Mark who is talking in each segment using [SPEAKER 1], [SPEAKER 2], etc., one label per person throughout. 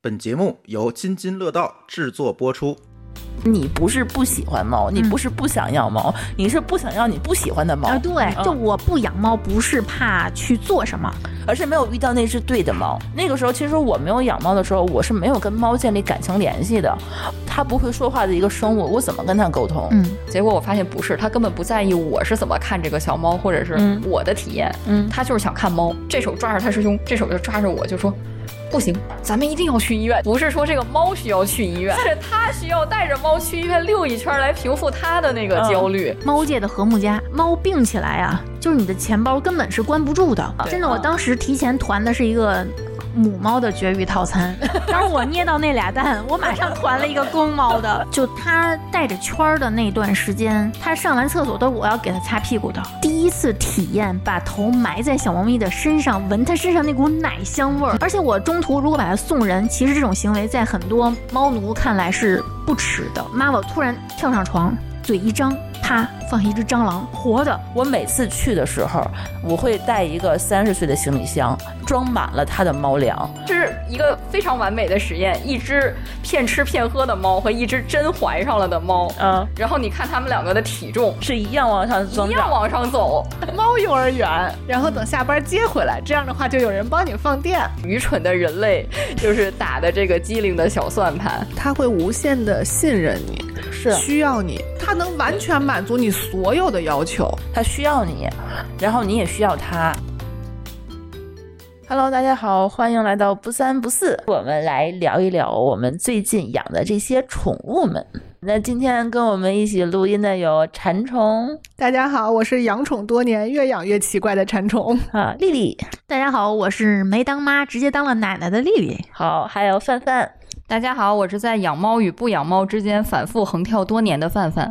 [SPEAKER 1] 本节目由津津乐道制作播出。
[SPEAKER 2] 你不是不喜欢猫，你不是不想要猫，你是不想要你不喜欢的猫，嗯
[SPEAKER 3] 啊，对，就我不养猫，不是怕去做什么，
[SPEAKER 2] 而是没有遇到那只对的猫。那个时候，其实我没有养猫的时候，我是没有跟猫建立感情联系的。它不会说话的一个生物，我怎么跟它沟通？
[SPEAKER 3] 嗯
[SPEAKER 4] 结果我发现不是，他根本不在意我是怎么看这个小猫，或者是
[SPEAKER 2] 嗯
[SPEAKER 4] 我的体验，
[SPEAKER 2] 嗯
[SPEAKER 4] 他就是想看猫，这手抓着他师兄，这手就抓着我，就说。不行，咱们一定要去医院。不是说这个猫需要 去医院，是他需要带着猫去医院溜一圈来平复他的那个
[SPEAKER 2] 嗯
[SPEAKER 4] 焦虑。
[SPEAKER 3] 猫界的和睦家，猫病起来啊，就是你的钱包根本是关不住的。
[SPEAKER 4] 对
[SPEAKER 3] 真的，我当时提前团的是一个母猫的绝育套餐，当时我捏到那俩蛋，我马上团了一个公猫的。就它带着圈儿的那段时间，它上完厕所都是我要给它擦屁股的。第一次体验把头埋在小猫咪的身上，闻它身上那股奶香味儿，而且我中途如果把它送人，其实这种行为在很多猫奴看来是不耻的。妈，我突然跳上床，嘴一张，啪，放下一只蟑螂，活的。
[SPEAKER 2] 我每次去的时候，我会带一个三十岁的行李箱，装满了它的猫粮。
[SPEAKER 4] 这是一个非常完美的实验，一只骗吃骗喝的猫和一只真怀上了的猫，
[SPEAKER 2] 嗯，
[SPEAKER 4] 然后你看它们两个的体重
[SPEAKER 2] 是一样往上增
[SPEAKER 4] 一样
[SPEAKER 2] 长。
[SPEAKER 4] 往上走。
[SPEAKER 5] 猫幼儿园，然后等下班接回来，这样的话就有人帮你放电。
[SPEAKER 4] 愚蠢的人类就是打的这个机灵的小算盘。
[SPEAKER 5] 它会无限的信任你，
[SPEAKER 2] 是
[SPEAKER 5] 需要你，它能完全满足你所有的要求。
[SPEAKER 2] 它需要你，然后你也需要它。Hello，大家好，欢迎来到不三不四，我们来聊一聊我们最近养的这些宠物们。那今天跟我们一起录音的有馋虫
[SPEAKER 5] 大家好，我是养宠多年，越养越奇怪的馋虫。
[SPEAKER 2] 啊，丽丽，
[SPEAKER 3] 大家好，我是没当妈直接当了奶奶的丽丽。
[SPEAKER 2] 好，还有范范。
[SPEAKER 4] 大家好，我是在养猫与不养猫之间反复横跳多年的范范。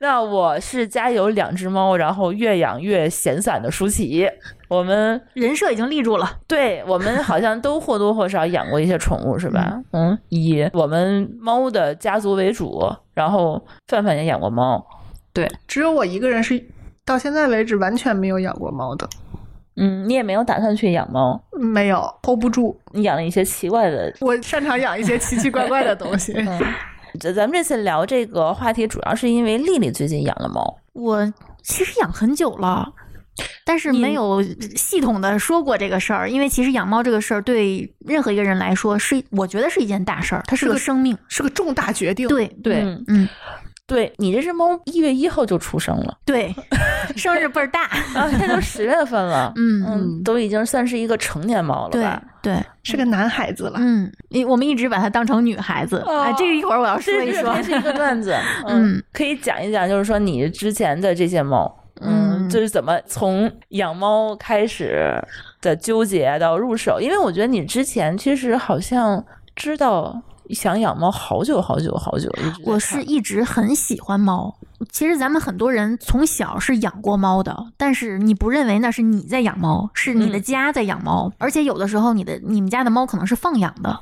[SPEAKER 2] 那我是家有两只猫，然后越养越闲散的舒淇。我们
[SPEAKER 3] 人设已经立住了，
[SPEAKER 2] 对我们好像都或多或少养过一些宠物，是吧？嗯，以我们猫的家族为主，然后范范也养过猫。
[SPEAKER 5] 只有我一个人是到现在为止完全没有养过猫的，
[SPEAKER 2] 嗯，你也没有打算去养猫，
[SPEAKER 5] 没有 hold 不住。
[SPEAKER 2] 你养了一些奇怪的。
[SPEAKER 5] 我擅长养一些奇奇怪怪的东西。
[SPEAKER 2] 嗯，咱咱们这次聊这个话题，主要是因为丽丽最近养了猫。
[SPEAKER 3] 我其实养很久了。但是
[SPEAKER 2] 你
[SPEAKER 3] 没有系统的说过这个事儿，因为其实养猫这个事儿对任何一个人来说是，我觉得是一件大事儿，它是
[SPEAKER 5] 是
[SPEAKER 3] 个
[SPEAKER 5] 个
[SPEAKER 3] 生命。
[SPEAKER 5] 是个重大决定。，
[SPEAKER 3] 对，
[SPEAKER 4] 对，
[SPEAKER 2] 嗯，
[SPEAKER 3] 嗯，
[SPEAKER 2] 对你这只猫一月一号就出生 了，
[SPEAKER 3] 对，生日倍儿大，
[SPEAKER 2] 啊，现在都十月份了，
[SPEAKER 3] 嗯
[SPEAKER 2] 嗯，都已经算是一个成年猫了
[SPEAKER 3] 对
[SPEAKER 2] 吧？
[SPEAKER 3] 对，
[SPEAKER 5] 是个男孩子了。
[SPEAKER 3] 嗯，你我们一直把它当成女孩子，
[SPEAKER 2] 哦
[SPEAKER 3] 哎，这个一会儿我要说
[SPEAKER 2] 这
[SPEAKER 3] 一
[SPEAKER 2] 这
[SPEAKER 3] 说
[SPEAKER 2] 这，是一个段 子，
[SPEAKER 3] 嗯，
[SPEAKER 2] 可以讲一讲，就是说你之前的这些猫。嗯，
[SPEAKER 3] 嗯
[SPEAKER 2] 就是怎么从养猫开始的纠结到入手，因为我觉得你之前其实好像知道想养猫好久好久好久，一直在
[SPEAKER 3] 我是
[SPEAKER 2] 看
[SPEAKER 3] 一直很喜欢猫。其实咱们很多人从小是养过猫的，但是你不认为那是你在养猫，是你的
[SPEAKER 2] 嗯
[SPEAKER 3] 家在养猫，而且有的时候你的你们家的猫可能是放养的，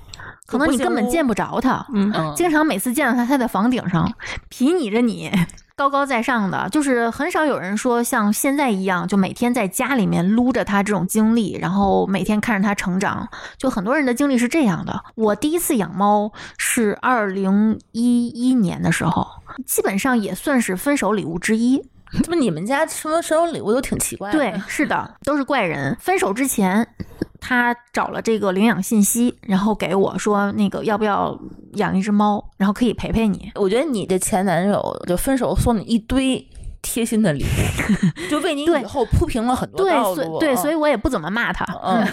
[SPEAKER 3] 可能你根本见不着它。啊
[SPEAKER 5] 嗯
[SPEAKER 4] 嗯
[SPEAKER 3] 经常每次见到它，它在房顶上皮拟着你，高高在上的，就是很少有人说像现在一样，就每天在家里面撸着它这种经历，然后每天看着它成长。就很多人的经历是这样的。我第一次养猫是二零一一年的时候，基本上也算是分手礼物之一。
[SPEAKER 2] 怎么你们家什么生日礼物都挺奇怪的，
[SPEAKER 3] 对， 是的，都是怪人。分手之前，他找了这个领养信息，然后给我说那个要不要养一只猫，然后可以陪陪你。
[SPEAKER 2] 我觉得你的前男友就分手送你一堆贴心的礼 物，就为你
[SPEAKER 3] 对
[SPEAKER 2] 以后铺平了很多
[SPEAKER 3] 对，
[SPEAKER 2] 道
[SPEAKER 3] 所
[SPEAKER 2] 路。
[SPEAKER 3] 以对，
[SPEAKER 2] 嗯
[SPEAKER 3] 所以我也不怎么骂他。
[SPEAKER 2] 嗯，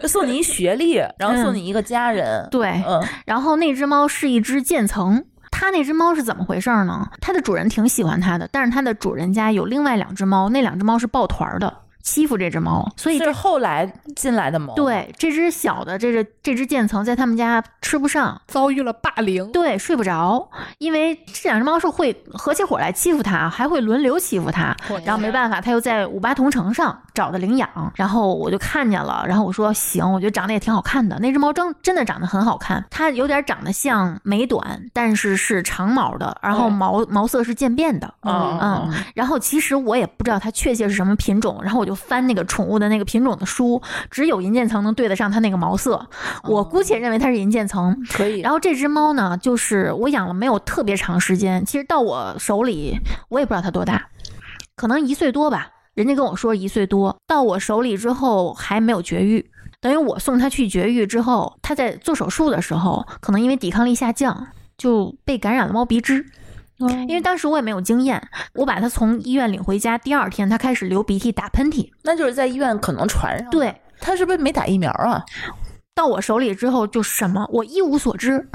[SPEAKER 2] 就送你一学历，然后送你一个家人，
[SPEAKER 3] 嗯对，
[SPEAKER 2] 嗯，
[SPEAKER 3] 然后那只猫是一只渐层。它那只猫是怎么回事儿呢？它的主人挺喜欢它的，但是它的主人家有另外两只猫，那两只猫是抱团儿的，欺负这只猫，所以这
[SPEAKER 2] 是后来进来的猫，，
[SPEAKER 3] 对这只小的这只这只渐层在他们家吃不上，
[SPEAKER 5] 遭遇了霸凌，
[SPEAKER 3] 对，睡不着，因为这两只猫是会合起伙来欺负它，还会轮流欺负它。然后没办法，它又在五八同城上找的领养，然后我就看见了，然后我说行，我觉得长得也挺好看的。那只猫真真的长得很好看，它有点长得像美短，但是是长毛的，然后
[SPEAKER 2] 对
[SPEAKER 3] 毛毛色是渐变的。
[SPEAKER 2] 嗯
[SPEAKER 3] 哦嗯，然后其实我也不知道它确切是什么品种，然后我就翻那个宠物的那个品种的书，只有银渐层能对得上它那个毛色。我姑且认为它是银渐层。
[SPEAKER 2] 可以。
[SPEAKER 3] 然后这只猫呢，就是我养了没有特别长时间，其实到我手里我也不知道它多大，可能一岁多吧。人家跟我说一岁多，到我手里之后还没有绝育，等于我送它去绝育之后，它在做手术的时候，可能因为抵抗力下降，就被感染了猫鼻支。因为当时我也没有经验，我把它从医院领回家，第二天它开始流鼻涕、打喷嚏，
[SPEAKER 2] 那就是在医院可能传上。，
[SPEAKER 3] 对，
[SPEAKER 2] 他是不是没打疫苗啊？
[SPEAKER 3] 到我手里之后就什么我一无所知，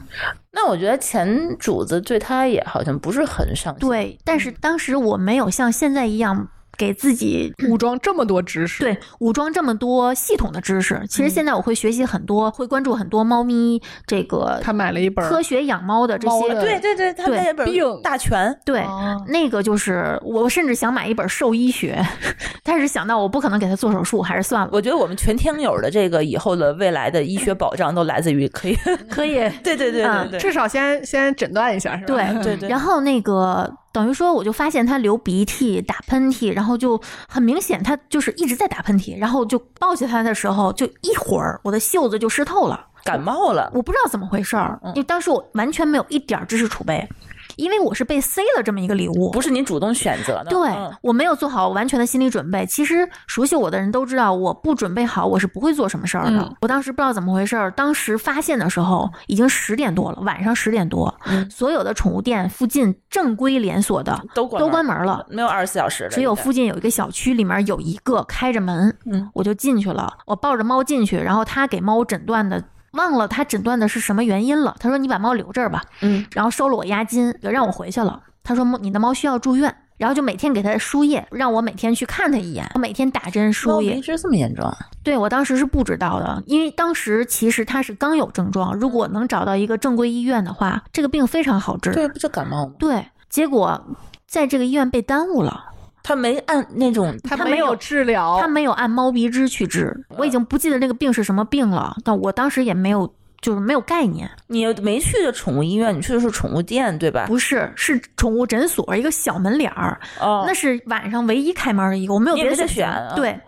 [SPEAKER 2] 那我觉得前主子对他也好像不是很上心。，
[SPEAKER 3] 对，但
[SPEAKER 5] 嗯
[SPEAKER 3] 是当时我没有像现在一样给自己
[SPEAKER 5] 武装这么多知识，，
[SPEAKER 3] 对武装这么多系统的知识。其
[SPEAKER 5] 嗯
[SPEAKER 3] 实现在我会学习很多，会关注很多猫咪这个
[SPEAKER 5] 他买了一本儿
[SPEAKER 3] 科学养猫的这
[SPEAKER 5] 猫
[SPEAKER 3] 些。
[SPEAKER 5] 的哦
[SPEAKER 2] 对对对，他那本
[SPEAKER 5] 病
[SPEAKER 2] 大全，
[SPEAKER 3] 对，那个就是我甚至想买一本兽医学， 但是想到我不可能给它做手术，还是算了。
[SPEAKER 2] 我觉得我们全听友的这个以后的未来的医学保障都来自于可以。
[SPEAKER 3] 可以，
[SPEAKER 2] 对对对
[SPEAKER 3] 嗯
[SPEAKER 2] 对对
[SPEAKER 5] 至少先先诊断一下，是吧？
[SPEAKER 3] 对
[SPEAKER 2] 对对
[SPEAKER 3] 然后那个等于说，我就发现他流鼻涕、打喷嚏，然后就很明显，他就是一直在打喷嚏。然后就抱起他的时候，就一会儿我的袖子就湿透了，
[SPEAKER 2] 感冒了，
[SPEAKER 3] 我不知道怎么回事儿
[SPEAKER 2] 嗯，
[SPEAKER 3] 因为当时我完全没有一点儿知识储备，因为我是被塞了这么一个礼物。
[SPEAKER 2] 不是你主动选择的。
[SPEAKER 3] 对
[SPEAKER 2] 嗯，
[SPEAKER 3] 我没有做好完全的心理准备。其实熟悉我的人都知道，我不准备好我是不会做什么事儿的。
[SPEAKER 5] 嗯
[SPEAKER 3] 我当时不知道怎么回事儿，当时发现的时候已经十点多了，晚上十点多，
[SPEAKER 2] 嗯
[SPEAKER 3] 所有的宠物店附近正规连锁的
[SPEAKER 2] 都关
[SPEAKER 3] 都关
[SPEAKER 2] 门
[SPEAKER 3] 门了。
[SPEAKER 2] 没有二十四小时的，
[SPEAKER 3] 只有
[SPEAKER 2] 应该
[SPEAKER 3] 附近有一个小区，里面有一个开着门，
[SPEAKER 2] 嗯，
[SPEAKER 3] 我就进去了。我抱着猫进去，然后他给猫诊断的，忘了他诊断的是什么原因了。他说：“你把猫留这儿吧。”
[SPEAKER 2] 嗯，
[SPEAKER 3] 然后收了我押金，就让我回去了。他说猫：“你的猫需要住院。”然后就每天给它输液，让我每天去看它一眼，我每天打针
[SPEAKER 2] 猫
[SPEAKER 3] 输液
[SPEAKER 2] 鼻。支这么严重啊，
[SPEAKER 3] 对我当时是不知道的，因为当时其实它是刚有症状，如果能找到一个正规医院的话，这个病非常好治。
[SPEAKER 2] 对，不就感冒吗？
[SPEAKER 3] 对结果在这个医院被耽误了。
[SPEAKER 2] 他没按那种
[SPEAKER 5] 他
[SPEAKER 3] 他
[SPEAKER 5] 没
[SPEAKER 3] 没有
[SPEAKER 5] 有治疗，
[SPEAKER 3] 他没有按猫鼻支去治，我已经不记得那个病是什么病了，但我当时也没有。就是没有概念，
[SPEAKER 2] 你没去的宠物医院，你去的是宠物店，对吧？
[SPEAKER 3] 不是，是宠物诊所一个小门脸儿，
[SPEAKER 2] 哦，
[SPEAKER 3] 那是晚上唯一开门的一个，我没有
[SPEAKER 2] 你也
[SPEAKER 3] 别的
[SPEAKER 2] 没得
[SPEAKER 3] 选择
[SPEAKER 2] 选啊
[SPEAKER 3] 对，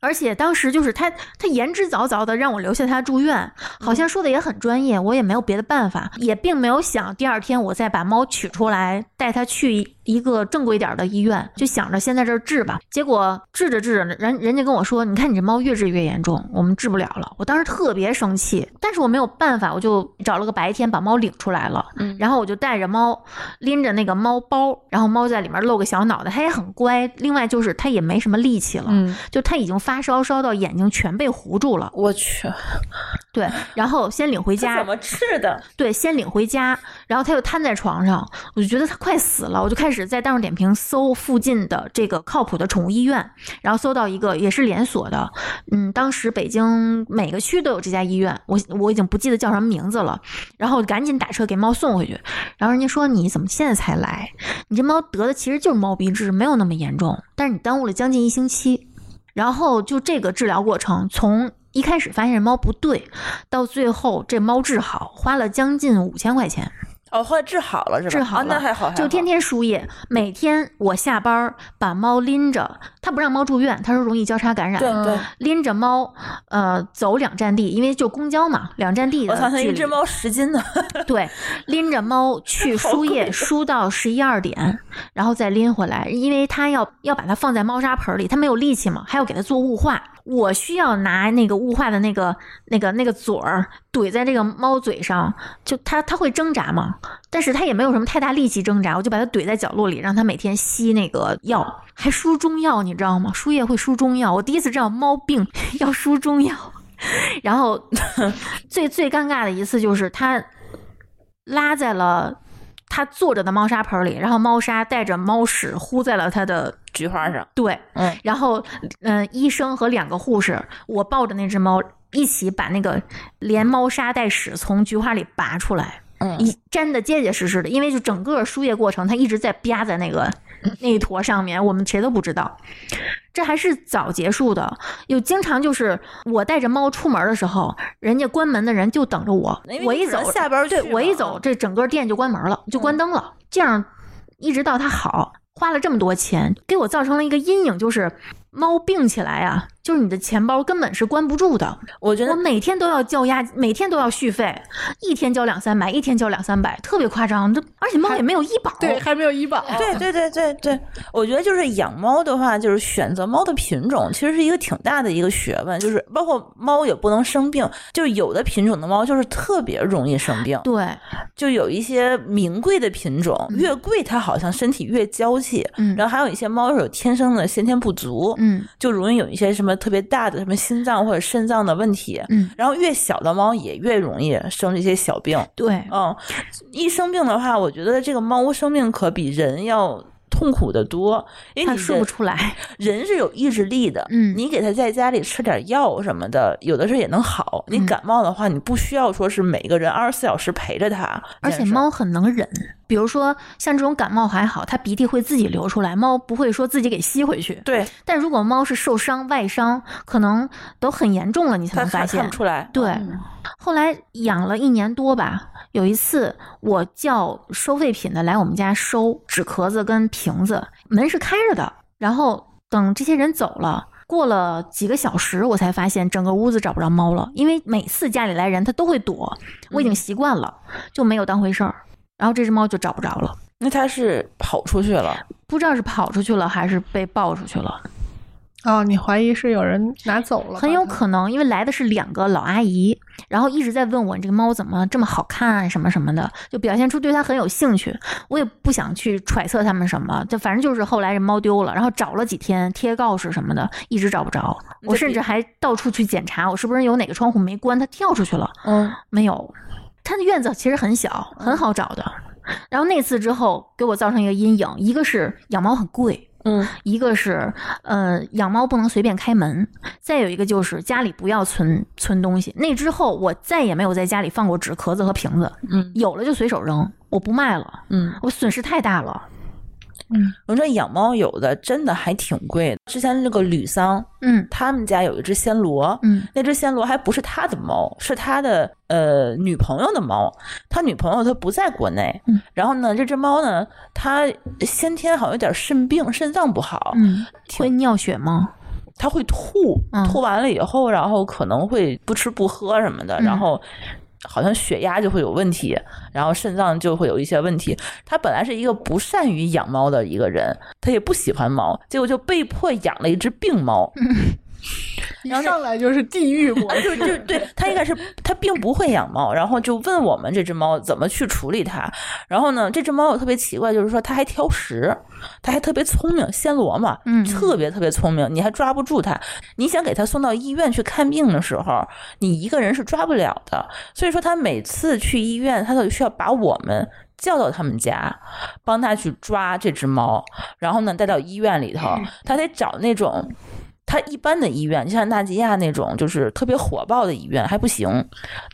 [SPEAKER 3] 而且当时就是他，他言之凿凿的让我留下他住院，好
[SPEAKER 2] 嗯
[SPEAKER 3] 像说的也很专业，我也没有别的办法，也并没有想第二天我再把猫取出来，带它去一个正规点儿的医院，就想着先在这儿治吧。结果治着治着，人人家跟我说，你看你这猫越治越严重，我们治不了了。我当时特别生气，但是我没有办法，我就找了个白天把猫领出来了，
[SPEAKER 2] 嗯
[SPEAKER 3] 然后我就带着猫，拎着那个猫包，然后猫在里面露个小脑袋，它也很乖。另外就是它也没什么力气了，
[SPEAKER 5] 嗯，
[SPEAKER 3] 就它已经发烧，烧到眼睛全被糊住了。
[SPEAKER 2] 我去，
[SPEAKER 3] 对，然后先领回
[SPEAKER 2] 他
[SPEAKER 3] 家
[SPEAKER 2] 怎，么治的？
[SPEAKER 3] 对，先领回家，然后它又瘫在床上，我就觉得它快死了，我就开始在大众点评搜附近的这个靠谱的宠物医院，然后搜到一个也是连锁的，嗯，当时北京每个区都有这家医院，我我已经不记得叫什么名字了，然后赶紧打车给猫送回去，然后人家说你怎么现在才来？你这猫得的其实就是猫鼻支，没有那么严重，但是你耽误了将近一星期，然后就这个治疗过程从。一开始发现猫不对，到最后这猫治好，花了将近五千块钱，
[SPEAKER 2] 哦，后来治好了是吧？
[SPEAKER 3] 治好
[SPEAKER 2] 啊
[SPEAKER 3] 了
[SPEAKER 2] 那还好，还好
[SPEAKER 3] 就天天输液。每天我下班儿把猫拎着，他不让猫住院，他说容易交叉感染。
[SPEAKER 2] 对对。
[SPEAKER 3] 拎着猫，呃，走两站地，因为就公交嘛，两站地
[SPEAKER 2] 我
[SPEAKER 3] 的
[SPEAKER 2] 操，那
[SPEAKER 3] 嗯距
[SPEAKER 2] 一
[SPEAKER 3] 离
[SPEAKER 2] 只。猫十斤呢，
[SPEAKER 3] 对，拎着猫去
[SPEAKER 2] 好
[SPEAKER 3] 输
[SPEAKER 2] 贵
[SPEAKER 3] 液，
[SPEAKER 2] 啊
[SPEAKER 3] 输到十一二点，然后再拎回来，因为它要要把它放在猫砂盆里，它没有力气嘛，还要给它做雾化。我需要拿那个雾化的那个那个那个嘴儿怼在这个猫嘴上，就它它会挣扎嘛，但是它也没有什么太大力气挣扎，我就把它怼在角落里，让它每天吸那个药，还输中药，你知道吗？输液会输中药，我第一次知道猫病 要输中药。 然后最最尴尬的一次就是它拉在了它坐着的猫砂盆里，然后猫砂带着猫屎糊在了它的
[SPEAKER 2] 菊花上，
[SPEAKER 3] 对，
[SPEAKER 2] 嗯，
[SPEAKER 3] 然后嗯、呃医生和两个护士，我抱着那只猫一起把那个连猫砂带屎从菊花里拔出来。
[SPEAKER 2] 嗯
[SPEAKER 3] 一粘的结结实实的，因为就整个输液过程，它一直在吧在那个
[SPEAKER 2] 嗯
[SPEAKER 3] 那一坨上面，我们谁都不知道。这还是早结束的，有经常就是我带着猫出门的时候，人家关门的人就等着我
[SPEAKER 2] 因为，
[SPEAKER 3] 我一
[SPEAKER 2] 有人
[SPEAKER 3] 走
[SPEAKER 2] 下班儿
[SPEAKER 3] 对
[SPEAKER 2] 去
[SPEAKER 3] 我一
[SPEAKER 2] 嘛嗯
[SPEAKER 3] 走，这整个店就关门了，就关灯了，这样一直到它好，花了这么多钱，给我造成了一个阴影，就是猫病起来啊，就是你的钱包根本是关不住的。
[SPEAKER 2] 我觉得
[SPEAKER 3] 我每天都要交押，每天都要续费，一天交两三百，一天交两三百，特别夸张。这而且猫也没有医保，
[SPEAKER 5] 对，还没有医保。
[SPEAKER 2] 对对对对对，我觉得就是养猫的话，就是选择猫的品种，其实是一个挺大的一个学问，就是包括猫也不能生病，就是有的品种的猫就是特别容易生病，
[SPEAKER 3] 对
[SPEAKER 2] 就有一些名贵的品种，越贵它好像身体越娇气，
[SPEAKER 3] 嗯
[SPEAKER 2] 然后还有一些猫是有天生的先天不足，
[SPEAKER 3] 嗯
[SPEAKER 2] 就容易有一些什么特别大的什么心脏或者肾脏的问题，
[SPEAKER 3] 嗯，
[SPEAKER 2] 然后越小的猫也越容易生这些小病，
[SPEAKER 3] 对，
[SPEAKER 2] 嗯，一生病的话，我觉得这个猫生病可比人要痛苦的多，因为
[SPEAKER 3] 它
[SPEAKER 2] 哎你
[SPEAKER 3] 说不
[SPEAKER 2] 人
[SPEAKER 3] 出来。
[SPEAKER 2] 人是有意志力的，
[SPEAKER 3] 嗯
[SPEAKER 2] 你给它在家里吃点药什么的，有的时候也能好。
[SPEAKER 3] 嗯
[SPEAKER 2] 你感冒的话，你不需要说是每个人二十四小时陪着它，
[SPEAKER 3] 而
[SPEAKER 2] 这
[SPEAKER 3] 且
[SPEAKER 2] 件事儿
[SPEAKER 3] 猫很能忍，比如说像这种感冒还好，它鼻涕会自己流出来，猫不会说自己给吸回去。
[SPEAKER 2] 对
[SPEAKER 3] 但如果猫是受伤、外伤，可能都很严重了，你才
[SPEAKER 2] 它
[SPEAKER 3] 能发
[SPEAKER 2] 看看
[SPEAKER 3] 现
[SPEAKER 2] 不。出来，
[SPEAKER 3] 对，后来养了一年多吧。有一次，我叫收废品的来我们家收纸壳子跟瓶子，门是开着的。然后等这些人走了，过了几个小时，我才发现整个屋子找不着猫了。因为每次家里来人，它都会躲，我已经习惯了，就没有当回事儿。然后这只猫就找不着了，
[SPEAKER 2] 那它是跑出去了，
[SPEAKER 3] 不知道是跑出去了还是被抱出去了，
[SPEAKER 5] 哦，你怀疑是有人拿走了吧？
[SPEAKER 3] 很有可能，因为来的是两个老阿姨，然后一直在问我你这个猫怎么这么好看啊什么什么的，就表现出对它很有兴趣。我也不想去揣测他们什么，就反正就是后来这猫丢了，然后找了几天，贴告示什么的，一直找不着。我甚至还到处去检查，我是不是有哪个窗户没关，它跳出去了？
[SPEAKER 2] 嗯，
[SPEAKER 3] 没有，它的院子其实很小，很好找的。然后那次之后，给我造成一个阴影，一个是养猫很贵，
[SPEAKER 2] 嗯，
[SPEAKER 3] 一个是，呃，养猫不能随便开门；再有一个就是家里不要存存东西。那之后，我再也没有在家里放过纸壳子和瓶子，
[SPEAKER 2] 嗯，
[SPEAKER 3] 有了就随手扔，我不卖了，
[SPEAKER 2] 嗯，
[SPEAKER 3] 我损失太大了，
[SPEAKER 2] 我说养猫有的真的还挺贵的，之前那个吕桑
[SPEAKER 3] 嗯
[SPEAKER 2] 他们家有一只暹罗，
[SPEAKER 3] 嗯
[SPEAKER 2] 那只暹罗还不是他的猫，是他的呃女朋友的猫。他女朋友她不在国内，
[SPEAKER 3] 嗯
[SPEAKER 2] 然后呢，这只猫呢，它先天好像有点肾病，肾脏不好，
[SPEAKER 3] 嗯，会尿血吗？
[SPEAKER 2] 它会吐
[SPEAKER 3] 嗯，
[SPEAKER 2] 吐完了以后，然后可能会不吃不喝什么的，
[SPEAKER 3] 嗯
[SPEAKER 2] 然后。好像血压就会有问题，然后肾脏就会有一些问题。他本来是一个不善于养猫的一个人，他也不喜欢猫，结果就被迫养了一只病猫。
[SPEAKER 5] 一
[SPEAKER 2] 然后那
[SPEAKER 5] 上来就是地狱模
[SPEAKER 2] 就
[SPEAKER 5] 式。
[SPEAKER 2] 就对他应该是他并不会养猫，然后就问我们这只猫怎么去处理它。然后呢，这只猫特别奇怪，就是说它还挑食，它还特别聪明，暹罗嘛，
[SPEAKER 3] 嗯
[SPEAKER 2] 特别特别聪明，你还抓不住它。你想给它送到医院去看病的时候，你一个人是抓不了的。所以说，它每次去医院，它都需要把我们。叫到他们家，帮他去抓这只猫，然后呢带到医院里头，他得找那种他一般的医院，就像纳吉亚那种就是特别火爆的医院还不行，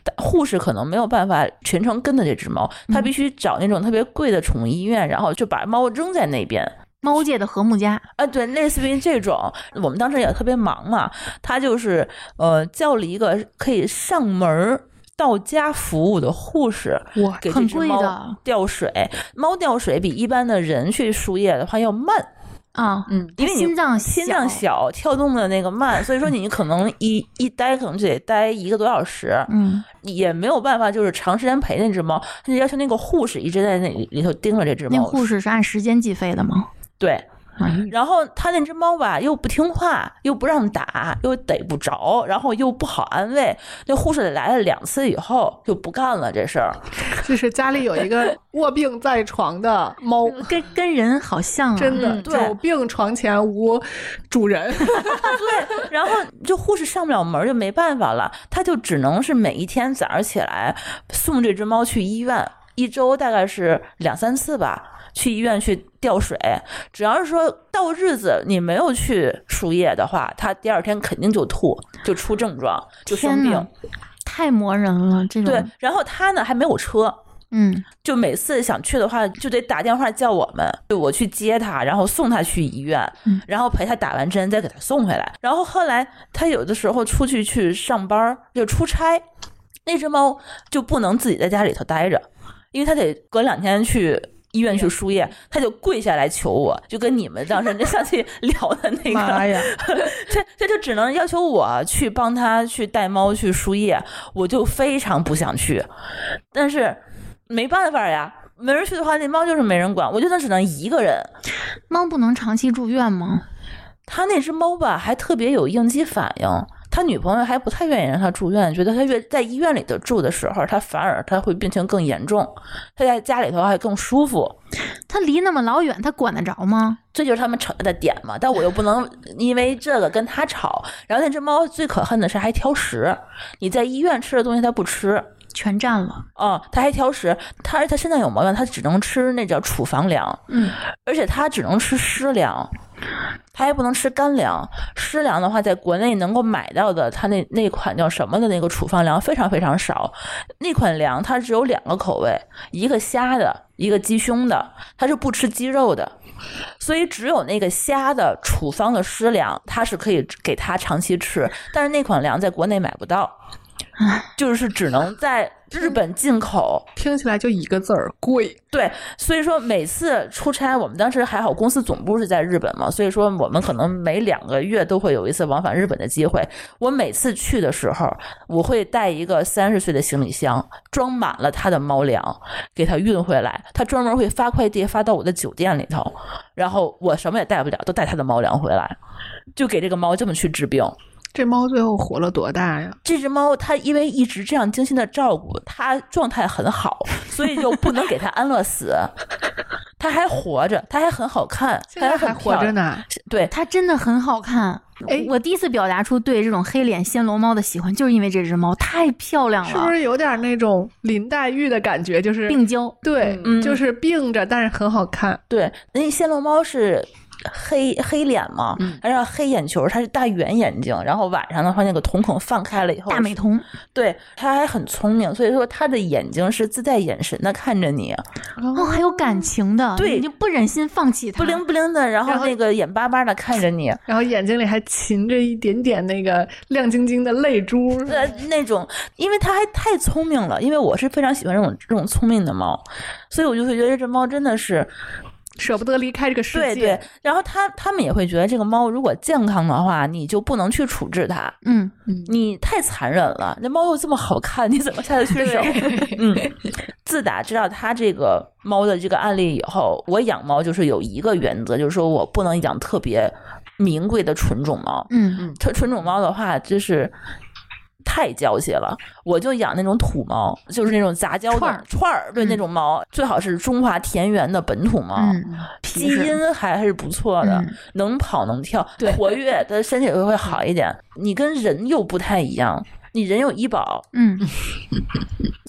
[SPEAKER 2] 但护士可能没有办法全程跟着这只猫，他必须找那种特别贵的宠物医院，然后就把猫扔在那边。
[SPEAKER 3] 猫界的和睦家，
[SPEAKER 2] 啊，对，类似于这种，我们当时也特别忙嘛，他就是呃叫了一个可以上门儿到家服务的护士，
[SPEAKER 5] 哇，
[SPEAKER 2] 给这
[SPEAKER 3] 很
[SPEAKER 2] 只
[SPEAKER 3] 贵
[SPEAKER 2] 猫
[SPEAKER 3] 的
[SPEAKER 2] 吊水。猫吊水比一般的人去输液的话要慢，
[SPEAKER 3] 啊，
[SPEAKER 4] 嗯，
[SPEAKER 2] 因为你
[SPEAKER 3] 心脏
[SPEAKER 2] 心脏
[SPEAKER 3] 小，
[SPEAKER 2] 小，跳动的那个 慢，所以说你可能一一待可能就得待一个多小时，
[SPEAKER 3] 嗯，
[SPEAKER 2] 也没有办法就是长时间陪那只猫，他就要求那个护士一直在那里里头盯着这只
[SPEAKER 3] 那
[SPEAKER 2] 猫。
[SPEAKER 3] 护士是按时间计费的吗？
[SPEAKER 2] 对，
[SPEAKER 3] 哎呀
[SPEAKER 2] 然后他那只猫吧又不听话，又不让打，又逮不着，然后又不好安慰。那护士来了两次以后就不干了这事儿，
[SPEAKER 5] 就是家里有一个卧病在床的猫，
[SPEAKER 3] 跟跟人好像啊，
[SPEAKER 5] 真的
[SPEAKER 2] 嗯对
[SPEAKER 5] 久病床前无主人。
[SPEAKER 2] 对，然后就护士上不了门儿就没办法了，他就只能是每一天早上起来送这只猫去医院，一周大概是两三次吧，去医院去吊水。只要是说到日子你没有去输液的话，它第二天肯定就吐，就出症状，就生
[SPEAKER 3] 天嗯呐
[SPEAKER 2] 病。，
[SPEAKER 3] 太磨人了，这种，
[SPEAKER 2] 对，然后它呢还没有车。
[SPEAKER 3] 嗯，
[SPEAKER 2] 就每次想去的话，就得打电话叫我们，对我去接他，然后送他去医院，
[SPEAKER 3] 嗯
[SPEAKER 2] 然后陪他打完针，再给他送回来。然后后来他有的时候出去去上班儿，就出差，那只猫就不能自己在家里头待着，因为它得隔两天去。医院去输液，他就跪下来求我，就跟你们当时那上次聊的那
[SPEAKER 5] 妈
[SPEAKER 2] 个，
[SPEAKER 5] 呀，
[SPEAKER 2] 这这就只能要求我去帮他去带猫去输液，我就非常不想去，但是没办法呀。没人去的话，那猫就是没人管，我就那只能一个人。
[SPEAKER 3] 猫不能长期住院吗？
[SPEAKER 2] 他那只猫吧，还特别有应激反应。他女朋友还不太愿意让他住院，觉得他越在医院里头住的时候，他反而他会病情更严重，他在家里头还更舒服。
[SPEAKER 3] 它离那么老远，它管得着吗？
[SPEAKER 2] 这就是他们吵架的点嘛。但我又不能因为这个跟他吵。然后那只猫最可恨的是还挑食，你在医院吃的东西它不吃，
[SPEAKER 3] 全占了。
[SPEAKER 2] 哦，它还挑食。它而且它身上有毛病，它只能吃那叫处方粮，
[SPEAKER 3] 嗯，
[SPEAKER 2] 而且它只能吃湿粮，它还不能吃干粮。湿粮的话，在国内能够买到的，它那那款叫什么的那个处方粮非常非常少。那款粮它只有两个口味，一个虾的，一个鸡胸的，它是不吃鸡肉的。所以只有那个虾的处方的湿粮，它是可以给它长期吃，但是那款粮在国内买不到，就是只能在日本进口。
[SPEAKER 5] 听起来就一个字儿贵。
[SPEAKER 2] 对，所以说每次出差，我们当时还好，公司总部是在日本嘛，所以说我们可能每两个月都会有一次往返日本的机会。我每次去的时候，我会带一个三十岁的行李箱，装满了他的猫粮，给他运回来。他专门会发快递发到我的酒店里头，然后我什么也带不了，都带他的猫粮回来，就给这个猫这么去治病。
[SPEAKER 5] 这猫最后活了多大呀？
[SPEAKER 2] 这只猫它因为一直这样精心的照顾，它状态很好，所以就不能给它安乐死。 它还活着，它还很好看，
[SPEAKER 5] 现在
[SPEAKER 2] 还
[SPEAKER 5] 还
[SPEAKER 2] 很
[SPEAKER 5] 活着
[SPEAKER 2] 漂亮。
[SPEAKER 5] 呢。
[SPEAKER 2] 对，
[SPEAKER 3] 它真的很好看。
[SPEAKER 5] 哎
[SPEAKER 3] 我第一次表达出对这种黑脸暹罗猫的喜欢，就是因为这只猫太漂亮了，
[SPEAKER 5] 是不是有点那种林黛玉的感觉？就是
[SPEAKER 3] 病娇？
[SPEAKER 5] 对，
[SPEAKER 2] 嗯
[SPEAKER 5] 就是病着，但是很好看。
[SPEAKER 2] 对，那暹罗猫是黑黑脸嘛，
[SPEAKER 5] 嗯
[SPEAKER 2] 它是黑眼球，它是大圆眼睛，然后晚上的话那个瞳孔放开了以后，
[SPEAKER 3] 大美瞳，
[SPEAKER 2] 对，它还很聪明，所以说它的眼睛是自带眼神的看着你，
[SPEAKER 3] 哦，还有感情的，
[SPEAKER 2] 对
[SPEAKER 3] 你就不忍心放弃它。
[SPEAKER 2] 不灵不灵的，然
[SPEAKER 5] 然
[SPEAKER 2] 后
[SPEAKER 5] 后
[SPEAKER 2] 那个眼巴巴的看着你，
[SPEAKER 5] 然后眼睛里还噙着一点点那个亮晶晶的泪珠。
[SPEAKER 2] 呃，那种，因为它还太聪明了，因为我是非常喜欢这种这种聪明的猫，所以我就会觉得这猫真的是
[SPEAKER 5] 舍不得离开这个世
[SPEAKER 2] 对
[SPEAKER 5] 界。
[SPEAKER 2] 对。然后它它们也会觉得这个猫如果健康的话，你就不能去处置它，
[SPEAKER 3] 嗯，
[SPEAKER 2] 你太残忍了。那猫又这么好看，你怎么下得去 手？嗯，自打知道它这个猫的这个案例以后，我养猫就是有一个原则，就是说我不能养特别名贵的纯种猫。
[SPEAKER 3] 嗯，
[SPEAKER 2] 纯纯种猫的话，就是太娇气了。我就养那种土猫，就是那种杂交的
[SPEAKER 3] 串儿
[SPEAKER 2] 串儿，对
[SPEAKER 3] 嗯
[SPEAKER 2] 那种猫，最好是中华田园的本土猫。
[SPEAKER 3] 嗯，
[SPEAKER 2] 基
[SPEAKER 3] 皮实
[SPEAKER 2] 因还啊是不错的，
[SPEAKER 3] 嗯
[SPEAKER 2] 能跑能跳，
[SPEAKER 3] 对嗯
[SPEAKER 2] 活跃，它身体会会好一点。你跟人又不太一样，你人有医保，
[SPEAKER 3] 嗯，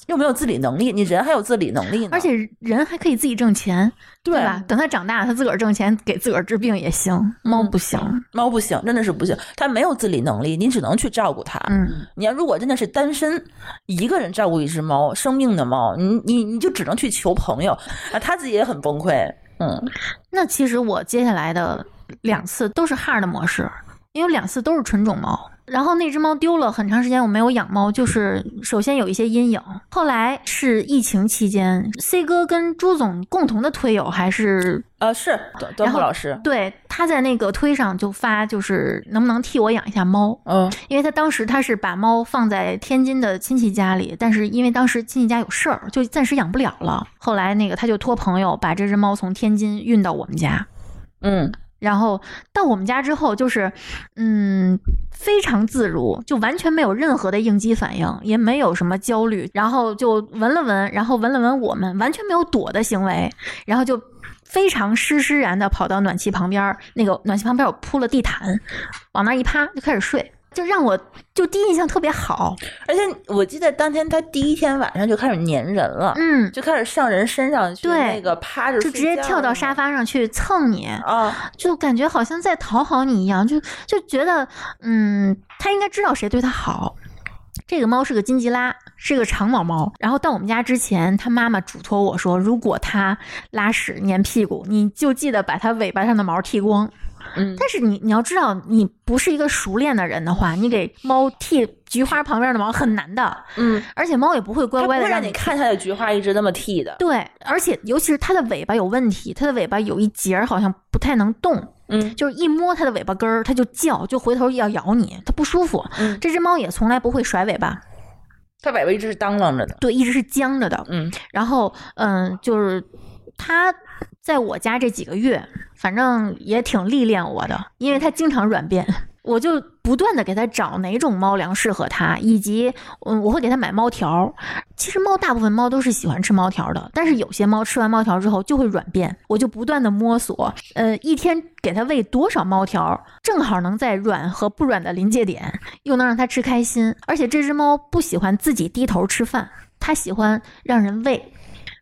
[SPEAKER 2] 又没有自理能力，你人还有自理能力呢。
[SPEAKER 3] 而且人还可以自己挣钱，
[SPEAKER 2] 对
[SPEAKER 3] 吧？等它长大，它自个儿挣钱给自个儿治病也行，猫不行。
[SPEAKER 2] 猫不行，真的是不行，它没有自理能力，你只能去照顾它。
[SPEAKER 3] 嗯，
[SPEAKER 2] 你要如果真的是单身，一个人照顾一只猫，生病的猫，你你你就只能去求朋友啊，他自己也很崩溃。嗯，
[SPEAKER 3] 那其实我接下来的两次都是哈尔的模式，因为两次都是纯种猫。然后那只猫丢了很长时间，我没有养猫，就是首先有一些阴影。后来是疫情期间，C 哥跟朱总共同的推友还是
[SPEAKER 2] 呃，是端端
[SPEAKER 3] 然
[SPEAKER 2] 木
[SPEAKER 3] 后
[SPEAKER 2] 老师，
[SPEAKER 3] 对他在那个推上就发，就是能不能替我养一下猫？
[SPEAKER 2] 嗯
[SPEAKER 3] 因为他当时他是把猫放在天津的亲戚家里，但是因为当时亲戚家有事儿，就暂时养不了了。后来那个他就托朋友把这只猫从天津运到我们家，
[SPEAKER 2] 嗯，
[SPEAKER 3] 然后到我们家之后，就是嗯非常自如，就完全没有任何的应激反应，也没有什么焦虑，然后就闻了闻，然后闻了闻我们，完全没有躲的行为，然后就。非常施施然的跑到暖气旁边儿，那个暖气旁边儿我铺了地毯，往那儿一趴就开始睡，就让我就第一印象特别好。
[SPEAKER 2] 而且我记得当天他第一天晚上就开始粘人了，
[SPEAKER 3] 嗯，
[SPEAKER 2] 就开始上人身上去，
[SPEAKER 3] 对
[SPEAKER 2] 那个趴着
[SPEAKER 3] 就直接跳到沙发上去蹭你，
[SPEAKER 2] 发啊，
[SPEAKER 3] 就感觉好像在讨好你一样，就就觉得，嗯，他应该知道谁对他好。这个猫是个金吉拉，是个长毛猫。然后到我们家之前，它妈妈嘱托我说，如果它拉屎粘屁股，你就记得把它尾巴上的毛剃光。
[SPEAKER 2] 嗯
[SPEAKER 3] 但是你你要知道，你不是一个熟练的人的话，你给猫剃菊花旁边的毛很难的，
[SPEAKER 2] 嗯，
[SPEAKER 3] 而且猫也不会乖
[SPEAKER 2] 它不
[SPEAKER 3] 乖
[SPEAKER 2] 会
[SPEAKER 3] 的
[SPEAKER 2] 让
[SPEAKER 3] 你
[SPEAKER 2] 你看它的菊花一直那么剃的，
[SPEAKER 3] 对，而且尤其是它的尾巴有问题，它的尾巴有一节儿好像不太能动，
[SPEAKER 2] 嗯
[SPEAKER 3] 就是一摸它的尾巴根儿，它就叫，就回头要咬你，它不舒服。
[SPEAKER 2] 嗯
[SPEAKER 3] 这只猫也从来不会甩尾巴，
[SPEAKER 2] 它尾巴一直是当啷着的，
[SPEAKER 3] 对，一直是僵着的。
[SPEAKER 2] 嗯
[SPEAKER 3] 然后，嗯，就是它在我家这几个月，反正也挺历练我的，因为它经常软便。 我就不断的给它找哪种猫粮适合它，以及嗯，我会给它买猫条儿。其实猫大部分猫都是喜欢吃猫条的，但是有些猫吃完猫条之后就会软便，我就不断的摸索，呃，一天给它喂多少猫条，正好能在软和不软的临界点，又能让它吃开心。而且这只猫不喜欢自己低头吃饭，它喜欢让人喂。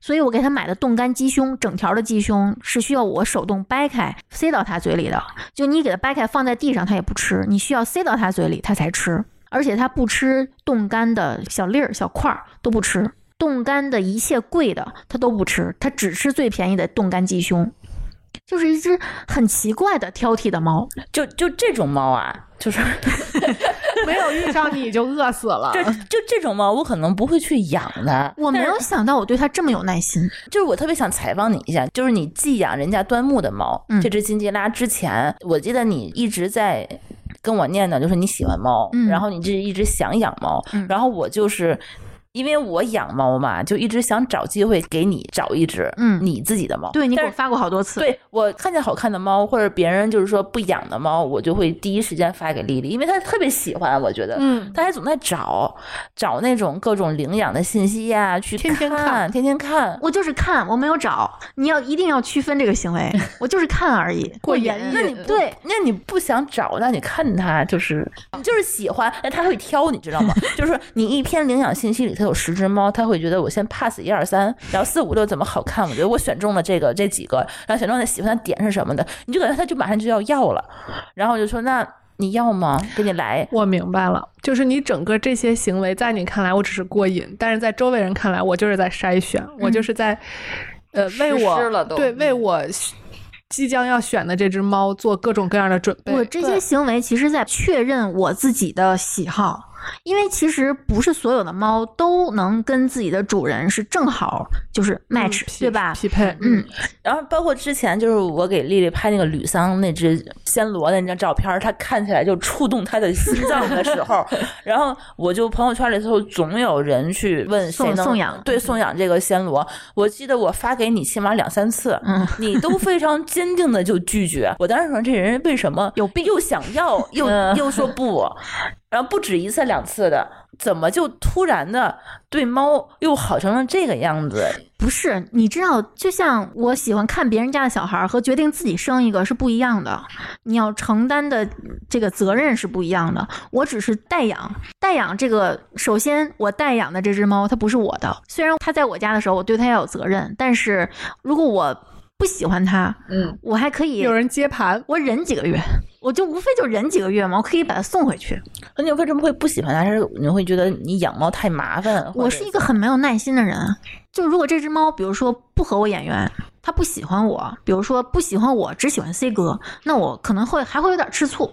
[SPEAKER 3] 所以我给它买的冻干鸡胸，整条的鸡胸是需要我手动掰开塞到它嘴里的。就你给它掰开放在地上，它也不吃，你需要塞到它嘴里，它才吃。而且它不吃冻干的小粒儿、小块儿都不吃，冻干的一切贵的它都不吃，它只吃最便宜的冻干鸡胸。就是一只很奇怪的挑剔的猫，
[SPEAKER 2] 就就这种猫啊，就是。
[SPEAKER 5] 没有遇上你就饿死了
[SPEAKER 2] 就就这种猫，我可能不会去养它。
[SPEAKER 3] 我没有想到我对它这么有耐心。
[SPEAKER 2] 就是我特别想采访你一下，就是你寄养人家端木的猫，
[SPEAKER 3] 嗯
[SPEAKER 2] 这只金吉拉之前，我记得你一直在。跟我念叨，就是你喜欢猫，
[SPEAKER 3] 嗯
[SPEAKER 2] 然后你这一直想养猫，
[SPEAKER 3] 嗯
[SPEAKER 2] 然后我就是因为我养猫嘛，就一直想找机会给你找一只，
[SPEAKER 3] 嗯
[SPEAKER 2] 你自己的猫。
[SPEAKER 3] 对你给
[SPEAKER 2] 但
[SPEAKER 3] 我
[SPEAKER 2] 是
[SPEAKER 3] 发过好多次，
[SPEAKER 2] 对我看见好看的猫，或者别人就是说不养的猫，我就会第一时间发给丽丽，因为她特别喜欢，我觉得，
[SPEAKER 5] 嗯，
[SPEAKER 2] 她还总在找找那种各种领养的信息呀、去
[SPEAKER 5] 天天
[SPEAKER 2] 看，
[SPEAKER 5] 看
[SPEAKER 2] 天天看。
[SPEAKER 3] 我就是看，我没有找。你要一定要区分这个 行为，我就是看而已。
[SPEAKER 5] 过
[SPEAKER 3] 瘾
[SPEAKER 5] 瘾嗯
[SPEAKER 3] 那你对，
[SPEAKER 2] 那你不想找，那你看它就是，你就是喜欢，那它会挑，你知道吗？ 就是你一篇领养信息里头有十只猫，它会觉得我先 pass 一二三，然后四五六怎么好看？我觉得我选中了这个这几个，然后选中了喜欢的点是什么的，你就感觉它就马上就要要了，然后我就说那你要吗？给你来。
[SPEAKER 5] 我明白了，就是你整个这些行为，在你看来我只是过瘾，但是在周围人看来，我就是在筛选，我就是在呃为
[SPEAKER 4] 嗯实施了
[SPEAKER 5] 我
[SPEAKER 4] 都
[SPEAKER 5] 对为我即将要选的这只猫做各种各样的准备。
[SPEAKER 3] 我这些行为其实在确认我自己的喜好，因为其实不是所有的猫都能跟自己的主人是正好嗯就是 match，、
[SPEAKER 5] 匹
[SPEAKER 3] 对吧？
[SPEAKER 5] 嗯匹配，
[SPEAKER 3] 嗯，
[SPEAKER 2] 然后包括之前就是我给丽丽拍那个吕桑那只暹罗的那张照片儿，她看起来就触动她的心脏的时 候，然后我就朋友圈里头总有人去问谁
[SPEAKER 3] 送
[SPEAKER 2] 能
[SPEAKER 3] 送养
[SPEAKER 2] 对送养这个暹罗，我记得我发给你起码两三次，
[SPEAKER 3] 嗯
[SPEAKER 2] 你都非常坚定的就拒绝。我当时说这人为什么
[SPEAKER 3] 有病
[SPEAKER 2] 又想要又
[SPEAKER 3] 嗯
[SPEAKER 2] 又说不，然后不止一次两次的，怎么就突然的对猫又好成了这个样子？
[SPEAKER 3] 不是，你知道，就像我喜欢看别人家的小孩儿和决定自己生一个是不一样的，你要承担的这个责任是不一样的。我只是代养，代养这个，首先我代养的这只猫它不是我的，虽然它在我家的时候我对它要有责任，但是如果我不喜欢它，
[SPEAKER 4] 嗯，
[SPEAKER 3] 我还可以
[SPEAKER 5] 有人接盘，
[SPEAKER 3] 我忍几个月，我就无非就忍几个月嘛，我可以把它送回去。
[SPEAKER 2] 那你为什么会不喜欢它？还是你会觉得你养猫太麻烦？
[SPEAKER 3] 我是一个很没有耐心的人，就如果这只猫，比如说不合我眼缘，它不喜欢我，比如说不喜欢我，只喜欢 C 哥，那我可能会还会有点吃 醋，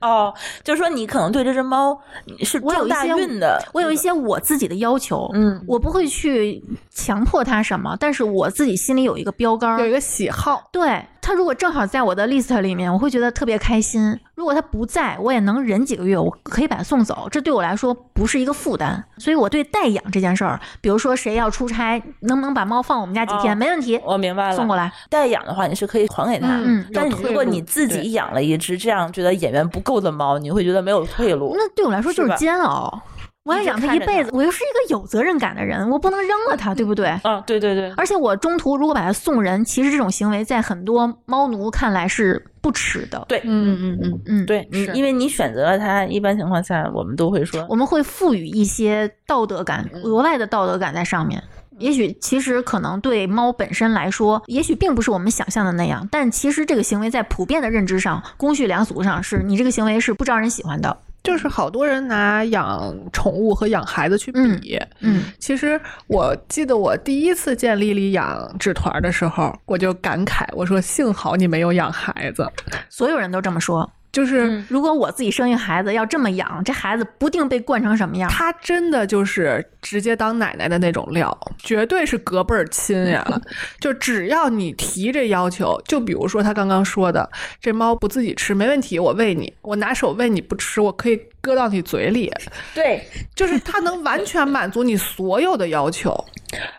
[SPEAKER 2] 哦，就是说你可能对这只猫你是
[SPEAKER 3] 我
[SPEAKER 2] 撞
[SPEAKER 3] 有一
[SPEAKER 2] 大
[SPEAKER 3] 些
[SPEAKER 2] 运的，
[SPEAKER 3] 我有一些我自己的要求，
[SPEAKER 2] 嗯，
[SPEAKER 3] 我不会去强迫它什么，但是我自己心里有一个标杆儿，
[SPEAKER 5] 有一个喜好，
[SPEAKER 3] 对他如果正好在我的 list 里面，我会觉得特别开心。如果他不在，我也能忍几个月，我可以把他送走，这对我来说不是一个负担。所以我对代养这件事儿，比如说谁要出差，能不能把猫放我们家几天，
[SPEAKER 2] 哦
[SPEAKER 3] 没问题，
[SPEAKER 2] 我明白了。
[SPEAKER 3] 送过来。
[SPEAKER 2] 代养的话，你是可以还给它。
[SPEAKER 3] 嗯
[SPEAKER 2] 但是
[SPEAKER 5] 有退
[SPEAKER 2] 如果
[SPEAKER 5] 路
[SPEAKER 2] 你自
[SPEAKER 5] 对
[SPEAKER 2] 己养了一只这样觉得眼缘不够的猫，你会觉得没有退路。
[SPEAKER 3] 那对我来说就是是
[SPEAKER 2] 吧
[SPEAKER 3] 煎熬。我要
[SPEAKER 2] 一直
[SPEAKER 3] 养它
[SPEAKER 2] 看
[SPEAKER 3] 一
[SPEAKER 2] 着
[SPEAKER 3] 辈
[SPEAKER 2] 它
[SPEAKER 3] 子，我又是一个有责任感的人，我不能扔了它，对不对？
[SPEAKER 2] 啊，对对对，
[SPEAKER 3] 而且我中途如果把它送人，其实这种行为在很多猫奴看来是不耻的。
[SPEAKER 2] 对
[SPEAKER 5] 嗯，
[SPEAKER 4] 嗯嗯嗯，
[SPEAKER 3] 嗯，
[SPEAKER 2] 对，你
[SPEAKER 4] 是
[SPEAKER 2] 因为你选择了它，一般情况下我们都会说
[SPEAKER 3] 我们会赋予一些道德感，
[SPEAKER 2] 嗯
[SPEAKER 3] 额外的道德感在上面。也许其实可能对猫本身来说，也许并不是我们想象的那样，但其实这个行为在普遍的认知上、公序良俗上，是你这个行为是不招人喜欢的。
[SPEAKER 5] 就是好多人拿养宠物和养孩子去比。
[SPEAKER 3] 嗯
[SPEAKER 5] 其实我记得我第一次见丽丽养纸团的时候，我就感慨，我说幸好你没有养孩子，
[SPEAKER 3] 所有人都这么说。
[SPEAKER 5] 就是。
[SPEAKER 4] 嗯
[SPEAKER 3] 如果我自己生一孩子要这么养，这孩子不定被惯成什么样。
[SPEAKER 5] 她真的就是直接当奶奶的那种料，绝对是隔辈儿亲呀！就只要你提这要求，就比如说她刚刚说的，这猫不自己吃没问题，我喂你，我拿手喂你不吃，我可以搁到你嘴里，
[SPEAKER 4] 对，
[SPEAKER 5] 就是它能完全满足你所有的要求，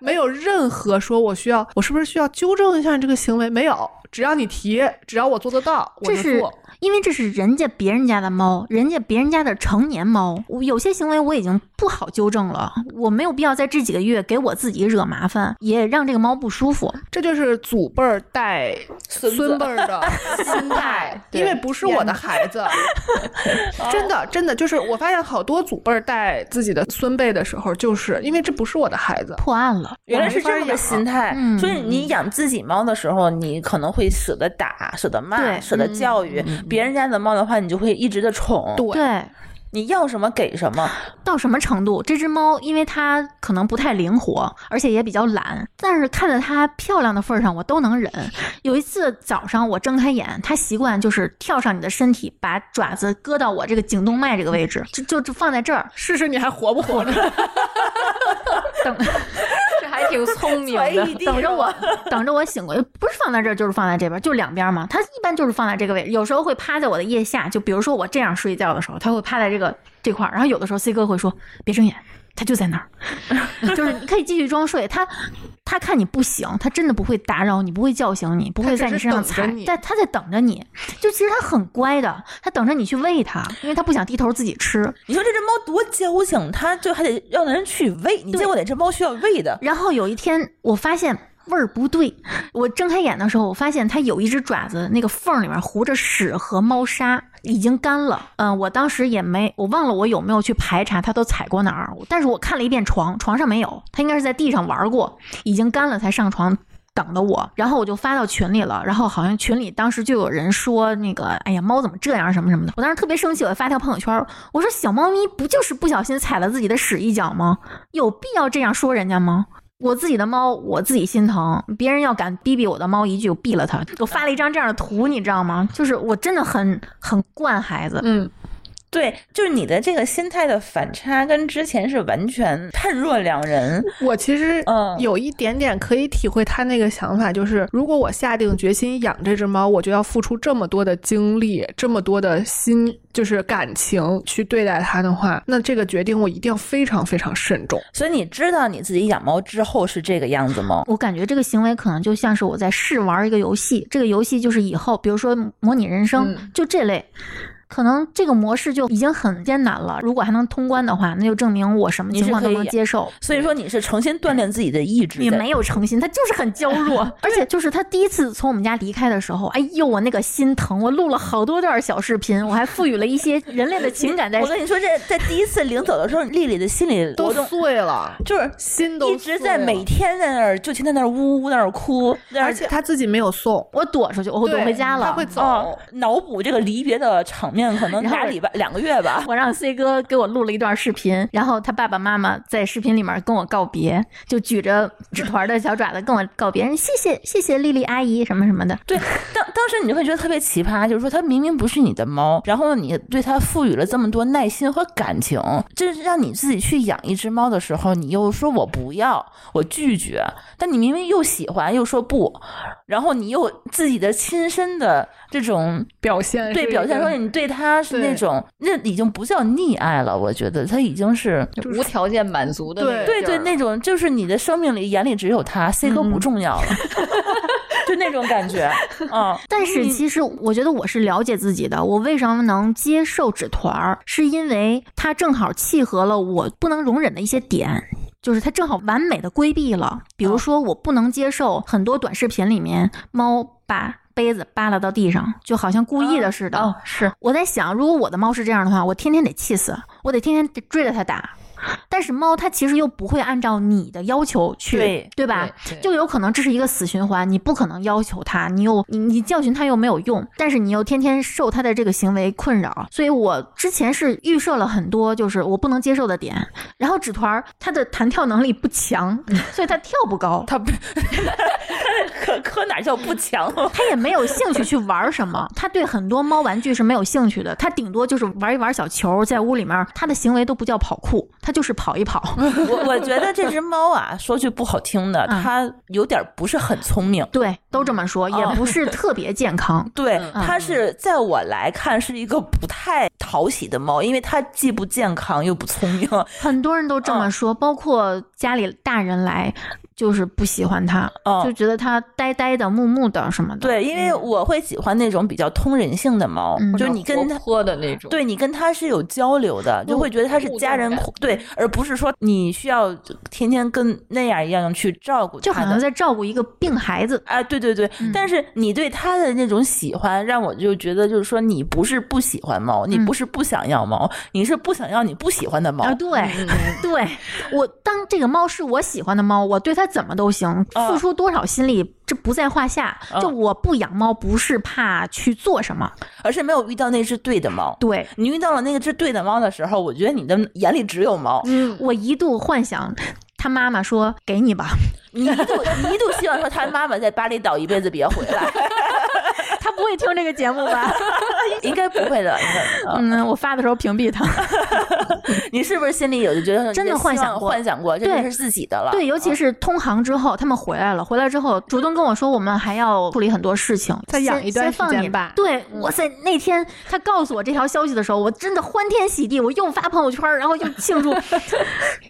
[SPEAKER 5] 没有任何说我需要，我是不是需要纠正一下你这个行为？没有，只要你提，只要我做得到，我
[SPEAKER 3] 这
[SPEAKER 5] 就是做。
[SPEAKER 3] 因为这是人家别人家的猫，人家别人家的成年猫，我有些行为我已经不好纠正了，我没有必要在这几个月给我自己惹麻烦，也让这个猫不舒服。
[SPEAKER 5] 这就是祖辈儿带
[SPEAKER 4] 孙子
[SPEAKER 5] 孙辈儿 的心态，
[SPEAKER 4] 对
[SPEAKER 5] 因为不是我的孩子，真的真的就是我发现好多祖辈儿带自己的孙辈的时候，就是因为这不是我的孩子，
[SPEAKER 3] 破案了，
[SPEAKER 2] 原来是这么个心态，
[SPEAKER 3] 嗯
[SPEAKER 2] 所以你养自己猫的时候，你可能会舍得打、舍得骂、
[SPEAKER 3] 对嗯
[SPEAKER 2] 舍得教育；别人家的猫的话，你就会一直的宠，
[SPEAKER 5] 对
[SPEAKER 3] 对，
[SPEAKER 2] 你要什么给什么。
[SPEAKER 3] 到什么程度？这只猫因为它可能不太灵活，而且也比较懒，但是看在它漂亮的份儿上，我都能忍。有一次早上我睁开眼，它习惯就是跳上你的身体，把爪子搁到我这个颈动脉这个位置，就就就放在这儿。
[SPEAKER 5] 试试你还活不 活着？
[SPEAKER 4] 这还挺聪明 的。
[SPEAKER 3] 等着我， 等着我醒过，不是放在这儿就是放在这边，就两边嘛。它一般就是放在这个位置，有时候会趴在我的腋下，就比如说我这样睡觉的时候，它会趴在这个这块儿。然后有的时候 C 哥会说别睁眼，它就在那儿， 就是你可以继续装睡。它它看你不醒，它真的不会打扰你，不会叫醒你，不会在你身上
[SPEAKER 5] 它只是
[SPEAKER 3] 踩
[SPEAKER 5] 等着你，
[SPEAKER 3] 但它在等着你。就其实它很乖的，它等着你去喂它，因为它不想低头自己吃。
[SPEAKER 2] 你说这只猫多矫情，它就还得让人去喂，你
[SPEAKER 3] 对嗯
[SPEAKER 2] 见过哪只猫需要喂的？
[SPEAKER 3] 然后有一天，我发现味儿不对。我睁开眼的时候，我发现它有一只爪子，那个缝儿里面糊着屎和猫砂，已经干了。嗯，我当时也没，我忘了我有没有去排查它都踩过哪儿。但是我看了一遍床，床上没有，它应该是在地上玩过，已经干了才上床。等的我，然后我就发到群里了，然后好像群里当时就有人说那个，哎呀，猫怎么这样什么什么的，我当时特别生气，我发条朋友圈，我说小猫咪不就是不小心踩了自己的屎一脚吗？有必要这样说人家吗？我自己的猫，我自己心疼。别人要敢逼逼我的猫一句，我毙了它。我发了一张这样的图，你知道吗？就是我真的很很惯孩子。
[SPEAKER 5] 嗯，
[SPEAKER 2] 对，就是你的这个心态的反差跟之前是完全判若两人。
[SPEAKER 5] 我其实
[SPEAKER 2] 嗯
[SPEAKER 5] 有一点点可以体会他那个想法，就是如果我下定决心养这只猫，我就要付出这么多的精力，这么多的心，就是感情去对待它的话，那这个决定我一定要非常非常慎重。
[SPEAKER 2] 所以你知道你自己养猫之后是这个样子吗？
[SPEAKER 3] 我感觉这个行为可能就像是我在试玩一个游戏，这个游戏就是以后，比如说模拟人生，
[SPEAKER 5] 嗯
[SPEAKER 3] 就这类。可能这个模式就已经很艰难了，如果还能通关的话，那就证明我什么
[SPEAKER 2] 你
[SPEAKER 3] 情
[SPEAKER 2] 是
[SPEAKER 3] 况都
[SPEAKER 2] 可以
[SPEAKER 3] 能接受。
[SPEAKER 2] 所以说你是诚心锻炼自己的意志的，
[SPEAKER 3] 也没有诚心，他就是很娇弱，而且就是他第一次从我们家离开的时候，哎呦，我那个心疼，我录了好多段小视频，我还赋予了一些人类的情感在
[SPEAKER 2] 我。跟你说，这在第一次领走的时候，丽丽的心里
[SPEAKER 5] 都
[SPEAKER 2] 活动
[SPEAKER 5] 碎 了，
[SPEAKER 2] 就是
[SPEAKER 5] 心都
[SPEAKER 2] 一直在
[SPEAKER 5] 碎了
[SPEAKER 2] 每，天在那儿，就听她那儿呜呜在那儿哭，在那
[SPEAKER 5] 而
[SPEAKER 2] 儿
[SPEAKER 5] 且他自己没有送，嗯
[SPEAKER 3] 我躲出去，哦我躲
[SPEAKER 5] 对
[SPEAKER 3] 回家
[SPEAKER 5] 他
[SPEAKER 3] 了
[SPEAKER 5] 会。走。
[SPEAKER 2] 哦脑补这个离别的场面，可能
[SPEAKER 3] 然后
[SPEAKER 2] 俩礼拜、两个月吧。
[SPEAKER 3] 我让 C 哥给我录了一段视频，然后他爸爸妈妈在视频里面跟我告别，就举着纸团的小爪子跟我告别，谢谢谢谢丽丽阿姨什么什么的。
[SPEAKER 2] 对，当当时你就会觉得特别奇葩，就是说它明明不是你的猫，然后呢，你对它赋予了这么多耐心和感情，这是让你自己去养一只猫的时候，你又说我不要，我拒绝，但你明明又喜欢，又说不，然后你又自己的亲身的这种
[SPEAKER 5] 表现
[SPEAKER 2] 对
[SPEAKER 5] 是
[SPEAKER 2] 表
[SPEAKER 5] 一
[SPEAKER 2] 现
[SPEAKER 5] 个
[SPEAKER 2] 说 你对它是
[SPEAKER 5] 哎对
[SPEAKER 2] 那种，那已经不叫溺爱了，我觉得它已经是。
[SPEAKER 4] 无条件满足的那个
[SPEAKER 2] 对
[SPEAKER 4] 劲
[SPEAKER 2] 对，
[SPEAKER 4] 儿
[SPEAKER 2] 那种就是你的生命里眼里只有它，C 哥不重要了， 就那种感觉，嗯，
[SPEAKER 3] 但是其实我觉得我是了解自己的，我为什么能接受纸团儿，是因为它正好契合了我不能容忍的一些点。就是它正好完美的规避了，比
[SPEAKER 4] 哦
[SPEAKER 3] 如说我不能接受很多短视频里面猫把杯子扒拉到地上，就好像故意的似的。
[SPEAKER 4] 哦，是
[SPEAKER 3] 我在想，如果我的猫是这样的话，我天天得气死，我得天天追着它打。但是猫它其实又不会按照你的要求去，
[SPEAKER 2] 对
[SPEAKER 3] 吧？
[SPEAKER 4] 对对
[SPEAKER 3] 就有可能这是一个死循环，你不可能要求它，你又你你教训它又没有用，但是你又天天受它的这个行为困扰，所以我之前是预设了很多就是我不能接受的点，然后纸团儿它的弹跳能力不强，
[SPEAKER 2] 嗯
[SPEAKER 3] 所以它跳不 高，
[SPEAKER 2] 他不， 可可哪叫不强？
[SPEAKER 3] 他也没有兴趣去玩什么，他对很多猫玩具是没有兴趣的，他顶多就是玩一玩小球，在屋里面，他的行为都不叫跑酷，他就是跑一跑。
[SPEAKER 2] 我我觉得这只猫啊，说句不好听的，
[SPEAKER 3] 嗯
[SPEAKER 2] 它有点不是很聪明。
[SPEAKER 3] 对，都这么说，
[SPEAKER 2] 哦
[SPEAKER 3] 也不是特别健 康。
[SPEAKER 2] 对，
[SPEAKER 4] 嗯
[SPEAKER 2] 它是在我来看是一个不太讨喜的猫，因为它既不健康又不聪 明。
[SPEAKER 3] 很多人都这
[SPEAKER 2] 哦
[SPEAKER 3] 么说，包括家里大人来，就是不喜欢他，
[SPEAKER 2] 嗯
[SPEAKER 3] 就觉得他呆呆的、木木的什么的。，
[SPEAKER 4] 嗯
[SPEAKER 2] 对，因为我会喜欢那种比较通人性的猫，
[SPEAKER 3] 嗯
[SPEAKER 2] 就是你跟
[SPEAKER 4] 活
[SPEAKER 2] 它。
[SPEAKER 4] 泼的那种，
[SPEAKER 2] 对你跟它是有交流的，就会觉得它是家人
[SPEAKER 4] 互动，
[SPEAKER 2] 对，而不是说你需要天天跟那样一样去照顾它的。
[SPEAKER 3] 就好像在照顾一个病孩子。
[SPEAKER 2] 啊，对对对，
[SPEAKER 3] 嗯
[SPEAKER 2] 但是你对它的那种喜欢，让我就觉得就是说，你不是不喜欢猫，你
[SPEAKER 3] 嗯
[SPEAKER 2] 不是不想要猫，你是不想要你不喜欢的猫。
[SPEAKER 3] 啊，对， 对我当这个猫是我喜欢的猫，我对它怎么都行，
[SPEAKER 2] 啊
[SPEAKER 3] 付出多少心力，这不在话下。
[SPEAKER 2] 啊
[SPEAKER 3] 就我不养猫，不是怕去做什么，
[SPEAKER 2] 而是没有遇到那只对的猫。
[SPEAKER 3] 对
[SPEAKER 2] 你遇到了那个只对的猫的时候，我觉得你的眼里只有猫，
[SPEAKER 5] 嗯，
[SPEAKER 3] 我一度幻想。他妈妈说：“给你吧。
[SPEAKER 2] 你一度你一度希望说他妈妈在巴厘岛一辈子别回来，”
[SPEAKER 3] 他不会听这个节目吧？
[SPEAKER 2] 应该不会的。应该 啊
[SPEAKER 3] 嗯，我发的时候屏蔽他。
[SPEAKER 2] 你是不是心里有就觉得
[SPEAKER 3] 真的幻想
[SPEAKER 2] 希望
[SPEAKER 3] 过
[SPEAKER 2] 幻想过这就
[SPEAKER 3] 对
[SPEAKER 2] 是自己的了？
[SPEAKER 3] 对，尤其是通航之后，他们回来了，回来之后主动跟我说，我们还要处理很多事情，
[SPEAKER 5] 再养
[SPEAKER 3] 先
[SPEAKER 5] 一段
[SPEAKER 3] 先
[SPEAKER 5] 时
[SPEAKER 3] 放
[SPEAKER 5] 间
[SPEAKER 3] 你
[SPEAKER 5] 吧嗯
[SPEAKER 3] 对，哇塞，那天他告诉我这条消息的时候，我真的欢天喜地，我又发朋友圈，然后又庆祝，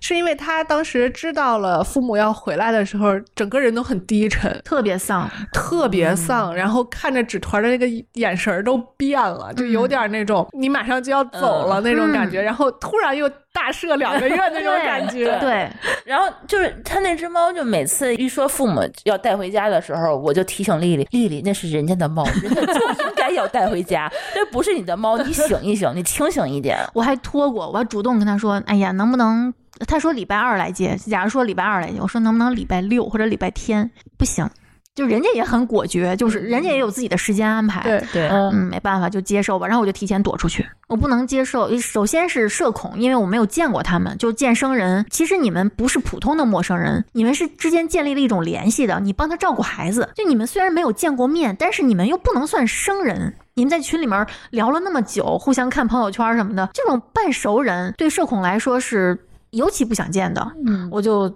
[SPEAKER 5] 是因为他当时知道了父母要回来的时候，整个人都很低沉，
[SPEAKER 3] 特别丧。
[SPEAKER 5] 特
[SPEAKER 2] 嗯
[SPEAKER 5] 别丧，然后看着纸团的那个眼神儿都变了，就
[SPEAKER 2] 嗯
[SPEAKER 5] 有点那种你马上就要走了那种感觉，然后突然又大赦两个月那种 感觉。
[SPEAKER 3] 对，
[SPEAKER 2] 然后就是他那只猫，就每次一说父母要带回家的时候，我就提醒丽丽，丽丽那是人家的猫，人家就应该要带回家， 那不是你的猫，你醒一醒，你清醒一点。
[SPEAKER 3] 我还拖过，我还主动跟他说：“哎呀，能不能？”他说礼拜二来接，假如说礼拜二来接，我说能不能礼拜六或者礼拜天？不行，就人家也很果决，就是人家也有自己的时间安排。
[SPEAKER 5] 对，
[SPEAKER 4] 对
[SPEAKER 2] 嗯，
[SPEAKER 3] 嗯，没办法就接受吧。然后我就提前躲出去，我不能接受。首先是社恐，因为我没有见过他们，就见生人。其实你们不是普通的陌生人，你们是之间建立了一种联系的。你帮他照顾孩子，就你们虽然没有见过面，但是你们又不能算生人。你们在群里面聊了那么久，互相看朋友圈什么的，这种半熟人对社恐来说是尤其不想见的。
[SPEAKER 4] 嗯，
[SPEAKER 3] 我就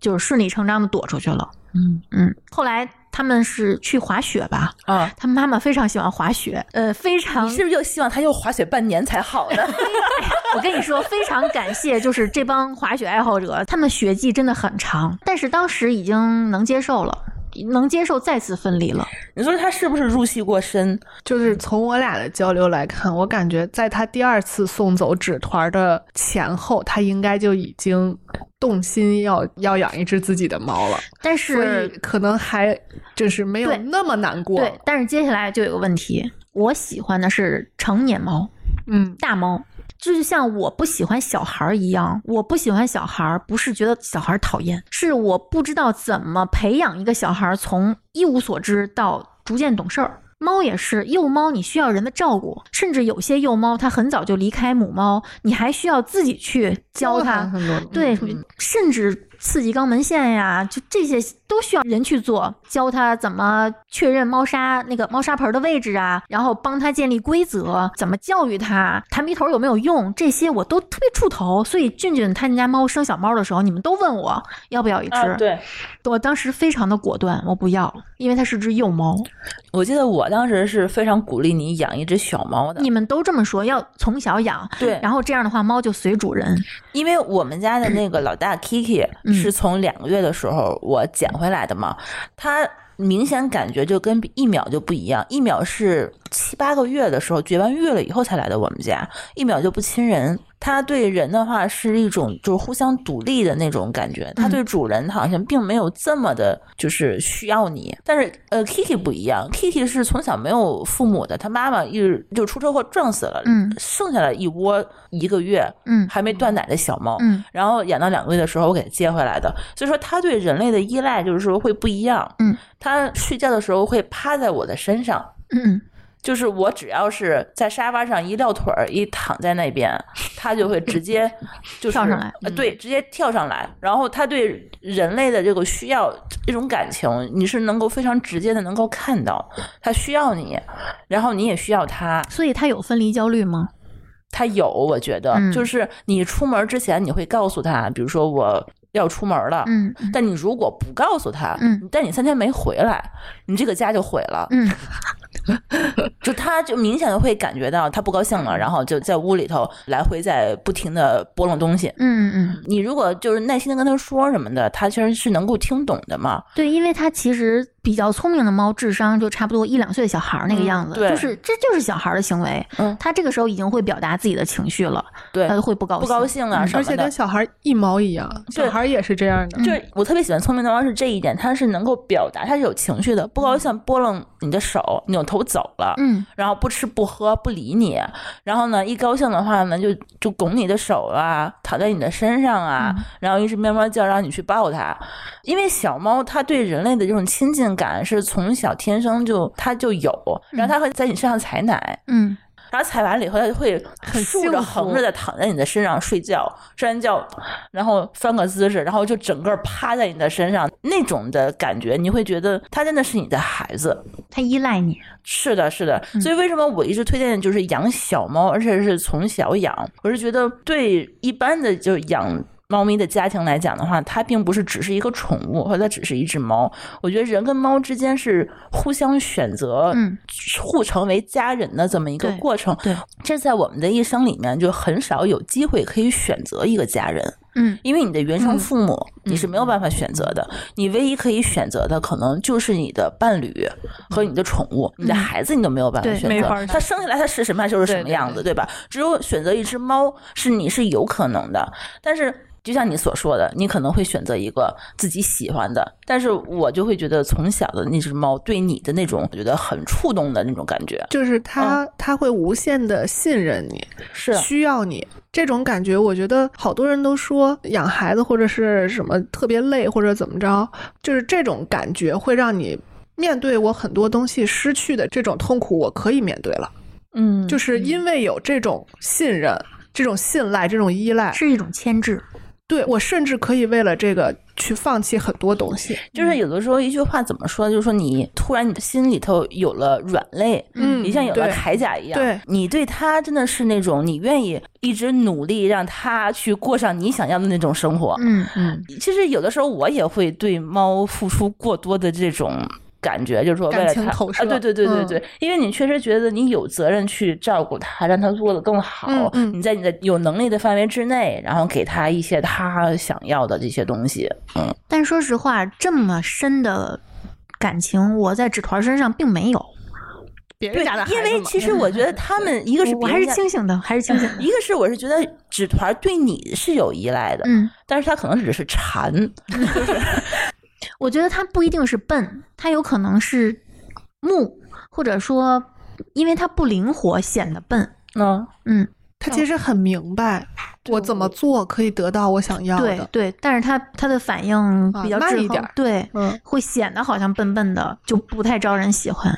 [SPEAKER 3] 就是顺理成章的躲出去了。
[SPEAKER 2] 嗯
[SPEAKER 3] 嗯，后来他们是去滑雪吧？
[SPEAKER 2] 啊，
[SPEAKER 3] 他妈妈非常喜欢滑雪，呃，非常
[SPEAKER 2] 你 是不是又希望它又滑雪半年才好呢？
[SPEAKER 3] 哎我跟你说，非常感谢，就是这帮滑雪爱好者，他们雪季真的很长，但是当时已经能接受了。能接受再次分离了，
[SPEAKER 2] 你说它是不是入戏过深？
[SPEAKER 3] 嗯
[SPEAKER 5] 就是从我俩的交流来看，我感觉在他第二次送走纸团的前后，他应该就已经动心要要养一只自己的猫了，
[SPEAKER 3] 但
[SPEAKER 5] 所以
[SPEAKER 3] 是
[SPEAKER 5] 可能还就是没有
[SPEAKER 3] 对
[SPEAKER 5] 那么难过。
[SPEAKER 3] 对，但是接下来就有个问题，我喜欢的是成年猫，
[SPEAKER 5] 嗯，
[SPEAKER 3] 大猫，就是像我不喜欢小孩儿一样，我不喜欢小孩儿，不是觉得小孩儿讨厌，是我不知道怎么培养一个小孩儿从一无所知到逐渐懂事儿。猫也是，幼猫你需要人的照顾，甚至有些幼猫它很早就离开母猫，你还需要自己去教它。
[SPEAKER 5] 很多。
[SPEAKER 3] 对
[SPEAKER 5] 嗯，
[SPEAKER 3] 甚至刺激肛门腺呀，就这些都需要人去做，教他怎么确认猫砂那个猫砂盆的位置啊，然后帮他建立规则，怎么教育他，弹鼻头有没有用，这些我都特别触头。所以俊俊他们家猫生小猫的时候，你们都问我要不要一只，
[SPEAKER 2] 啊对，
[SPEAKER 3] 我当时非常的果断，我不要，因为它是只幼猫。
[SPEAKER 2] 我记得我当时是非常鼓励你养一只小猫的。
[SPEAKER 3] 你们都这么说，要从小养，
[SPEAKER 2] 对，
[SPEAKER 3] 然后这样的话猫就随主人。
[SPEAKER 2] 因为我们家的那个老大 Kiki
[SPEAKER 3] 嗯
[SPEAKER 2] 是从两个月的时候我捡回来的嘛，它明显感觉就跟一秒就不一样，一秒是七八个月的时候绝完月了以后才来的我们家，一秒就不亲人。它对人的话是一种就是互相独立的那种感觉，
[SPEAKER 3] 嗯
[SPEAKER 2] 它对主人好像并没有这么的，就是需要你。但是呃，Kitty 不一样，Kitty 是从小没有父母的，它妈妈一直就出车祸撞死了，
[SPEAKER 3] 嗯
[SPEAKER 2] 剩下了一窝一个月
[SPEAKER 3] 嗯
[SPEAKER 2] 还没断奶的小猫，
[SPEAKER 3] 嗯
[SPEAKER 2] 然后养到两个月的时候，我给它接回来的。所以说，它对人类的依赖就是说会不一样。
[SPEAKER 3] 嗯，
[SPEAKER 2] 它睡觉的时候会趴在我的身上，
[SPEAKER 3] 嗯，
[SPEAKER 2] 就是我只要是在沙发上一撂腿儿，一躺在那边，它就会直 接就是
[SPEAKER 3] 跳上来嗯
[SPEAKER 2] 呃对，直接跳上来。然后它对人类的这个需要这种感情，你是能够非常直接的能够看到，它需要你，然后你也需要它。
[SPEAKER 3] 所以他有分离焦虑吗？
[SPEAKER 2] 他有，我觉得、
[SPEAKER 3] 嗯
[SPEAKER 2] 就是你出门之前你会告诉他，比如说我要出门了。
[SPEAKER 3] 嗯
[SPEAKER 2] 但你如果不告诉他，
[SPEAKER 3] 嗯，
[SPEAKER 2] 但你三天没回来，你这个家就毁了。
[SPEAKER 3] 嗯
[SPEAKER 2] 就他就明显的会感觉到他不高兴了，然后就在屋里头来回在不停的拨弄东西。
[SPEAKER 3] 嗯嗯。
[SPEAKER 2] 你如果就是耐心的跟他说什么的，他其实是能够听懂的嘛。
[SPEAKER 3] 对，因为它其实比较聪明的猫，智商就差不多一两岁小孩儿那个
[SPEAKER 2] 嗯
[SPEAKER 3] 样子，
[SPEAKER 2] 对
[SPEAKER 3] 就是这就是小孩儿的行为。
[SPEAKER 2] 嗯
[SPEAKER 3] 它这个时候已经会表达自己的情绪了，
[SPEAKER 2] 对，
[SPEAKER 3] 它会不高
[SPEAKER 2] 不
[SPEAKER 3] 兴。
[SPEAKER 2] 高兴
[SPEAKER 3] 嗯
[SPEAKER 2] 啊什
[SPEAKER 5] 而
[SPEAKER 2] 么
[SPEAKER 5] 且
[SPEAKER 2] 的
[SPEAKER 5] 跟。小孩一毛一样，
[SPEAKER 2] 对
[SPEAKER 5] 小孩也是这样的。
[SPEAKER 3] 嗯
[SPEAKER 2] 就是我特别喜欢聪明的猫是这一点，它是能够表达，它是有情绪的，不高兴拨弄你的手，扭头走了，
[SPEAKER 3] 嗯
[SPEAKER 2] 然后不吃不喝不理你，然后呢，一高兴的话呢，就就拱你的手啊，躺在你的身上啊，
[SPEAKER 5] 嗯
[SPEAKER 2] 然后一直喵喵叫，让你去抱它。因为小猫它对人类的这种亲近感是从小天生就它就有，
[SPEAKER 5] 嗯
[SPEAKER 2] 然后它会在你身上采奶，
[SPEAKER 3] 嗯
[SPEAKER 2] 然后采完了以后，它就会竖着
[SPEAKER 5] 幸福
[SPEAKER 2] 横着的躺在你的身上睡觉，睡完觉，然后翻个姿势，然后就整个趴在你的身上，那种的感觉，你会觉得它真的是你的孩子。
[SPEAKER 3] 它依赖你。
[SPEAKER 2] 是的，是
[SPEAKER 3] 嗯
[SPEAKER 2] 的，所以为什么我一直推荐就是养小猫，而且是从小养？我是觉得对一般的就养猫咪的家庭来讲的话，它并不是只是一个宠物，或者它只是一只猫。我觉得人跟猫之间是互相选择，
[SPEAKER 3] 嗯，
[SPEAKER 2] 互成为家人的这么一个
[SPEAKER 3] 对
[SPEAKER 2] 过程。
[SPEAKER 3] 对
[SPEAKER 2] 这在我们的一生里面就很少有机会可以选择一个家人。
[SPEAKER 3] 嗯
[SPEAKER 2] 因为你的原生父母你是没有办法选择的，你唯一可以选择的可能就是你的伴侣和你的宠物，你的孩子你都没有办法
[SPEAKER 3] 对
[SPEAKER 2] 选
[SPEAKER 5] 没法
[SPEAKER 2] 择
[SPEAKER 5] 选，
[SPEAKER 2] 他生下来他是什么样就是什
[SPEAKER 4] 对
[SPEAKER 2] 么
[SPEAKER 4] 对
[SPEAKER 2] 样子，对吧？只有选择一只猫是你是有可能的，但是。就像你所说的，你可能会选择一个自己喜欢的，但是我就会觉得从小的那只猫对你的那种，我觉得很触动的那种感觉，
[SPEAKER 5] 就是他，
[SPEAKER 3] 嗯
[SPEAKER 5] 他会无限的信任你，
[SPEAKER 2] 是
[SPEAKER 5] 需要你这种感觉。我觉得好多人都说养孩子或者是什么特别累或者怎么着，就是这种感觉会让你面对我很多东西失去的这种痛苦，我可以面对了。
[SPEAKER 2] 嗯，
[SPEAKER 5] 就是因为有这种信任、这种信赖、这种依赖，
[SPEAKER 3] 是一种牵制。
[SPEAKER 5] 对我甚至可以为了这个去放弃很多东西。
[SPEAKER 2] 就是有的时候一句话怎么说，就是说你突然你的心里头有了软肋，
[SPEAKER 5] 嗯
[SPEAKER 2] 你像有了
[SPEAKER 5] 对
[SPEAKER 2] 铠甲一样，
[SPEAKER 5] 对
[SPEAKER 2] 你对他真的是那种你愿意一直努力让他去过上你想要的那种生活。
[SPEAKER 3] 嗯
[SPEAKER 5] 嗯，
[SPEAKER 2] 其实有的时候我也会对猫付出过多的这种。感觉就是说，为了
[SPEAKER 5] 感情
[SPEAKER 2] 它，
[SPEAKER 5] 投射
[SPEAKER 2] 啊，对对对对
[SPEAKER 5] 嗯
[SPEAKER 2] 对，因为你确实觉得你有责任去照顾它，让它做得更好。
[SPEAKER 5] 嗯嗯
[SPEAKER 2] 你在你的有能力的范围之内，然后给它一些它想要的这些东西。嗯，
[SPEAKER 3] 但说实话，这么深的感情，我在纸团身上并没有。
[SPEAKER 5] 别
[SPEAKER 2] 对，因为其实我觉得他
[SPEAKER 5] 嗯
[SPEAKER 2] 们一个是
[SPEAKER 3] 我
[SPEAKER 2] 别
[SPEAKER 3] 还
[SPEAKER 2] 人
[SPEAKER 3] 是
[SPEAKER 2] 家
[SPEAKER 3] 清醒的，还是清醒 的。
[SPEAKER 2] 一个是我是觉得纸团对你是有依赖的，
[SPEAKER 3] 嗯，
[SPEAKER 2] 但是他可能只是馋，
[SPEAKER 3] 我觉得他不一定是笨，他有可能是木，或者说因为他不灵活显得笨。
[SPEAKER 2] 嗯，
[SPEAKER 3] 嗯，
[SPEAKER 5] 他其实很明白我怎么做可以得到我想要
[SPEAKER 3] 对
[SPEAKER 5] 的。
[SPEAKER 3] 对，但是他他的反应比较
[SPEAKER 5] 啊慢
[SPEAKER 3] 滞
[SPEAKER 5] 一
[SPEAKER 3] 后，
[SPEAKER 5] 点儿
[SPEAKER 3] 对，
[SPEAKER 5] 嗯，
[SPEAKER 3] 会显得好像笨笨的，就不太招人喜欢。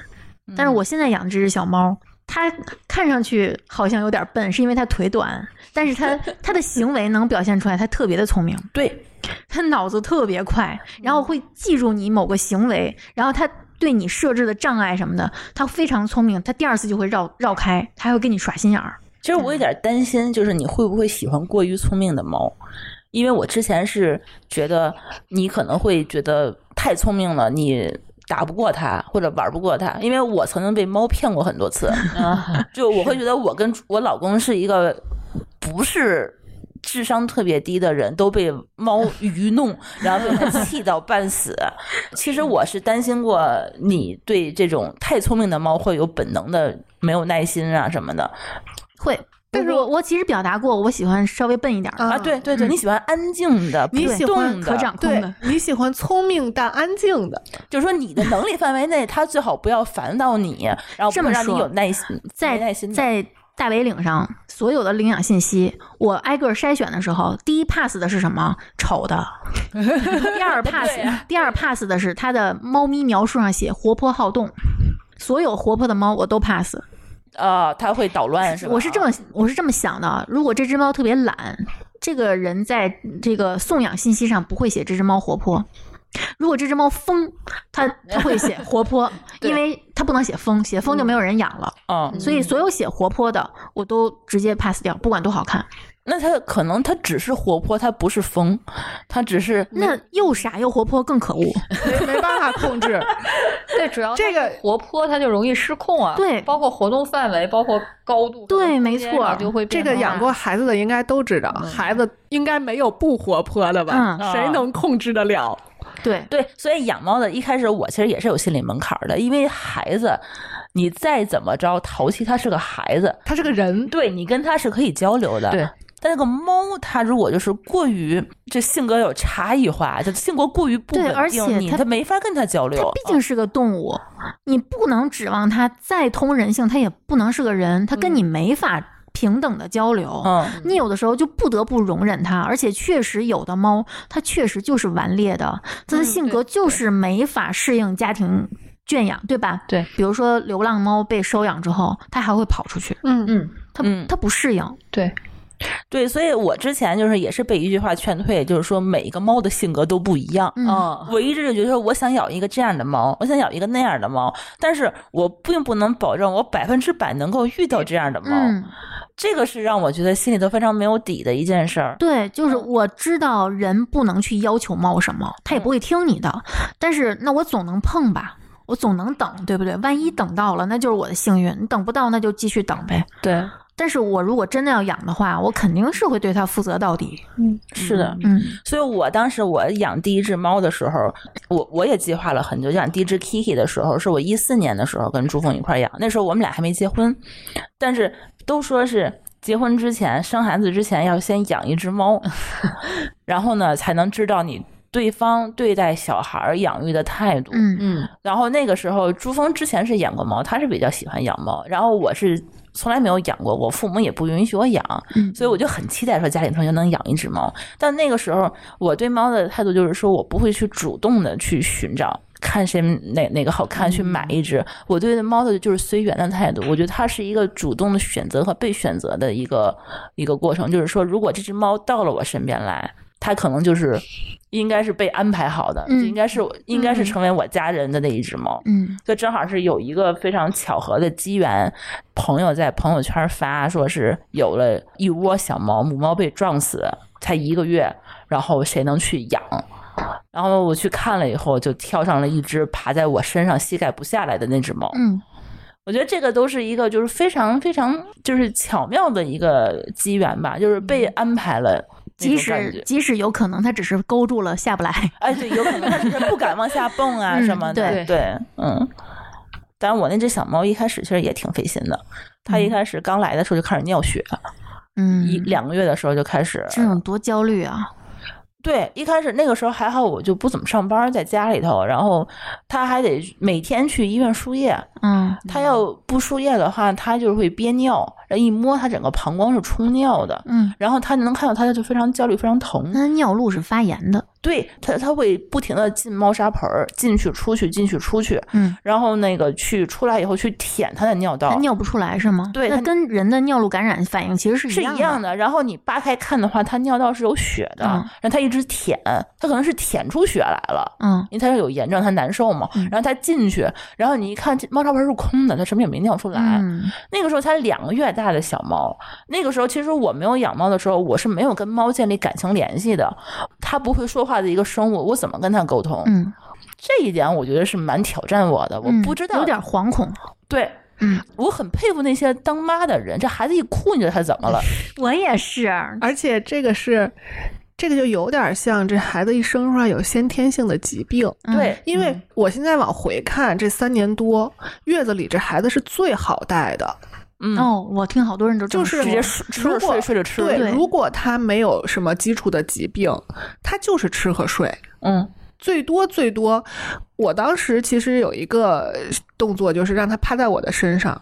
[SPEAKER 3] 但是我现在养这只小猫，它看上去好像有点笨，是因为它腿短，但是 它它的行为能表现出来，它特别的聪明，
[SPEAKER 2] 对，
[SPEAKER 3] 它脑子特别快，
[SPEAKER 5] 嗯
[SPEAKER 3] 然后会记住你某个行为，然后它。对你设置的障碍什么的，它非常聪明，它第二次就会绕绕开，它还会跟你耍心眼儿。
[SPEAKER 2] 其实我有点担心，就是你会不会喜欢过于聪明的猫？因为我之前是觉得你可能会觉得太聪明了，你。打不过它，或者玩不过它，因为我曾经被猫骗过很多次，就我会觉得我跟我老公是一个不是智商特别低的人都被猫愚弄，然后被它气到半死。其实我是担心过你对这种太聪明的猫会有本能的没有耐心啊什么的，
[SPEAKER 3] 会，
[SPEAKER 5] 但是
[SPEAKER 3] 我我其实表达过，我喜欢稍微笨一点儿的。
[SPEAKER 2] 啊，对
[SPEAKER 3] 嗯
[SPEAKER 2] 对对，你喜欢安静的，
[SPEAKER 5] 你
[SPEAKER 2] 不
[SPEAKER 5] 喜欢
[SPEAKER 2] 动
[SPEAKER 3] 可
[SPEAKER 2] 的，
[SPEAKER 3] 掌控
[SPEAKER 5] 对
[SPEAKER 3] 的，
[SPEAKER 5] 你喜欢聪明但安静的，
[SPEAKER 2] 就是说你的能力范围内，他最好不要烦到 你，然后不
[SPEAKER 3] 这么
[SPEAKER 2] 让你
[SPEAKER 3] 说
[SPEAKER 2] 有耐心，没
[SPEAKER 3] 在
[SPEAKER 2] 耐心的
[SPEAKER 3] 在大北岭上所有的领养信息，我挨个筛选的时候，第一 pass 的是什么？丑的。第二 pass，第
[SPEAKER 2] 啊
[SPEAKER 3] 二 pass 的是它的猫咪描述上写活泼好动，所有活泼的猫我都 pass。
[SPEAKER 2] 啊，他会捣乱是吧？
[SPEAKER 3] 我是这么我是这么想的，如果这只猫特别懒，这个人在这个送养信息上不会写这只猫活泼。如果这只猫疯，它它会写活泼，
[SPEAKER 2] 对
[SPEAKER 3] 因为它不能写疯，写疯就没有人养了。
[SPEAKER 2] 嗯，
[SPEAKER 3] 所以所有写活泼的我都直接 pass 掉，不管多好看。
[SPEAKER 2] 那他可能他只是活泼，他不是疯，他只是
[SPEAKER 3] 那又傻又活泼更可恶。
[SPEAKER 5] 没没办法控制。
[SPEAKER 4] 对，主要
[SPEAKER 5] 这个
[SPEAKER 4] 它活泼，它就容易失控啊。
[SPEAKER 3] 对
[SPEAKER 4] 包括活动范围，包括高度，
[SPEAKER 3] 对
[SPEAKER 4] 可能
[SPEAKER 3] 没
[SPEAKER 4] 中间
[SPEAKER 3] 错
[SPEAKER 4] 你就会
[SPEAKER 5] 这
[SPEAKER 4] 变
[SPEAKER 5] 个
[SPEAKER 4] 成
[SPEAKER 5] 养过孩子的应该都知道，孩子应该没有不活泼的吧？
[SPEAKER 2] 嗯
[SPEAKER 5] 谁能控制得了？
[SPEAKER 3] 对，
[SPEAKER 2] 对，所以养猫的一开始我其实也是有心理门槛儿的，因为孩子，你再怎么着淘气，他是个孩子，
[SPEAKER 5] 他是个人，
[SPEAKER 2] 对你跟他是可以交流的。
[SPEAKER 5] 对。
[SPEAKER 2] 但那个猫，它如果就是过于这性格有差异化，就性格过于不
[SPEAKER 3] 对
[SPEAKER 2] 稳定，
[SPEAKER 3] 而且
[SPEAKER 2] 你
[SPEAKER 3] 它
[SPEAKER 2] 它没法跟它交
[SPEAKER 3] 它
[SPEAKER 2] 流。
[SPEAKER 3] 毕竟是个动物，你不能指望它再通人性，它也不能是个人，它跟你没法平等的交流。
[SPEAKER 2] 嗯，
[SPEAKER 3] 你有的时候就不得不容忍它，而且确实有的猫，它确实就是顽劣的，它的
[SPEAKER 4] 嗯
[SPEAKER 3] 性
[SPEAKER 4] 对
[SPEAKER 3] 格就是没法适应家庭圈养，对吧？
[SPEAKER 4] 对，
[SPEAKER 3] 比如说流浪猫被收养之后，它还会跑出去，
[SPEAKER 5] 嗯
[SPEAKER 4] 嗯，
[SPEAKER 3] 它
[SPEAKER 2] 嗯
[SPEAKER 3] 它不适应。
[SPEAKER 4] 对，
[SPEAKER 2] 对，所以我之前就是也是被一句话劝退，就是说每一个猫的性格都不一样。
[SPEAKER 3] 嗯
[SPEAKER 4] 嗯，
[SPEAKER 2] 我一直就觉得说我想养一个这样的猫，我想养一个那样的猫，但是我并不能保证我百分之百能够遇到这样的猫。
[SPEAKER 3] 嗯，
[SPEAKER 2] 这个是让我觉得心里头非常没有底的一件事儿。
[SPEAKER 3] 对，就是
[SPEAKER 2] 嗯
[SPEAKER 3] 我知道人不能去要求猫什么，
[SPEAKER 2] 嗯
[SPEAKER 3] 它也不会听你 的。但是那我总能碰吧，我总能等，对不对？万一等到了，那就是我的幸运；你等不到，那就继续等呗。
[SPEAKER 2] 对，
[SPEAKER 3] 但是我如果真的要养的话，我肯定是会对它负责到底。
[SPEAKER 2] 是的。
[SPEAKER 3] 嗯
[SPEAKER 2] 所以我当时我养第一只猫的时候，我我也计划了很久。养第一只 Kiki 的时候，是我一四年的时候跟朱峰一块儿养，那时候我们俩还没结婚，但是都说是结婚之前、生孩子之前要先养一只猫， 然后呢才能知道你。对方对待小孩儿养育的态度，
[SPEAKER 3] 嗯
[SPEAKER 4] 嗯，
[SPEAKER 2] 然后那个时候，朱峰之前是养过猫，他是比较喜欢养猫，然后我是从来没有养过，我父母也不允许我养，
[SPEAKER 3] 嗯
[SPEAKER 2] 所以我就很期待说家里头就能养一只猫。但那个时候，我对猫的态度就是说我不会去主动的去寻找。看谁哪哪个好看
[SPEAKER 3] 嗯
[SPEAKER 2] 去买一只，我对猫的就是随缘的态度。我觉得它是一个主动的选择和被选择的一个一个过程。就是说，如果这只猫到了我身边来，它可能就是应该是被安排好的，
[SPEAKER 3] 嗯
[SPEAKER 2] 就应该是应该是成为我家人的那一只猫。
[SPEAKER 3] 嗯
[SPEAKER 2] 就正好是有一个非常巧合的机缘，朋友在朋友圈发说是有了一窝小猫，母猫被撞死，才一个月，然后谁能去养？然后我去看了以后，就跳上了一只爬在我身上膝盖不下来的那只猫。
[SPEAKER 3] 嗯，
[SPEAKER 2] 我觉得这个都是一个就是非常非常就是巧妙的一个机缘吧，就是被安排了那种
[SPEAKER 3] 嗯即
[SPEAKER 2] 感觉。
[SPEAKER 3] 使即使有可能它只是勾住了下不来。
[SPEAKER 2] 哎，对，有可能它只是不敢往下蹦啊
[SPEAKER 3] 嗯
[SPEAKER 2] 什么的，
[SPEAKER 4] 对
[SPEAKER 2] 对，嗯。但是我那只小猫一开始其实也挺费心的，它一
[SPEAKER 3] 嗯
[SPEAKER 2] 开始刚来的时候就开始尿血，
[SPEAKER 3] 嗯，
[SPEAKER 2] 一两个月的时候就开始，
[SPEAKER 3] 这种多焦虑啊！
[SPEAKER 2] 对，一开始那个时候还好，我就不怎么上班，在家里头，然后它还得每天去医院输液，
[SPEAKER 3] 嗯
[SPEAKER 2] 它要不输液的话，它就会憋尿，然后一摸它整个膀胱是冲尿的，
[SPEAKER 3] 嗯，
[SPEAKER 2] 然后它能看到它就非常焦虑，非常疼。
[SPEAKER 3] 那尿路是发炎的。
[SPEAKER 2] 对它，它会不停的进猫砂盆儿，进去出去，进去出去，
[SPEAKER 3] 嗯，
[SPEAKER 2] 然后那个去出来以后去舔它的尿
[SPEAKER 3] 它
[SPEAKER 2] 道，
[SPEAKER 3] 尿不出来是吗？
[SPEAKER 2] 对
[SPEAKER 3] 那
[SPEAKER 2] 它
[SPEAKER 3] 跟人的尿路感染反应其实是
[SPEAKER 2] 是
[SPEAKER 3] 一
[SPEAKER 2] 一样
[SPEAKER 3] 的。
[SPEAKER 2] 的。然后你扒开看的话，它尿道是有血的，
[SPEAKER 3] 嗯
[SPEAKER 2] 然后它一直舔，它可能是舔出血来了。
[SPEAKER 3] 嗯
[SPEAKER 2] 因为它有炎症，它难受嘛，然后它进去，然后你一看，这猫砂盆是空的，它什么也没尿出来。
[SPEAKER 3] 嗯
[SPEAKER 2] 那个时候才两个月大的小猫，那个时候其实我没有养猫的时候，我是没有跟猫建立感情联系的。它不会说话的一个生物，我怎么跟它沟通？
[SPEAKER 3] 嗯，
[SPEAKER 2] 这一点我觉得是蛮挑战我的，我
[SPEAKER 3] 嗯
[SPEAKER 2] 不知道，
[SPEAKER 3] 有点惶恐。
[SPEAKER 2] 对，
[SPEAKER 3] 嗯，
[SPEAKER 2] 我很佩服那些当妈的人，这孩子一哭你就他怎么了？
[SPEAKER 3] 我也是，
[SPEAKER 5] 而且这个是，这个就有点像这孩子一生出来有先天性的疾病。
[SPEAKER 3] 嗯
[SPEAKER 2] 对，
[SPEAKER 5] 因为我现在往回看这三年多月子里，这孩子是最好带的，
[SPEAKER 2] 嗯，
[SPEAKER 3] 哦，我听好多人都这么
[SPEAKER 5] 就是
[SPEAKER 3] 说
[SPEAKER 2] 直接吃吃着
[SPEAKER 5] 如果
[SPEAKER 2] 睡，睡着吃，
[SPEAKER 5] 对，
[SPEAKER 3] 对
[SPEAKER 5] 如果他没有什么基础的疾病，他就是吃和睡，
[SPEAKER 2] 嗯
[SPEAKER 5] 最多最多。我当时其实有一个呃动作，就是让他趴在我的身上，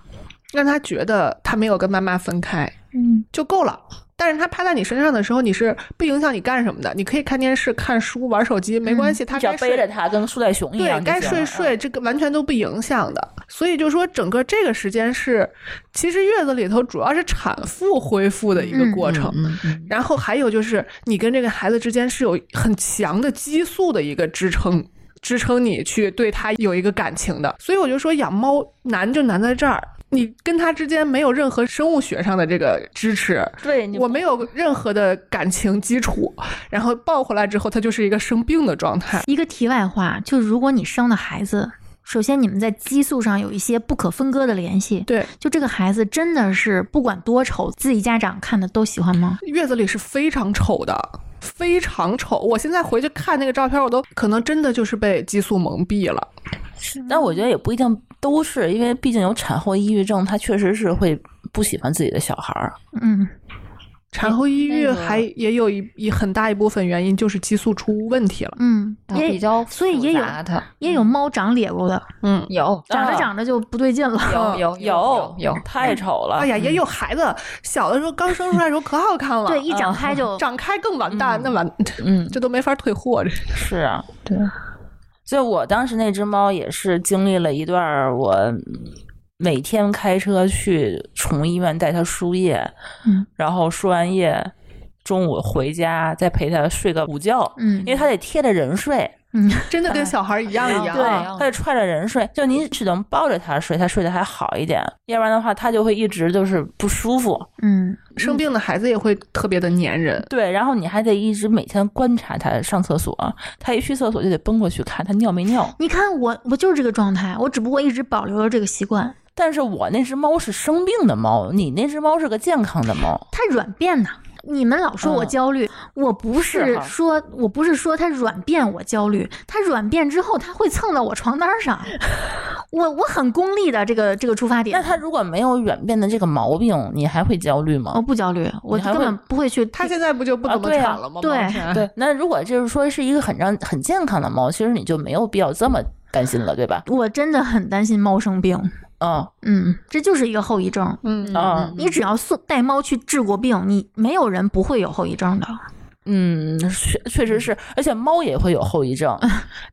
[SPEAKER 5] 让他觉得他没有跟妈妈分开
[SPEAKER 3] 嗯，
[SPEAKER 5] 就够了。但是他趴在你身上的时候，你是不影响你干什么的，你可以看电视、看书、玩手机，没关系。他
[SPEAKER 2] 只要
[SPEAKER 5] 该
[SPEAKER 2] 嗯背
[SPEAKER 5] 睡
[SPEAKER 2] 着它，跟树袋熊一
[SPEAKER 5] 对
[SPEAKER 2] 样，
[SPEAKER 5] 该
[SPEAKER 2] 就行
[SPEAKER 5] 睡
[SPEAKER 2] 了，嗯
[SPEAKER 5] 睡，这个完全都不影响的。所以就说整个这个时间是，其实月子里头主要是产妇恢复的一个
[SPEAKER 3] 嗯
[SPEAKER 5] 过程。
[SPEAKER 2] 嗯嗯嗯
[SPEAKER 5] 然后还有就是，你跟这个孩子之间是有很强的激素的一个支撑，支撑你去对他有一个感情的。所以我就说，养猫难就难在这儿，你跟他之间没有任何生物学上的这个支持，
[SPEAKER 2] 对，你
[SPEAKER 5] 嗯我没有任何的感情基础，然后抱回来之后，它就是一个生病的状态。
[SPEAKER 3] 一个题外话，就如果你生的孩子，首先你们在激素上有一些不可分割的联系。
[SPEAKER 5] 对，
[SPEAKER 3] 就这个孩子真的是不管多丑，自己家长看的都喜欢吗？
[SPEAKER 5] 月子里是非常丑的，非常丑。我现在回去看那个照片，我都可能真的就是被激素蒙蔽了。
[SPEAKER 2] 但我觉得也不一定都是，因为毕竟有产后抑郁症，他确实是会不喜欢自己的小孩儿。
[SPEAKER 3] 嗯，
[SPEAKER 5] 产后抑郁
[SPEAKER 4] 那个
[SPEAKER 5] 还也有一一很大一部分原因就是激素出问题了。
[SPEAKER 3] 嗯，也
[SPEAKER 4] 比较
[SPEAKER 3] 所以也有
[SPEAKER 4] 复杂的
[SPEAKER 3] 也有猫长咧过的，
[SPEAKER 5] 嗯，
[SPEAKER 4] 有
[SPEAKER 3] 长着
[SPEAKER 2] 啊
[SPEAKER 3] 长着就不对劲了。
[SPEAKER 4] 有有
[SPEAKER 2] 有
[SPEAKER 4] 有
[SPEAKER 2] 太丑了。
[SPEAKER 5] 哎呀，也有孩子小的时候刚生出来的时候可好看了， 啊
[SPEAKER 3] 对，一长开就
[SPEAKER 5] 嗯长开更完蛋，那完
[SPEAKER 2] 嗯，
[SPEAKER 5] 这都没法退货。这
[SPEAKER 2] 是啊，
[SPEAKER 4] 对。
[SPEAKER 2] 就我当时那只猫也是经历了一段儿我每天开车去宠物医院带它输液，
[SPEAKER 3] 嗯
[SPEAKER 2] 然后输完液中午回家再陪它睡个午觉，
[SPEAKER 3] 嗯
[SPEAKER 2] 因为它得贴着人睡，
[SPEAKER 3] 嗯，
[SPEAKER 5] 真的跟小孩一样一样。啊
[SPEAKER 2] 对啊
[SPEAKER 4] 哎呀，
[SPEAKER 2] 它得踹着人睡，就你只能抱着它睡，它睡得还好一点，要不然的话它就会一直就是不舒服。
[SPEAKER 3] 嗯，
[SPEAKER 5] 生病的孩子也会特别的粘人。
[SPEAKER 2] 对，然后你还得一直每天观察它上厕所，它一去厕所就得奔过去看它尿没尿。
[SPEAKER 3] 你看我我就是这个状态，我只不过一直保留了这个习惯。
[SPEAKER 2] 但是我那只猫是生病的猫，你那只猫是个健康的猫。
[SPEAKER 3] 它软便呐。你们老说我
[SPEAKER 2] 嗯
[SPEAKER 3] 焦虑，我不
[SPEAKER 2] 是
[SPEAKER 3] 是
[SPEAKER 2] 哈
[SPEAKER 3] 说我不是说它软便我焦虑，它软便之后它会蹭到我床单上， 我我很功利的这个这个出发点。
[SPEAKER 2] 那它如果没有软便的这个毛病，你还会焦虑
[SPEAKER 3] 我
[SPEAKER 2] 吗？
[SPEAKER 3] 哦不焦虑，我
[SPEAKER 2] 你还
[SPEAKER 3] 根
[SPEAKER 2] 会
[SPEAKER 3] 本不会去。
[SPEAKER 5] 他现在不就不怎
[SPEAKER 2] 啊
[SPEAKER 5] 么
[SPEAKER 2] 对啊
[SPEAKER 5] 产了吗？
[SPEAKER 3] 对
[SPEAKER 5] 猫砂
[SPEAKER 2] 对，那如果就是说是一个很让很健康的猫，其实你就没有必要这么担心了，对吧？
[SPEAKER 3] 我真的很担心猫生病，
[SPEAKER 2] 嗯
[SPEAKER 3] 嗯，这就是一个后遗症。
[SPEAKER 5] 嗯
[SPEAKER 2] 啊
[SPEAKER 5] 嗯
[SPEAKER 3] 你只要送带猫去治过病，你没有人不会有后遗症的。
[SPEAKER 2] 嗯，确确实是，而且猫也会有后遗症。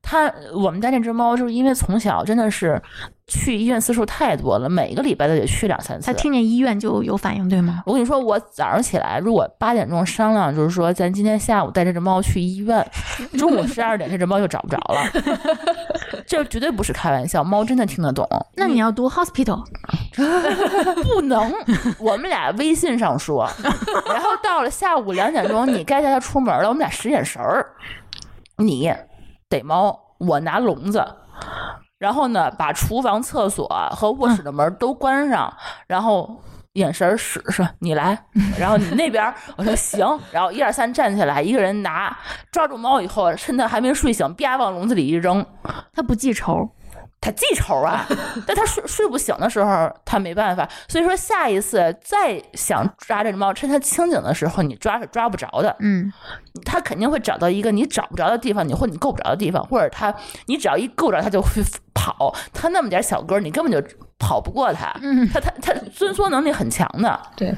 [SPEAKER 2] 它我们家那只猫就是因为从小真的是去医院次数太多了，每个礼拜都得去两三次
[SPEAKER 3] 它。听见医院就有反应，对吗？
[SPEAKER 2] 我跟你说，我早上起来，如果八点钟商量，就是说咱今天下午带这只猫去医院，中午十二点这只猫就找不着了， 这绝对不是开玩笑，猫真的听得懂。
[SPEAKER 3] 那你要读 hospital，
[SPEAKER 2] 不能，我们俩微信上说，然后到了下午两点钟，你该带它出门了，我们俩使眼神儿，你逮猫，我拿笼子。然后呢，把厨房、厕所和卧室的门都关上，然后眼神儿使说你来，然后你那边儿，我说行，然后一二三站起来，一个人拿抓住猫以后，趁它还没睡醒，啪往笼子里一扔，
[SPEAKER 3] 它不记仇。
[SPEAKER 2] 他记仇 啊，但他睡睡不醒的时候，他没办法。所以说，下一次再想抓这只猫，趁它清醒的时候，你抓是抓不着的。
[SPEAKER 3] 嗯，
[SPEAKER 2] 它肯定会找到一个你找不着的地方，你或你够不着的地方，或者它你只要一够着，它就会跑。它那么点小个儿，你根本就跑不过它。
[SPEAKER 3] 嗯
[SPEAKER 2] 它它它伸缩能力很强的，
[SPEAKER 4] 对，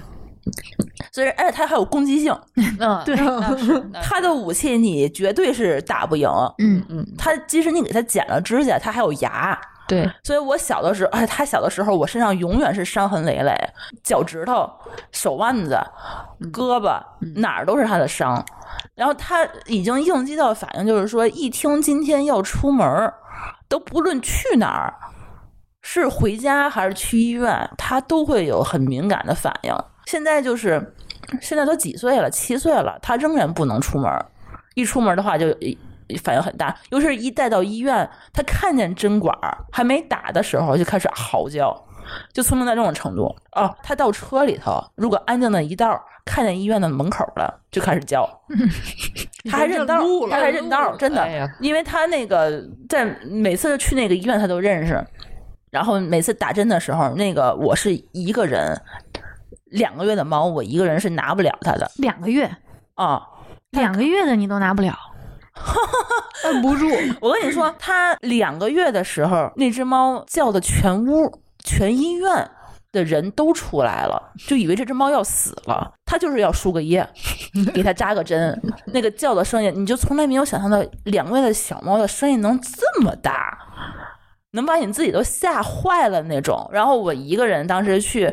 [SPEAKER 2] 所以而且它还有攻击性，
[SPEAKER 4] 嗯，
[SPEAKER 3] 对
[SPEAKER 4] 那是 那是
[SPEAKER 2] 它的武器你绝对是打不赢。
[SPEAKER 3] 嗯
[SPEAKER 4] 嗯，
[SPEAKER 2] 它即使你给它剪了指甲，它还有牙。
[SPEAKER 4] 对，
[SPEAKER 2] 所以我小的时候，哎，他小的时候，我身上永远是伤痕累累，脚趾头、手腕子、胳膊哪儿都是他的伤。然后他已经应激到反应，就是说，一听今天要出门儿，都不论去哪儿，是回家还是去医院，他都会有很敏感的反应。现在就是，现在都几岁了，七岁了，他仍然不能出门儿。一出门的话就一反应很大，尤其是一带到医院，他看见针管儿还没打的时候就开始嚎叫，就聪明到这种程度哦。他到车里头，如果安静的一道儿看见医院的门口了，就开始 叫，他还认道儿，他还认道儿，真的，
[SPEAKER 4] 哎呀
[SPEAKER 2] 因为他那个在每次去那个医院他都认识。然后每次打针的时候，那个我是一个人，两个月的猫我一个人是拿不了它的
[SPEAKER 3] 两个月，
[SPEAKER 2] 啊、
[SPEAKER 3] 两个月的你都拿不了，
[SPEAKER 5] 摁不住，
[SPEAKER 2] 我跟你说，它两个月的时候，那只猫叫的全屋、全医院的人都出来了，就以为这只猫要死了。它就是要输个液，给它扎个针，那个叫的声音，你就从来没有想象到两个月的小猫的声音能这么大。能把你自己都吓坏了那种。然后我一个人当时去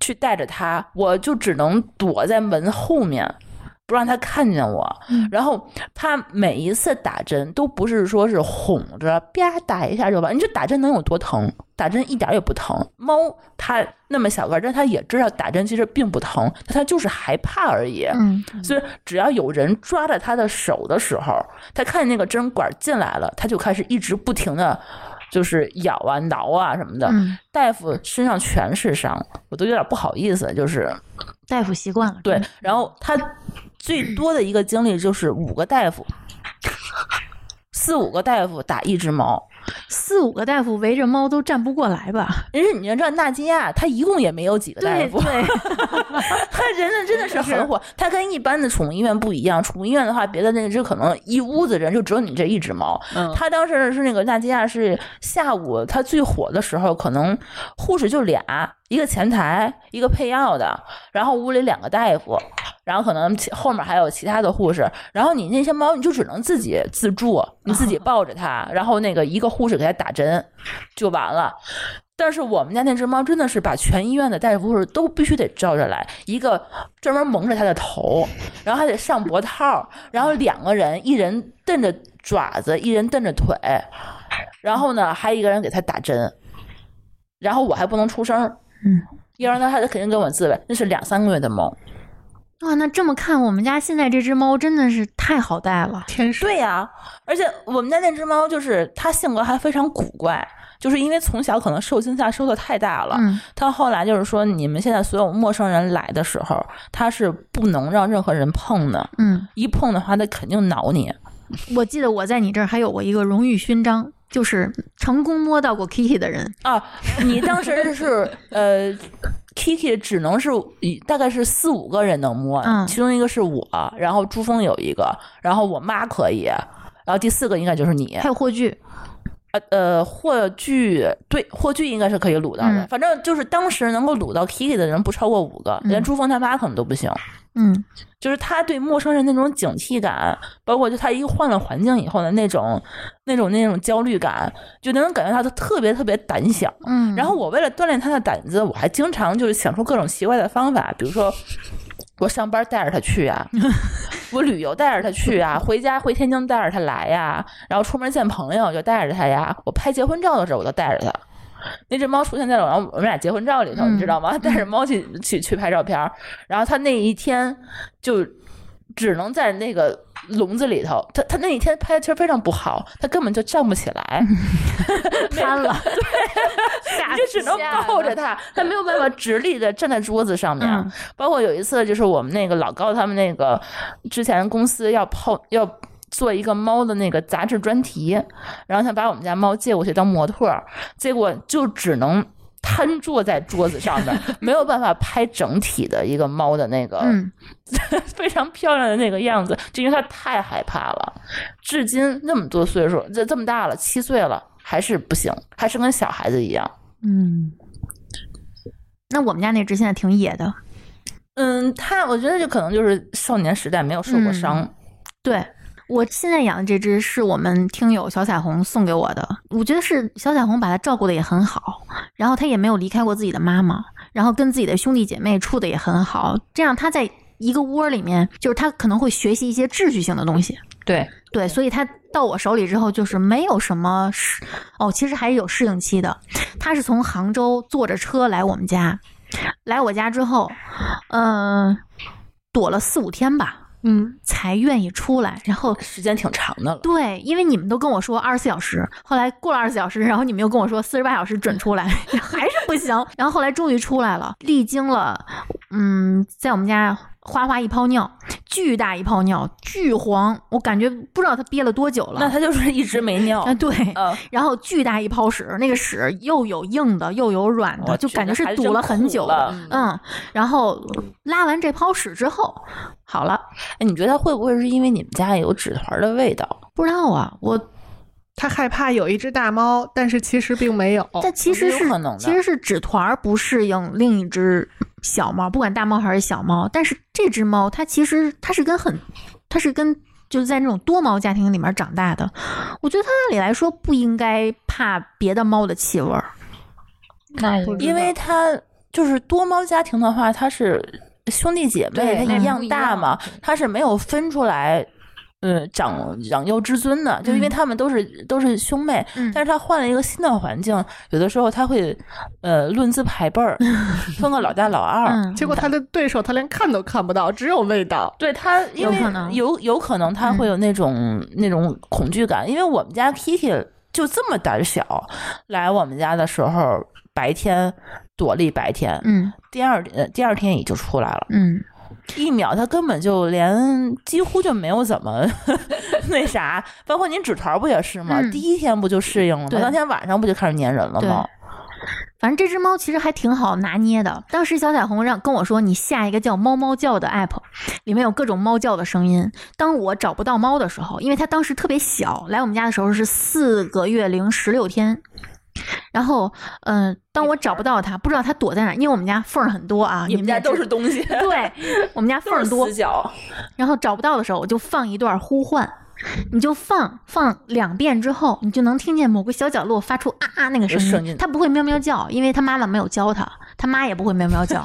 [SPEAKER 2] 去带着它，我就只能躲在门后面，不让它看见我。然后它每一次打针都不是说是哄着啪打一下就完，你这打针能有多疼？打针一点儿也不疼。猫它那么小个儿，但它也知道打针其实并不疼，但它就是害怕而已。
[SPEAKER 3] 嗯，
[SPEAKER 2] 所以只要有人抓着他的手的时候，他看见那个针管进来了，他就开始一直不停的，就是咬啊、挠啊什么的。
[SPEAKER 3] 嗯
[SPEAKER 2] 大夫身上全是伤，我都有点不好意思，就是
[SPEAKER 3] 大夫习惯了，
[SPEAKER 2] 对。然后他最多的一个经历就是五个大夫，四五个大夫打一只猫。
[SPEAKER 3] 四五个大夫围着猫都站不过来吧？
[SPEAKER 2] 人家你要知道，纳基亚他一共也没有几个 大
[SPEAKER 3] 对
[SPEAKER 2] 夫，
[SPEAKER 3] 对，
[SPEAKER 2] 他 人家真的是很火，他跟一般的宠物医院不一样。宠物医院的话，别的那只可能一屋子人就只有你这一只猫。
[SPEAKER 5] 嗯
[SPEAKER 2] 他当时是那个纳基亚是下午他最火的时候，可能护士就俩，一个前台，一个配药的，然后屋里两个大夫，然后可能其后面还有其他的护士。然后你那些猫你就只能自己自助，你自己抱着它，然后那个一个护士给它打针就完了。但是我们家那只猫真的是把全医院的大夫护士都必须得叫着来，一个专门蒙着它的头，然后还得上脖套，然后两个人，一人蹬着爪子，一人蹬着腿，然后呢，还有一个人给它打针，然后我还不能出声，
[SPEAKER 3] 嗯，
[SPEAKER 2] 要不然它肯定跟我自卫。那是两三个月的猫，
[SPEAKER 3] 哇，那这么看，我们家现在这只猫真的是太好带了。
[SPEAKER 5] 天使
[SPEAKER 2] 对呀、而且我们家那只猫就是它性格还非常古怪，就是因为从小可能受惊吓受的太大了，
[SPEAKER 3] 嗯，
[SPEAKER 2] 他后来就是说，你们现在所有陌生人来的时候，他是不能让任何人碰的，
[SPEAKER 3] 嗯，
[SPEAKER 2] 一碰的话，他肯定挠你。
[SPEAKER 3] 我记得我在你这儿还有过一个荣誉勋章，就是成功摸到过 Kitty 的人。
[SPEAKER 2] 啊，你当时是 呃，Kiki 只能是以大概是四五个人能摸，
[SPEAKER 3] 嗯
[SPEAKER 2] 其中一个是我，然后朱峰有一个，然后我妈可以，然后第四个应该就是你
[SPEAKER 3] 还，有霍炬，
[SPEAKER 2] 呃呃，霍炬对霍炬应该是可以撸到的，
[SPEAKER 3] 嗯
[SPEAKER 2] 反正就是当时能够撸到 Kiki 的人不超过五个，连朱峰他妈可能都不行。
[SPEAKER 3] 嗯，
[SPEAKER 2] 就是他对陌生人那种警惕感，包括就他一换了环境以后的那种、那种、那种焦虑感，就能感觉到他特别特别胆小。
[SPEAKER 3] 嗯，
[SPEAKER 2] 然后我为了锻炼他的胆子，我还经常就是想出各种奇怪的方法，比如说我上班带着他去 啊，我旅游带着他去啊，回家回天津带着他来呀，然后出门见朋友就带着他呀，我拍结婚照的时候我都带着他。那只猫出现在了我我们俩结婚照里头，
[SPEAKER 3] 嗯
[SPEAKER 2] 你知道吗？带着猫去去去拍照片儿，然后它那一天就只能在那个笼子里头。它它那一天拍的其实非常不好，它根本就站不起来，
[SPEAKER 3] 瘫 了，
[SPEAKER 2] 你就只能抱着 它，它没有办法直立的站在桌子上面。啊
[SPEAKER 3] 嗯
[SPEAKER 2] 包括有一次，就是我们那个老高他们那个之前公司要泡要。做一个猫的那个杂志专题，然后他把我们家猫借过去当模特儿，结果就只能瘫坐在桌子上面， 没有办法拍整体的一个猫的那个、
[SPEAKER 3] 嗯，
[SPEAKER 2] 非常漂亮的那个样子，就因为它太害怕了。至今那么多岁数，这这么大了，七岁了，还是不行，还是跟小孩子一样。
[SPEAKER 3] 嗯，那我们家那只现在挺野的，
[SPEAKER 2] 嗯，他我觉得这可能就是少年时代没有受过伤，
[SPEAKER 3] 对。我现在养的这只是我们听友小彩虹送给我的，我觉得是小彩虹把它照顾的也很好，然后它也没有离开过自己的妈妈，然后跟自己的兄弟姐妹处的也很好，这样它在一个窝里面，就是它可能会学习一些秩序性的东西，
[SPEAKER 4] 对，
[SPEAKER 3] 对，所以它到我手里之后，就是没有什么适哦，其实还是有适应期的。它是从杭州坐着车来我们家，来我家之后，嗯、躲了四五天吧，
[SPEAKER 5] 嗯，
[SPEAKER 3] 才愿意出来。然后
[SPEAKER 2] 时间挺长的了。
[SPEAKER 3] 对，因为你们都跟我说二十四小时，后来过了二十四小时，然后你们又跟我说四十八小时准出来， 还是不行。然后后来终于出来了，历经了，嗯，在我们家哗哗一泡尿，巨大一泡尿，巨黄，我感觉不知道他憋了多久了。
[SPEAKER 2] 那他就是一直没尿
[SPEAKER 3] 啊，。对，
[SPEAKER 2] 呃，
[SPEAKER 3] 然后巨大一泡屎，那个屎又有硬的，又有软的，
[SPEAKER 2] 我
[SPEAKER 3] 就
[SPEAKER 2] 去
[SPEAKER 3] 感觉
[SPEAKER 2] 那
[SPEAKER 3] 是
[SPEAKER 2] 还
[SPEAKER 3] 堵
[SPEAKER 2] 真
[SPEAKER 3] 了很
[SPEAKER 2] 苦
[SPEAKER 3] 久的。
[SPEAKER 2] 了。
[SPEAKER 3] 嗯，然后拉完这泡屎之后，好了，
[SPEAKER 2] 哎，你觉得他会不会是因为你们家有纸团的味道？
[SPEAKER 3] 不知道啊，我
[SPEAKER 5] 他害怕有一只大猫，但是其实并没有。
[SPEAKER 3] 这其实
[SPEAKER 2] 有
[SPEAKER 3] 是
[SPEAKER 2] 可能的
[SPEAKER 3] 其实是纸团儿不适应另一只小猫，不管大猫还是小猫，但是这只猫它其实它是跟很它是跟就是在那种多毛家庭里面长大的，我觉得它按理来说不应该怕别的猫的气味儿。
[SPEAKER 4] 那
[SPEAKER 5] 不知
[SPEAKER 2] 因为他就是多猫家庭的话，他是兄弟姐
[SPEAKER 4] 对
[SPEAKER 2] 妹，他
[SPEAKER 4] 那
[SPEAKER 2] 嗯一
[SPEAKER 4] 不
[SPEAKER 2] 样
[SPEAKER 4] 一
[SPEAKER 2] 大
[SPEAKER 4] 样
[SPEAKER 2] 嘛，他是没有分出来。嗯，长长幼之尊的，就因为
[SPEAKER 3] 嗯
[SPEAKER 2] 他们都是、都是兄妹，
[SPEAKER 3] 嗯
[SPEAKER 2] 但是他换了一个新的环境，有的时候他会，呃，论资排辈儿，分个老大老二，
[SPEAKER 3] 嗯，
[SPEAKER 5] 结果他的对手他连看都看不到，只有味道。
[SPEAKER 2] 对他，因
[SPEAKER 3] 有
[SPEAKER 2] 为
[SPEAKER 3] 可能嗯
[SPEAKER 2] 有有可能他会有那种、那种恐惧感，因为我们家 Kitty 就这么胆小，来我们家的时候白天躲了一白天，
[SPEAKER 3] 嗯
[SPEAKER 2] 第二呃第二天也就出来了，
[SPEAKER 3] 嗯，
[SPEAKER 2] 一秒他根本就连几乎就没有怎么 那啥，包括您纸团不也是吗？
[SPEAKER 3] 嗯
[SPEAKER 2] 第一天不就适应了吗？
[SPEAKER 3] 对
[SPEAKER 2] 当天晚上不就开始粘人了吗？
[SPEAKER 3] 反正这只猫其实还挺好拿捏的。当时小彩虹让跟我说，你下一个叫“猫猫叫”的 app，里面有各种猫叫的声音。当我找不到猫的时候，因为它当时特别小，来我们家的时候是四个月零十六天。然后，嗯、当我找不到它，不知道它躲在哪，因为我们家缝儿很多啊，
[SPEAKER 2] 你们家
[SPEAKER 3] 也知
[SPEAKER 2] 都是东西，
[SPEAKER 3] 对，我们家缝
[SPEAKER 2] 都
[SPEAKER 3] 儿
[SPEAKER 2] 是
[SPEAKER 3] 多
[SPEAKER 2] 死，角，
[SPEAKER 3] 然后找不到的时候，我就放一段呼唤，你就放放两遍之后，你就能听见某个小角落发出啊啊那个
[SPEAKER 2] 有
[SPEAKER 3] 声
[SPEAKER 2] 声
[SPEAKER 3] 音
[SPEAKER 2] 音。
[SPEAKER 3] 它不会喵喵叫，因为它妈妈没有教它，它妈也不会喵喵叫，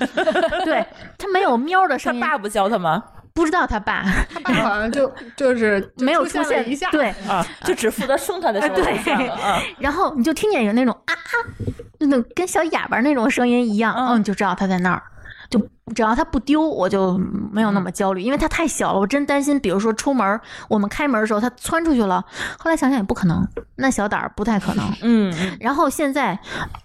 [SPEAKER 3] 对，它没有喵的
[SPEAKER 2] 他
[SPEAKER 3] 声音。
[SPEAKER 2] 爸不教他吗？
[SPEAKER 3] 不知道他爸
[SPEAKER 5] 他爸好像 就就是就
[SPEAKER 3] 没有
[SPEAKER 5] 出
[SPEAKER 3] 现
[SPEAKER 5] 了一下，
[SPEAKER 3] 对，
[SPEAKER 2] 啊，就只负责生他的时候
[SPEAKER 3] 对
[SPEAKER 2] 就算了 啊。
[SPEAKER 3] 然后你就听见有那种啊啊，那种跟小哑巴那种声音一样，
[SPEAKER 2] 嗯
[SPEAKER 3] 嗯，你就知道它在那儿。就只要它不丢，我就没有那么焦虑，因为它太小了，我真担心，比如说出门，我们开门的时候它窜出去了，后来想想也不可能，那小胆儿不太可能。
[SPEAKER 2] 嗯，嗯
[SPEAKER 3] 然后现在，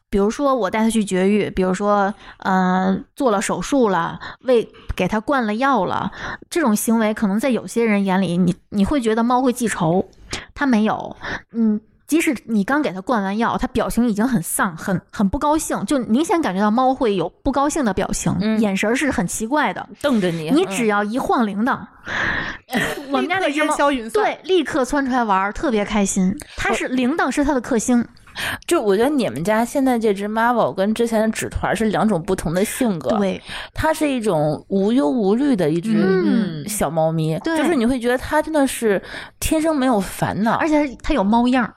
[SPEAKER 3] 比如说我带他去绝育，比如说，嗯、做了手术了，喂，给他灌了药了，这种行为可能在有些人眼里，你你会觉得猫会记仇，它没有，嗯。即使你刚给它灌完药，它表情已经很丧，很很不高兴，就明显感觉到猫会有不高兴的表情，
[SPEAKER 2] 嗯
[SPEAKER 3] 眼神儿是很奇怪的。
[SPEAKER 2] 瞪着你，
[SPEAKER 3] 你
[SPEAKER 2] 嗯
[SPEAKER 3] 只要一晃铃铛，我们家那
[SPEAKER 5] 立刻
[SPEAKER 3] 只
[SPEAKER 5] 烟
[SPEAKER 3] 猫
[SPEAKER 5] 消云散。
[SPEAKER 3] 对，立刻窜出来玩儿，特别开心。它是铃铛是它的克星，
[SPEAKER 2] 就我觉得你们家现在这只 Marvel 跟之前的纸团是两种不同的性格，，
[SPEAKER 3] 对，
[SPEAKER 2] 它是一种无忧无虑的一只
[SPEAKER 3] 嗯
[SPEAKER 2] 小猫咪，
[SPEAKER 3] 对
[SPEAKER 2] 就是你会觉得它真的是天生没有烦恼，
[SPEAKER 3] 而且它有猫样儿。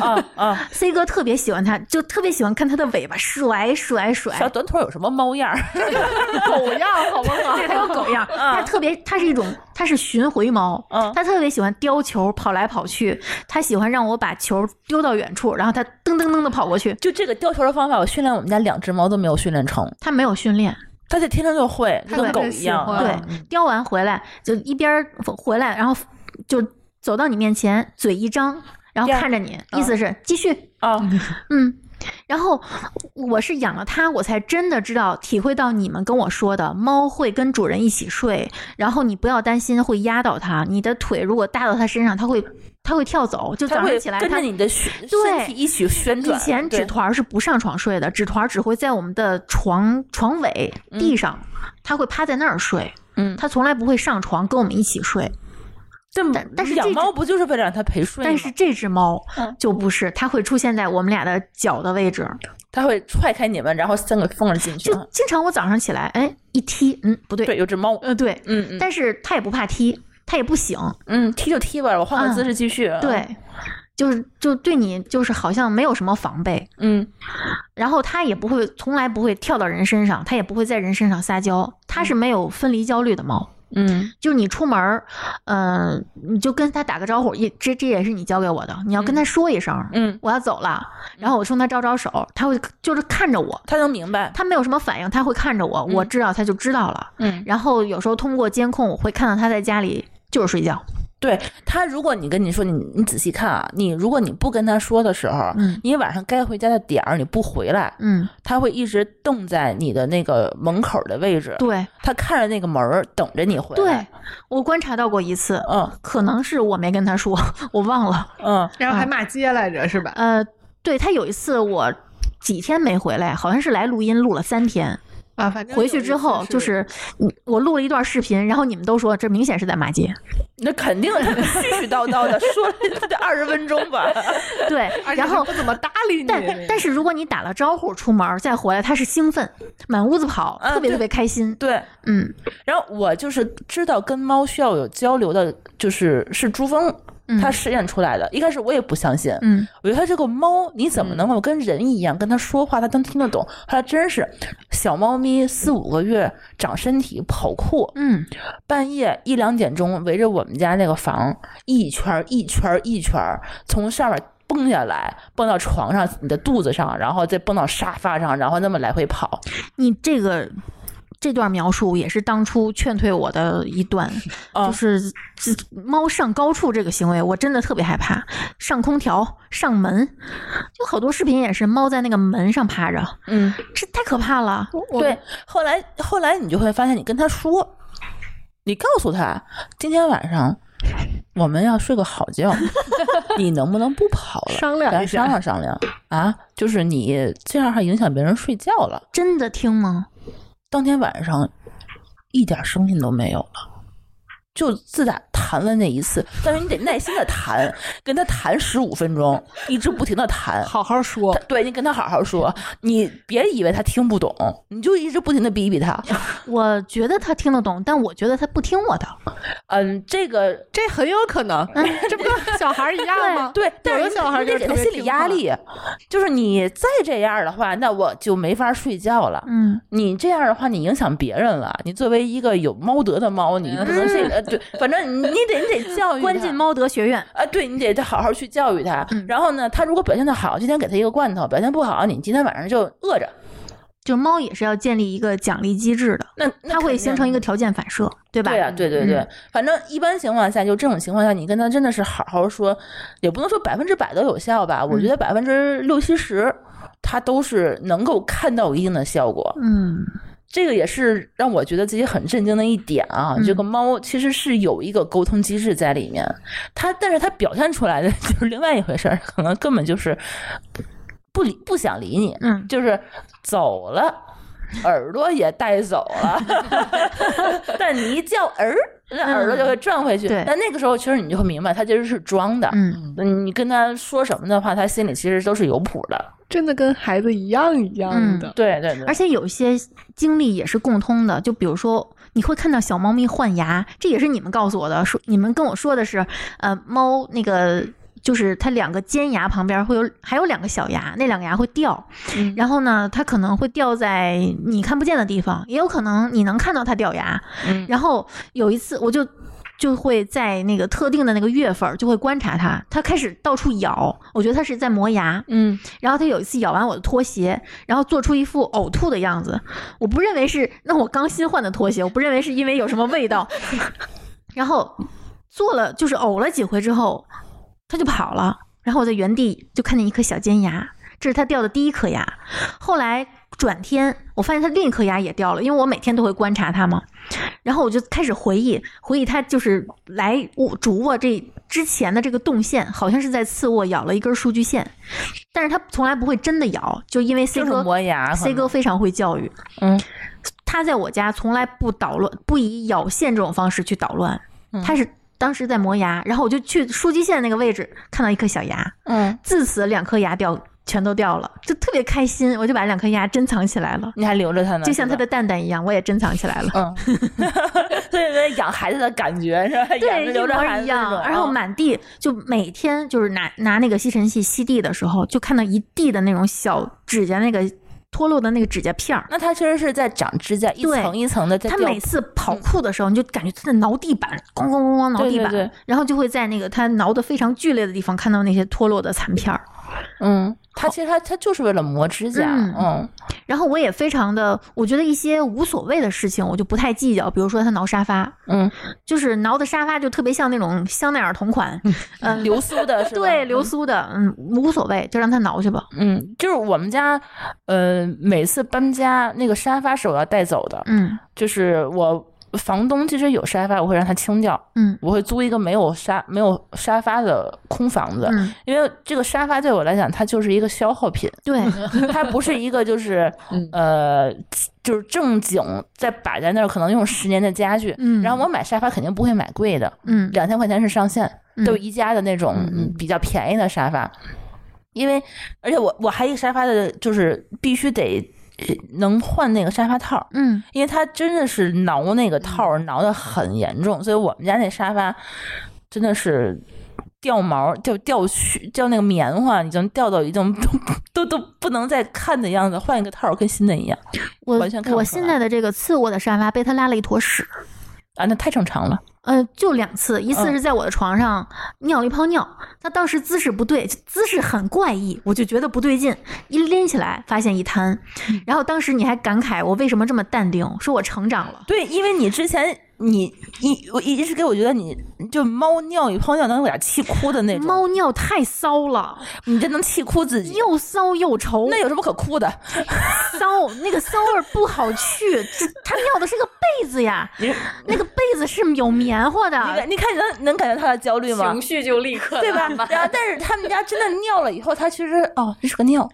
[SPEAKER 2] 啊 啊，
[SPEAKER 3] C 哥特别喜欢它，就特别喜欢看它的尾巴甩甩甩，
[SPEAKER 2] 小短腿有什么猫样儿？
[SPEAKER 5] 狗样好不好？
[SPEAKER 3] 对，它有狗样儿。它特别，它是一种，它是巡回猫
[SPEAKER 2] 嗯，
[SPEAKER 3] 它特别喜欢叼球跑来跑去，它喜欢让我把球丢到远处，然后它噔噔噔的跑过去。
[SPEAKER 2] 就这个吊球的方法，我训练我们家两只猫都没有训练成，
[SPEAKER 3] 它没有训练，
[SPEAKER 2] 它就天生就会，
[SPEAKER 5] 它
[SPEAKER 2] 就跟
[SPEAKER 5] 本
[SPEAKER 2] 狗
[SPEAKER 5] 身
[SPEAKER 2] 一
[SPEAKER 5] 喜
[SPEAKER 2] 样，
[SPEAKER 5] 欢
[SPEAKER 2] 嗯
[SPEAKER 3] 对，叼完回来就一边儿回来，然后就走到你面前，嘴一张，然后
[SPEAKER 2] 第二嗯
[SPEAKER 3] 看着你，意思是继续，
[SPEAKER 2] 啊，
[SPEAKER 3] 嗯，然后我是养了它，我才真的知道体会到你们跟我说的，猫会跟主人一起睡，然后你不要担心会压到它，你的腿如果搭到它身上，它会它会跳走，就
[SPEAKER 2] 它
[SPEAKER 3] 早上
[SPEAKER 2] 会
[SPEAKER 3] 起来
[SPEAKER 2] 跟着
[SPEAKER 3] 它。
[SPEAKER 2] 你的旋
[SPEAKER 3] 对
[SPEAKER 2] 身体一起旋转。
[SPEAKER 3] 以前纸
[SPEAKER 2] 对
[SPEAKER 3] 团儿是不上床睡的，纸团儿只会在我们的床床尾地上，它会趴在那儿睡，
[SPEAKER 2] 嗯
[SPEAKER 3] 它从来不会上床跟我们一起睡。
[SPEAKER 2] 但
[SPEAKER 3] 但但是这
[SPEAKER 2] 养
[SPEAKER 3] 只
[SPEAKER 2] 猫不就是为了让它陪睡吗？
[SPEAKER 3] 但是这只猫
[SPEAKER 2] 嗯
[SPEAKER 3] 就不是，它会出现在我们俩的脚的位置，
[SPEAKER 2] 它会踹开你们，然后三个缝儿进去
[SPEAKER 3] 就。经常我早上起来，哎，一踢，嗯，不对，
[SPEAKER 2] 嗯对，有只猫，
[SPEAKER 3] 呃，对，
[SPEAKER 2] 嗯嗯
[SPEAKER 3] 但是它也不怕踢，它也不醒，
[SPEAKER 2] 嗯，踢就踢吧，我换
[SPEAKER 3] 嗯
[SPEAKER 2] 个姿势继续。，啊
[SPEAKER 3] 对，就是就对你就是好像没有什么防备，
[SPEAKER 2] 嗯，
[SPEAKER 3] 然后它也不会从来不会跳到人身上，它也不会在人身上撒娇，它是没有分离焦虑的猫。
[SPEAKER 2] 嗯，
[SPEAKER 3] 就你出门儿，嗯、你就跟它打个招呼，也这这也是你教给我的，你要跟它说一声，
[SPEAKER 2] 嗯，
[SPEAKER 3] 我要走了，然后我冲它招招手，它会就是看着我，
[SPEAKER 2] 它能明白。
[SPEAKER 3] 它没有什么反应，它会看着我，我知道它就知道了。
[SPEAKER 2] 嗯，
[SPEAKER 3] 然后有时候通过监控，我会看到他在家里就是睡觉，
[SPEAKER 2] 对他，如果你跟你说你你仔细看啊，你如果你不跟他说的时候，
[SPEAKER 3] 嗯
[SPEAKER 2] 你晚上该回家的点儿你不回来，
[SPEAKER 3] 嗯，
[SPEAKER 2] 他会一直瞪在你的那个门口的位置，
[SPEAKER 3] 对
[SPEAKER 2] 他看着那个门儿等着你回来。
[SPEAKER 3] 对，我观察到过一次，
[SPEAKER 2] 嗯
[SPEAKER 3] 可能是我没跟他说，我忘了。
[SPEAKER 2] 嗯
[SPEAKER 5] 然后还骂街来着，是吧？
[SPEAKER 3] 呃，对他有一次我几天没回来，好像是来录音录了三天，
[SPEAKER 5] 啊，反正
[SPEAKER 3] 回去之后就是你我录了一段视频，然后你们都说这明显是在骂 街。
[SPEAKER 2] 那肯定他们絮絮叨叨的 说了他得二十分钟 吧。
[SPEAKER 3] 对，然后
[SPEAKER 5] 不怎么搭理你。
[SPEAKER 3] 但但是如果你打了招呼出门儿再回来，他是兴奋，满屋子跑，
[SPEAKER 5] 嗯
[SPEAKER 2] 啊
[SPEAKER 3] 特别
[SPEAKER 2] 对
[SPEAKER 3] 特别开心。
[SPEAKER 2] 对，
[SPEAKER 3] 嗯
[SPEAKER 2] 然后我就是知道跟猫需要有交流的，就是是珠峰
[SPEAKER 3] 嗯，
[SPEAKER 2] 他实验出来的。一开始我也不相信，
[SPEAKER 3] 嗯，
[SPEAKER 2] 我觉得它这个猫，你怎么能够跟人一样跟它说话，它能听得懂？后来真是小猫咪四五个月长身体跑酷，
[SPEAKER 3] 嗯，
[SPEAKER 2] 半夜一两点钟围着我们家那个房一圈儿一圈儿一圈儿从上面。蹦下来，蹦到床上，你的肚子上，然后再蹦到沙发上，然后那么来回跑。
[SPEAKER 3] 你这个这段描述也是当初劝退我的一 段，
[SPEAKER 2] 啊
[SPEAKER 3] 就是这猫上高处这个行为，我真的特别害怕。上空调、上门，有好多视频也是猫在那个门上趴着，
[SPEAKER 2] 嗯，
[SPEAKER 3] 这太可怕了。
[SPEAKER 2] 对。后来，后来你就会发现，你跟他说，你告诉他，今天晚上我们要睡个好 觉，你能不能不跑了？
[SPEAKER 5] 商量
[SPEAKER 2] 咱
[SPEAKER 5] 一下
[SPEAKER 2] 商量商量啊！就是你这样还影响别人睡觉了。
[SPEAKER 3] 真的听吗？
[SPEAKER 2] 当天晚上一点声音都没有了。就自打谈了那一次，但是你得耐心的谈，跟他谈十五分钟，一直不停的谈，
[SPEAKER 5] 好好说
[SPEAKER 2] 他，对你跟他好好说，你别以为他听不懂，你就一直不停的逼逼 他。
[SPEAKER 3] 我觉得它听得懂，但我觉得它不听我的。
[SPEAKER 2] 嗯，这个
[SPEAKER 5] 这很有可能，
[SPEAKER 3] 嗯
[SPEAKER 5] 这不跟小孩儿一样
[SPEAKER 3] 啊
[SPEAKER 5] 吗？
[SPEAKER 2] 对，但是
[SPEAKER 5] 有的
[SPEAKER 2] 你
[SPEAKER 5] 小孩儿
[SPEAKER 2] 你得
[SPEAKER 5] 就是
[SPEAKER 2] 给
[SPEAKER 5] 特
[SPEAKER 2] 他
[SPEAKER 5] 别
[SPEAKER 2] 心理压力，就是你再这样的话，那我就没法睡觉了。
[SPEAKER 3] 嗯，
[SPEAKER 2] 你这样的话，你影响别人了。你作为一个有猫德的猫，你不能这个、对，反正你你得你 得教育
[SPEAKER 3] 嗯关
[SPEAKER 2] 它
[SPEAKER 3] 进猫德学院。
[SPEAKER 2] 啊，对你得得好好去教育他。
[SPEAKER 3] 嗯
[SPEAKER 2] 然后呢，他如果表现的好，今天给他一个罐头；表现不好，你今天晚上就饿着。
[SPEAKER 3] 就猫也是要建立一个奖励机制的，
[SPEAKER 2] 那那
[SPEAKER 3] 它
[SPEAKER 2] 肯
[SPEAKER 3] 会形
[SPEAKER 2] 定
[SPEAKER 3] 成一个条件反射，对吧？
[SPEAKER 2] 对啊，对对对，反正一般情况下，就这种情况下，你跟他真的是好好说，也不能说百分之百都有效吧，
[SPEAKER 3] 嗯
[SPEAKER 2] 我觉得百分之六七十，他都是能够看到一定的效果。
[SPEAKER 3] 嗯，
[SPEAKER 2] 这个也是让我觉得自己很震惊的一点啊，
[SPEAKER 3] 嗯
[SPEAKER 2] 这个猫其实是有一个沟通机制在里面，它但是它表现出来的 就是另外一回事儿，可能根本就是不理不想理你，
[SPEAKER 3] 嗯
[SPEAKER 2] 就是走了。耳朵也带走了， 但你一叫儿，那耳朵就会转回去。
[SPEAKER 3] 嗯对
[SPEAKER 2] 但那个时候，其实你就会明白，它其实是装的。
[SPEAKER 3] 嗯
[SPEAKER 2] 嗯，你跟他说什么的话，他心里其实都是有谱的。
[SPEAKER 5] 真的跟孩子一样一样的。
[SPEAKER 2] 对对对，
[SPEAKER 3] 而且有一些经历也是共通的，就比如说你会看到小猫咪换牙，这也是你们告诉我的，说你们跟我说的是，呃，猫那个就是它两个尖牙旁边会有还有两个小牙，那两个牙会掉，
[SPEAKER 2] 嗯
[SPEAKER 3] 然后呢，它可能会掉在你看不见的地方，也有可能你能看到它掉牙。
[SPEAKER 2] 嗯
[SPEAKER 3] 然后有一次我就。就会在那个特定的那个月份儿，就会观察它，它开始到处咬，我觉得它是在磨牙，
[SPEAKER 2] 嗯，
[SPEAKER 3] 然后它有一次咬完我的拖鞋，然后做出一副呕吐的样子。我不认为是，那我刚新换的拖鞋，我不认为是因为有什么味道。 然后做了就是呕了几回之后，它就跑了。然后我在原地就看见一颗小尖牙，这是它掉的第一颗牙。后来转天，我发现它另一颗牙也掉了，因为我每天都会观察它嘛。然后我就开始回忆，回忆它就是来我主卧这之前的这个动线，好像是在次卧咬了一根数据线，但是它从来不会真的咬，就因为 C
[SPEAKER 2] 就是
[SPEAKER 3] 哥
[SPEAKER 2] 磨牙可
[SPEAKER 3] C 哥
[SPEAKER 2] 能
[SPEAKER 3] 非常会教育，
[SPEAKER 2] 嗯，
[SPEAKER 3] 他在我家从来不捣乱，不以咬线这种方式去捣乱，
[SPEAKER 2] 嗯
[SPEAKER 3] 他是当时在磨牙，然后我就去枢机线那个位置看到一颗小牙，
[SPEAKER 2] 嗯，
[SPEAKER 3] 自此两颗牙掉全都掉了，就特别开心，我就把两颗牙珍藏起来了，
[SPEAKER 2] 你还留着它呢，
[SPEAKER 3] 就像
[SPEAKER 2] 是
[SPEAKER 3] 他
[SPEAKER 2] 吧
[SPEAKER 3] 的蛋蛋一样，我也珍藏 起来了。
[SPEAKER 2] 嗯，对对，养孩子的感觉是吧？养
[SPEAKER 3] 对，
[SPEAKER 2] 着
[SPEAKER 3] 一
[SPEAKER 2] 留着
[SPEAKER 3] 模
[SPEAKER 2] 孩
[SPEAKER 3] 一
[SPEAKER 2] 子那
[SPEAKER 3] 样。
[SPEAKER 2] 种
[SPEAKER 3] 然后
[SPEAKER 2] 啊
[SPEAKER 3] 满地就每天就是拿拿那个吸尘器吸地的时候，就看到一地的那种小指甲那个脱落的那个指甲片儿。
[SPEAKER 2] 那它其实是在长指甲，一
[SPEAKER 3] 对
[SPEAKER 2] 层一层的在
[SPEAKER 3] 他
[SPEAKER 2] 掉
[SPEAKER 3] 每次跑酷的时候，你就感觉他在挠地板，咣咣咣咣挠
[SPEAKER 2] 对
[SPEAKER 3] 地
[SPEAKER 2] 对
[SPEAKER 3] 板，
[SPEAKER 2] 对
[SPEAKER 3] 然后就会在那个他挠的非常剧烈的地方看到那些脱落的残片儿。嗯，
[SPEAKER 2] 它其实它它就是为了磨指甲，
[SPEAKER 3] 嗯
[SPEAKER 2] 嗯
[SPEAKER 3] 然后我也非常的，我觉得一些无所谓的事情我就不太计较，比如说他挠沙发，
[SPEAKER 2] 嗯，
[SPEAKER 3] 就是挠的沙发就特别像那种香奈儿同款， 嗯，
[SPEAKER 2] 流苏的是吧？
[SPEAKER 3] 对流苏的，嗯，无所谓，就让他挠去吧，
[SPEAKER 2] 嗯，就是我们家，呃，每次搬家那个沙发是我要带走的，
[SPEAKER 3] 嗯
[SPEAKER 2] 就是我房东其实有沙发，我会让他清掉，
[SPEAKER 3] 嗯
[SPEAKER 2] 我会租一个没有沙没有沙发的空房子，
[SPEAKER 3] 嗯，
[SPEAKER 2] 因为这个沙发对我来讲，它就是一个消耗 品，
[SPEAKER 3] 对，
[SPEAKER 2] 它不是一个 就是
[SPEAKER 3] 嗯
[SPEAKER 2] 呃，就是正经在摆在那儿可能用十年的家具。
[SPEAKER 3] 嗯
[SPEAKER 2] 然后我买沙发肯定不会买贵的，
[SPEAKER 3] 嗯
[SPEAKER 2] 两千块钱是上限，
[SPEAKER 3] 嗯
[SPEAKER 2] 都是宜家的那种嗯比较便宜的沙发。因为而且我我还有一个沙发的，就是必须得呃能换那个沙发套儿。
[SPEAKER 3] 嗯
[SPEAKER 2] 因为它真的是挠那个套儿挠的很严重，所以我们家那沙发真的是掉毛掉掉絮掉那个棉花，已经掉到已经 都都都不能再看的样子，换一个套儿跟新的一样
[SPEAKER 3] 我
[SPEAKER 2] 完全看不
[SPEAKER 3] 我
[SPEAKER 2] 出来
[SPEAKER 3] 现在的这个次卧的沙发被他拉了一坨屎，
[SPEAKER 2] 啊，那太正常了。
[SPEAKER 3] 呃，就两次，一次
[SPEAKER 2] 嗯
[SPEAKER 3] 是在我的床上尿了一泡尿，他当时姿势不对，姿势很怪异，我就觉得不对劲，一拎起来发现一滩，
[SPEAKER 2] 嗯
[SPEAKER 3] 然后当时你还感慨我为什么这么淡定，说我成长了。
[SPEAKER 2] 对，因为你之前你一我一直给我觉得你就猫尿一泡尿能给它气哭的那种，
[SPEAKER 3] 猫尿太骚了，
[SPEAKER 2] 你这能气哭自己，
[SPEAKER 3] 又骚又稠，
[SPEAKER 2] 那有什么可哭的？
[SPEAKER 3] 骚那个骚味儿不好去，这它尿的是个被子呀，
[SPEAKER 2] 你
[SPEAKER 3] 那个被子是有棉 花
[SPEAKER 2] 你
[SPEAKER 3] 的
[SPEAKER 2] 感，你看你能能感觉他的焦虑吗？
[SPEAKER 4] 啊情绪就立刻
[SPEAKER 2] 对吧
[SPEAKER 4] 浪？漫
[SPEAKER 2] 然后，但是他们家真的尿了以后，他其实哦，这是个 尿，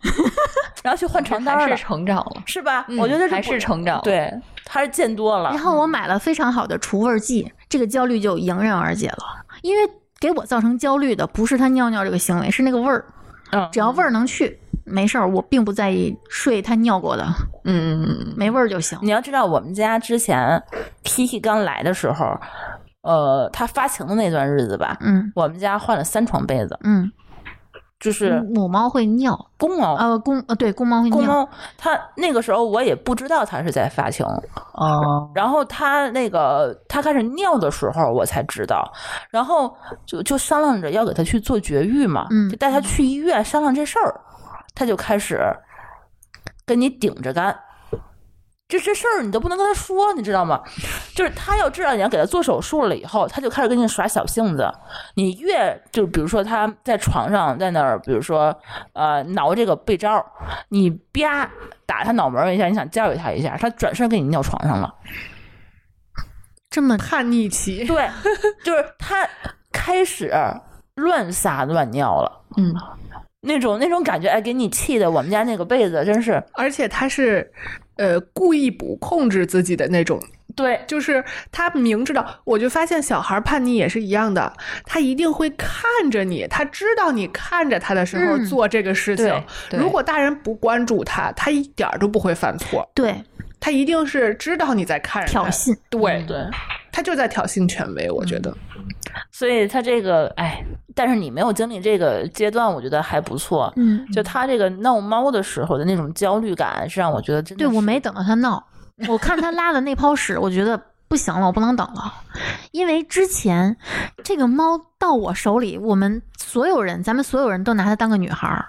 [SPEAKER 2] 然后去换床单
[SPEAKER 4] 还
[SPEAKER 2] 了，是
[SPEAKER 4] 是成长了，
[SPEAKER 2] 吧？
[SPEAKER 4] 嗯
[SPEAKER 2] 我觉得这
[SPEAKER 4] 还
[SPEAKER 2] 不
[SPEAKER 4] 是成长了。
[SPEAKER 2] 对，他是见多了
[SPEAKER 3] 然。后我买了非常好的除味儿剂，这个焦虑就迎刃而解了，因为给我造成焦虑的不是它尿尿这个行为，是那个味儿，
[SPEAKER 2] 嗯，
[SPEAKER 3] 只要味儿能去。没事儿，我并不在意睡它尿过的，
[SPEAKER 4] 嗯，嗯嗯嗯，
[SPEAKER 3] 没味儿就行。
[SPEAKER 2] 你要知道，我们家之前 Kiki 刚来的时候，呃，他发情的那段日子吧，
[SPEAKER 3] 嗯
[SPEAKER 2] 我们家换了三床被子，
[SPEAKER 3] 嗯，
[SPEAKER 2] 就是
[SPEAKER 4] 嗯
[SPEAKER 3] 母猫会尿，
[SPEAKER 2] 公
[SPEAKER 4] 啊
[SPEAKER 2] 猫。
[SPEAKER 3] 呃，公呃对，公猫会
[SPEAKER 2] 公
[SPEAKER 3] 尿，
[SPEAKER 2] 猫，它那个时候我也不知道它是在发情，
[SPEAKER 5] 哦，
[SPEAKER 2] 然后它那个它开始尿的时候我才知道，然后就就商量着要给它去做绝育嘛，
[SPEAKER 3] 嗯
[SPEAKER 2] 就带它去医院商量这事儿，它就开始跟你顶着干。这这事儿你都不能跟他说，你知道吗？就是他要知道你要给他做手术了以后，他就开始跟你耍小性子。你越就比如说他在床上在那儿，比如说呃挠这个被罩儿，你啪打他脑门儿一下，你想教育他一下，他转身给你尿床上了。
[SPEAKER 3] 这么
[SPEAKER 5] 叛逆期，
[SPEAKER 2] 对，就是他开始乱撒乱尿了，
[SPEAKER 4] 嗯，
[SPEAKER 2] 那种那种感觉，哎，给你气的，我们家那个被子真是，
[SPEAKER 5] 而且他是呃故意不控制自己的那种
[SPEAKER 2] 对
[SPEAKER 5] 就是他明知道，我就发现小孩叛逆也是一样的，他一定会看着你，他知道你看着他的时候
[SPEAKER 3] 嗯
[SPEAKER 5] 做这个事情。
[SPEAKER 2] 对
[SPEAKER 4] 对
[SPEAKER 5] 如果大人不关注他，他一点儿都不会犯错，
[SPEAKER 3] 对
[SPEAKER 5] 他一定是知道你在看着他
[SPEAKER 3] 挑，衅，
[SPEAKER 5] 对，
[SPEAKER 2] 嗯对，
[SPEAKER 5] 他就在挑衅权威。我觉得，
[SPEAKER 2] 所以他这个，哎，但是你没有经历这个阶段，我觉得还不错。
[SPEAKER 3] 嗯，
[SPEAKER 2] 就他这个闹猫的时候的那种焦虑感，是让我觉得真的
[SPEAKER 3] 对我
[SPEAKER 2] 是
[SPEAKER 3] 没等到他 闹，我看他拉的那泡屎，我觉得不行了，我不能等了，因为之前这个猫到我手里，我们所有人，咱们所有人都拿它当个女孩儿，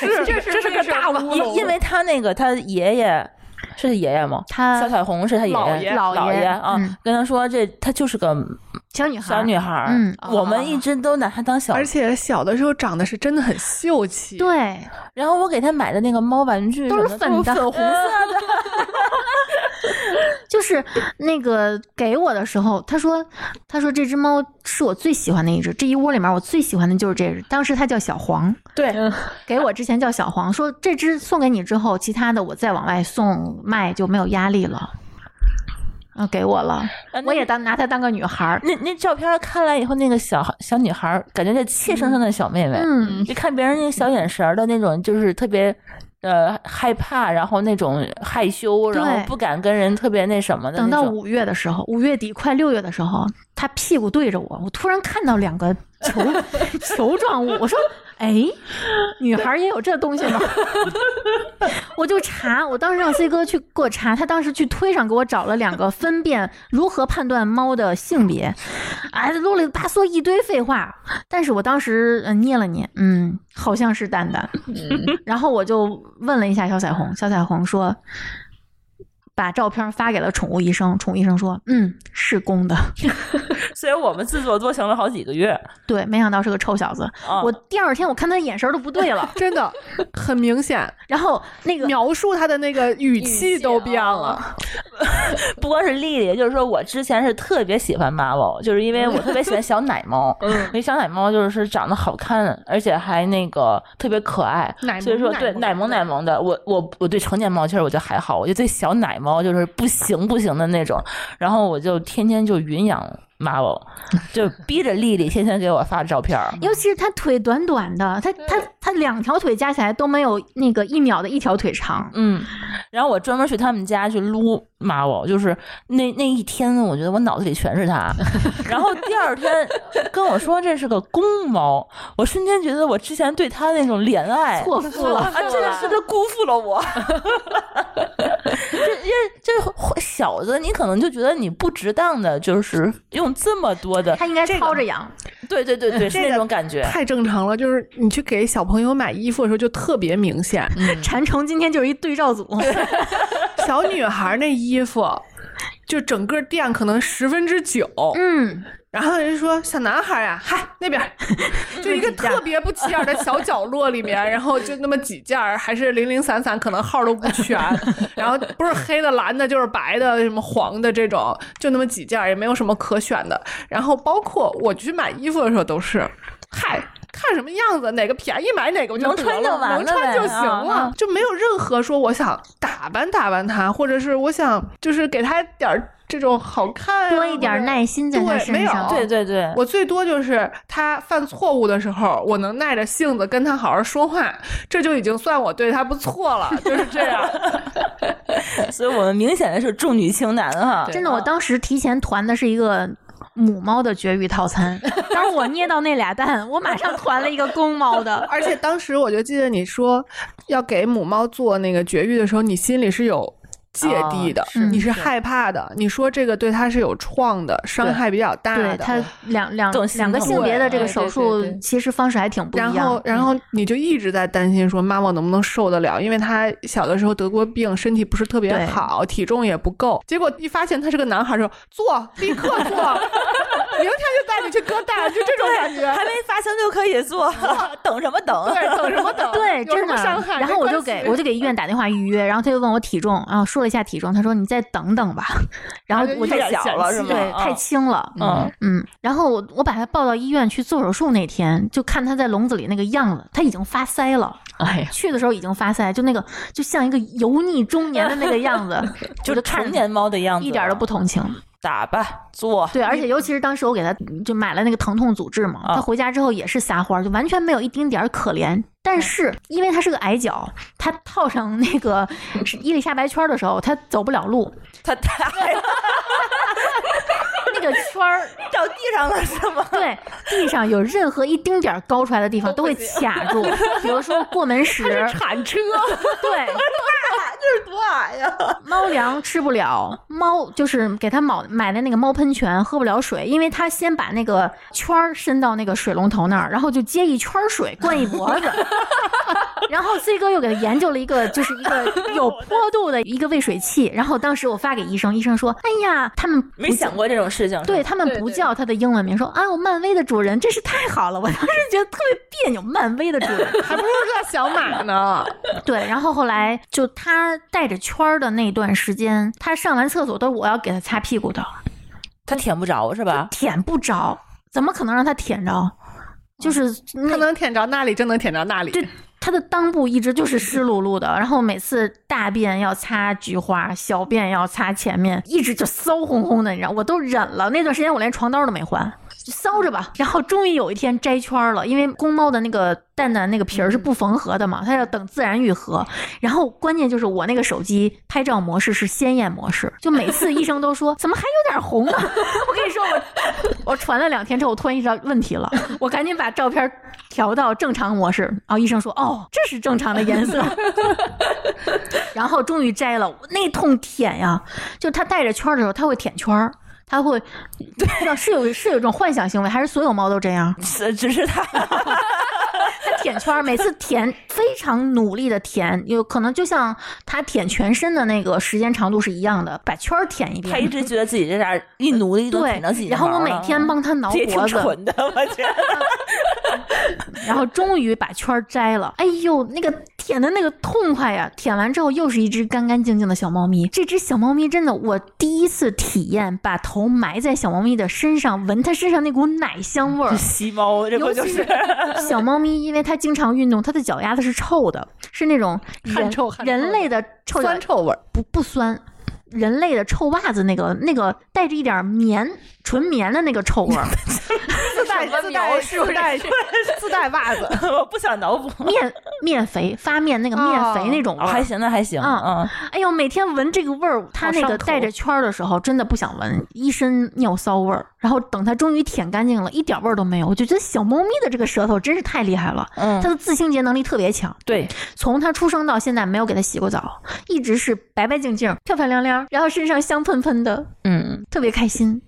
[SPEAKER 4] 这是这是个大乌
[SPEAKER 2] 因因为他那个他爷爷是他爷爷吗？小
[SPEAKER 3] 它
[SPEAKER 2] 彩虹是他爷
[SPEAKER 4] 姥
[SPEAKER 2] 爷
[SPEAKER 4] 爷
[SPEAKER 3] 姥
[SPEAKER 2] 姥
[SPEAKER 3] 呃爷
[SPEAKER 2] 爷啊，
[SPEAKER 3] 嗯
[SPEAKER 2] 跟他说这他就是个
[SPEAKER 3] 小女孩
[SPEAKER 2] 小
[SPEAKER 3] 儿，
[SPEAKER 2] 女孩儿，
[SPEAKER 3] 嗯
[SPEAKER 2] 我们一直都拿她当小
[SPEAKER 5] 而且小的时候长得是真的很秀气，，，
[SPEAKER 3] 对，
[SPEAKER 2] 然后我给他买的那个猫玩具
[SPEAKER 3] 都是
[SPEAKER 2] 什么
[SPEAKER 3] 粉的
[SPEAKER 2] 粉红色的。
[SPEAKER 3] 就是那个给我的时候，他说他说这只猫是我最喜欢的一只，这一窝里面我最喜欢的就是这只，当时它叫小黄，
[SPEAKER 2] 对，
[SPEAKER 3] 给我之前叫小黄，说这只送给你之后，其他的我再往外送卖就没有压力了。啊，给我了，
[SPEAKER 2] 那
[SPEAKER 3] 我也当拿她当个女孩儿。
[SPEAKER 2] 呃那那照片看来以后，那个小孩小女孩儿感觉这怯生生的小妹妹，
[SPEAKER 3] 嗯，
[SPEAKER 2] 就看别人那个小眼神儿的那种，就是特别呃害怕，然后那种害羞，然后
[SPEAKER 3] 对
[SPEAKER 2] 不敢跟人特别那什么的
[SPEAKER 3] 等
[SPEAKER 2] 那
[SPEAKER 3] 到
[SPEAKER 2] 种。
[SPEAKER 3] 五月的时候，五月底快六月的时候，它屁股对着我，我突然看到两个 球球状物，我说：“哎，女孩也有这东西吗？” 我就查，我当时让 C 哥去给我查，他当时去推上给我找了两个分辨如何判断猫的性别，哎，啰里吧嗦一堆废话。但是我当时嗯捏了捏，嗯，好像是蛋蛋。
[SPEAKER 2] 嗯
[SPEAKER 3] 然后我就问了一下小彩虹，小彩虹说。把照片发给了宠物医生，宠物医生说：“嗯，是公的。
[SPEAKER 2] 所以我们自作多情了好几个月。”
[SPEAKER 3] 对，没想到是个臭小子。
[SPEAKER 2] 啊、
[SPEAKER 3] 我第二天我看他眼神儿都不对了
[SPEAKER 5] 真的很明显，
[SPEAKER 3] 然后那 个
[SPEAKER 5] 描述他的那个语
[SPEAKER 4] 语
[SPEAKER 5] 气
[SPEAKER 4] 气
[SPEAKER 5] 都变了。
[SPEAKER 2] 不光是丽丽，就是说我之前是特别喜欢 Marvel，就是因为我特别喜欢小奶猫，因为小奶猫就是长得好看，而且还那个特别可爱
[SPEAKER 5] 奶，萌
[SPEAKER 2] 所以说对奶
[SPEAKER 5] 奶
[SPEAKER 2] 萌
[SPEAKER 5] 萌
[SPEAKER 2] 奶萌的，我我我对成年猫其实我觉得还好，我就对小奶猫就是不行不行的那种，然后我就天天就云养 Marvel，就逼着丽丽天天给我发照片儿，
[SPEAKER 3] 尤其是他腿短短的，他他他两条腿加起来都没有那个一秒的一条腿长。
[SPEAKER 2] 嗯，然后我专门去他们家去撸 Marvel，就是那那一天，我觉得我脑子里全是他。然后第二天跟我说这是个公猫，我瞬间觉得我之前对他那种怜爱
[SPEAKER 3] 错付了，
[SPEAKER 2] 啊，真的是他辜负了我。 这这这小子，你可能就觉得你不值当的，就是用这么多的，
[SPEAKER 3] 他应该
[SPEAKER 5] 这个
[SPEAKER 3] 操着养。
[SPEAKER 2] 对对对对，是
[SPEAKER 5] 这
[SPEAKER 2] 那
[SPEAKER 5] 个
[SPEAKER 2] 种感觉。
[SPEAKER 5] 太正常了，就是你去给小朋友买衣服的时候就特别明显，
[SPEAKER 3] 馋虫今天就是一对照组，
[SPEAKER 5] 小女孩那衣服。就整个店可能十分之九，
[SPEAKER 3] 嗯，
[SPEAKER 5] 然后人家说小男孩呀、嗨 那边儿，就一个特别不起眼的小角落里面，然后就那么几件儿，还是零零散散，可能号都不全，然后不是黑的、蓝的，就是白的、什么黄的这种，就那么几件儿，也没有什么可选的。然后包括我去买衣服的时候都是，嗨。看什么样子，哪个便宜买哪个就
[SPEAKER 2] 能
[SPEAKER 5] 得
[SPEAKER 2] 穿就
[SPEAKER 5] 了
[SPEAKER 2] 完
[SPEAKER 5] 能
[SPEAKER 2] 了
[SPEAKER 5] 穿就
[SPEAKER 2] 呗
[SPEAKER 5] 行
[SPEAKER 2] 啊
[SPEAKER 5] 了，
[SPEAKER 2] 啊
[SPEAKER 5] 就没有任何说我想打扮打扮他，或者是我想就是给他点儿这种好看、啊，
[SPEAKER 3] 多一点
[SPEAKER 5] 或者
[SPEAKER 3] 耐心在他
[SPEAKER 5] 对没
[SPEAKER 3] 身
[SPEAKER 5] 有
[SPEAKER 3] 上。
[SPEAKER 2] 对对对，
[SPEAKER 5] 我最多就是他犯错误的时候，我能耐着性子跟他好好说话，这就已经算我对他不错了，就是这样。
[SPEAKER 2] 所以我们明显的是重女轻男哈。
[SPEAKER 3] 真
[SPEAKER 5] 嗯
[SPEAKER 3] 的，我当时提前团的是一个母猫的绝育套 餐，当时我捏到那俩蛋，我马上团了一个公猫的。
[SPEAKER 5] 而且当时我就记得你说要给母猫做那个绝育的时候，你心里是有。芥蒂的，
[SPEAKER 2] 哦
[SPEAKER 3] 是
[SPEAKER 5] 你是
[SPEAKER 2] 是
[SPEAKER 5] 害怕的。你说这个对它是有创的，伤害比较大
[SPEAKER 3] 对
[SPEAKER 5] 的。
[SPEAKER 3] 它两两
[SPEAKER 2] 更
[SPEAKER 3] 两个
[SPEAKER 2] 心
[SPEAKER 3] 性
[SPEAKER 2] 疼
[SPEAKER 3] 别的这个
[SPEAKER 4] 对
[SPEAKER 3] 手
[SPEAKER 4] 对
[SPEAKER 3] 术
[SPEAKER 4] 对对，
[SPEAKER 3] 其实方式还挺不一
[SPEAKER 5] 然
[SPEAKER 3] 样。嗯
[SPEAKER 5] 后，然后你就一直在担心说妈妈能不能受得了，因为她小的时候得过病，身体不是特别
[SPEAKER 3] 对
[SPEAKER 5] 好，体重也不够。结果一发现他是个男孩儿的时候，坐，立刻 坐，明天就带你去割蛋，就这种感觉。
[SPEAKER 2] 还没发生就可以 做，等什么 等？
[SPEAKER 5] 对，等什么等？
[SPEAKER 3] 对，
[SPEAKER 5] 有什
[SPEAKER 3] 真的
[SPEAKER 5] 么伤害。。
[SPEAKER 3] 然后我
[SPEAKER 5] 没
[SPEAKER 3] 就
[SPEAKER 5] 关系
[SPEAKER 3] 给我就给医院打电话预约，然后他就问我体重，然后说了一下体重，他说你再等等吧。然后
[SPEAKER 5] 他啊就
[SPEAKER 3] 我就
[SPEAKER 5] 越
[SPEAKER 2] 太小了是吗？
[SPEAKER 3] 对，
[SPEAKER 2] 嗯
[SPEAKER 5] 啊
[SPEAKER 3] 太轻了。
[SPEAKER 2] 嗯，，
[SPEAKER 3] 嗯，然后我我把他抱到医院去做手术那天，就看他在笼子里那个样子，他已经发腮了。
[SPEAKER 4] 哎呀，
[SPEAKER 3] 去的时候已经发腮，就那个就像一个油腻中年的那个样子
[SPEAKER 2] 就
[SPEAKER 3] 我
[SPEAKER 2] 是
[SPEAKER 3] 看
[SPEAKER 2] 成年猫的样子，
[SPEAKER 3] 一点都不同情。
[SPEAKER 2] 打吧，做
[SPEAKER 3] 对，而且尤其是当时我给他就买了那个疼痛阻滞嘛，
[SPEAKER 2] 啊
[SPEAKER 3] 他回家之后也是撒欢儿，就完全没有一丁点儿可怜。但是因为他是个矮脚，他套上那个是伊丽莎白圈儿的时候，他走不了路，
[SPEAKER 2] 它太
[SPEAKER 3] 那个圈儿
[SPEAKER 2] 掉地上了是吗？
[SPEAKER 3] 对地上有任何一丁点儿高出来的地方都会卡住，比如说过门石，
[SPEAKER 5] 铲车，
[SPEAKER 3] 对，
[SPEAKER 2] 这是多矮呀！
[SPEAKER 3] 猫粮吃不了，猫就是给它买买的那个猫喷泉喝不了水，因为它先把那个圈儿伸到那个水龙头那儿，然后就接一圈儿水灌一脖子。然后 C 哥又给它研究了一个，就是一个有坡度的一个喂水器。然后当时我发给医生，医生说：“哎呀，他们不
[SPEAKER 2] 没想过这种事情，
[SPEAKER 3] 对他们
[SPEAKER 4] 对
[SPEAKER 3] 不
[SPEAKER 4] 对
[SPEAKER 3] 叫它的英文名，说啊，我漫威的主人真是太好了。”我当时觉得特别别扭，漫威的主人。
[SPEAKER 5] 还不如热小 马呢。
[SPEAKER 3] 对，然后后来就他带着圈儿的那段时间，他上完厕所都是我要给他擦屁股的，
[SPEAKER 2] 它舔不着是吧？
[SPEAKER 3] 舔不着，怎么可能让他舔着？就是
[SPEAKER 5] 嗯他
[SPEAKER 3] 那
[SPEAKER 5] 能舔着那里，就能舔着那里。
[SPEAKER 3] 对他的裆部一直就是湿漉漉的，然后每次大便要擦菊花，小便要擦前面，一直就骚烘烘的，你知道，我都忍了。那段时间我连床单都没换，搔着吧。然后终于有一天摘圈儿了，因为公猫的那个蛋蛋那个皮儿是不缝合的嘛，它要等自然愈合。然后关键就是我那个手机拍照模式是鲜艳模式，就每次医生都说怎么还有点红呢？啊 我跟你说，我我传了两天之后，我突然意识到问题了，我赶紧把照片调到正常模式。然后医生说哦，这是正常的颜色。 然后终于摘了，我那痛舔呀，就它带着圈儿的时候，它会舔圈儿。它会，对，是有是有一种幻想行为，还是所有猫都这样？
[SPEAKER 2] 只只是他
[SPEAKER 3] 它舔圈儿，每次舔非常努力的舔，有可能就像它舔全身的那个时间长度是一样的，把圈儿舔一
[SPEAKER 2] 他
[SPEAKER 3] 遍
[SPEAKER 2] 一。直觉得自己这样一努力都
[SPEAKER 3] 对
[SPEAKER 2] 舔到自己，的
[SPEAKER 3] 然后
[SPEAKER 2] 毛
[SPEAKER 3] 我每
[SPEAKER 2] 了
[SPEAKER 3] 天帮它挠
[SPEAKER 2] 这也挺
[SPEAKER 3] 脖子，
[SPEAKER 2] 蠢的，我觉得。
[SPEAKER 3] 然后终于把圈儿摘了。哎呦，那个舔的那个痛快呀！舔完之后又是一只干干净净的小猫咪。这只小猫咪真的，我第一次体验把头埋在小猫咪的身上，闻它身上那股奶香味儿。
[SPEAKER 2] 吸猫，这不
[SPEAKER 3] 尤
[SPEAKER 2] 就
[SPEAKER 3] 其
[SPEAKER 2] 是
[SPEAKER 3] 是小猫咪，因为它经常运动，它的脚丫子是臭的，是那种
[SPEAKER 5] 汗
[SPEAKER 3] 人
[SPEAKER 5] 臭汗臭
[SPEAKER 3] 人类的臭脚
[SPEAKER 5] 酸臭味儿，
[SPEAKER 3] 不不酸，人类的臭袜子那个那个带着一点棉纯棉的那个臭味 儿，
[SPEAKER 2] 自带
[SPEAKER 4] 什么
[SPEAKER 2] 自
[SPEAKER 4] 描
[SPEAKER 2] 带
[SPEAKER 4] 述
[SPEAKER 2] 自带
[SPEAKER 5] 自带袜子。
[SPEAKER 2] 我不想脑补。
[SPEAKER 3] 面面肥发面那个面肥那种味
[SPEAKER 2] 哦，
[SPEAKER 3] 儿。
[SPEAKER 2] 还行，那还行，
[SPEAKER 3] 嗯
[SPEAKER 2] 嗯，
[SPEAKER 3] 哎呦，每天闻这个味儿，它那
[SPEAKER 5] 好
[SPEAKER 3] 个
[SPEAKER 5] 上头
[SPEAKER 3] 带着圈儿的时候，真的不想闻，一身尿骚味儿。然后等它终于舔干净了，一点味儿都没有，我就觉得小猫咪的这个舌头真是太厉害了，
[SPEAKER 2] 嗯
[SPEAKER 3] 它的自清洁能力特别强。
[SPEAKER 2] 对，
[SPEAKER 3] 从它出生到现在没有给它洗过澡，一直是白白净净、漂漂亮亮，然后身上香喷喷的，
[SPEAKER 2] 嗯，
[SPEAKER 3] 特别开心，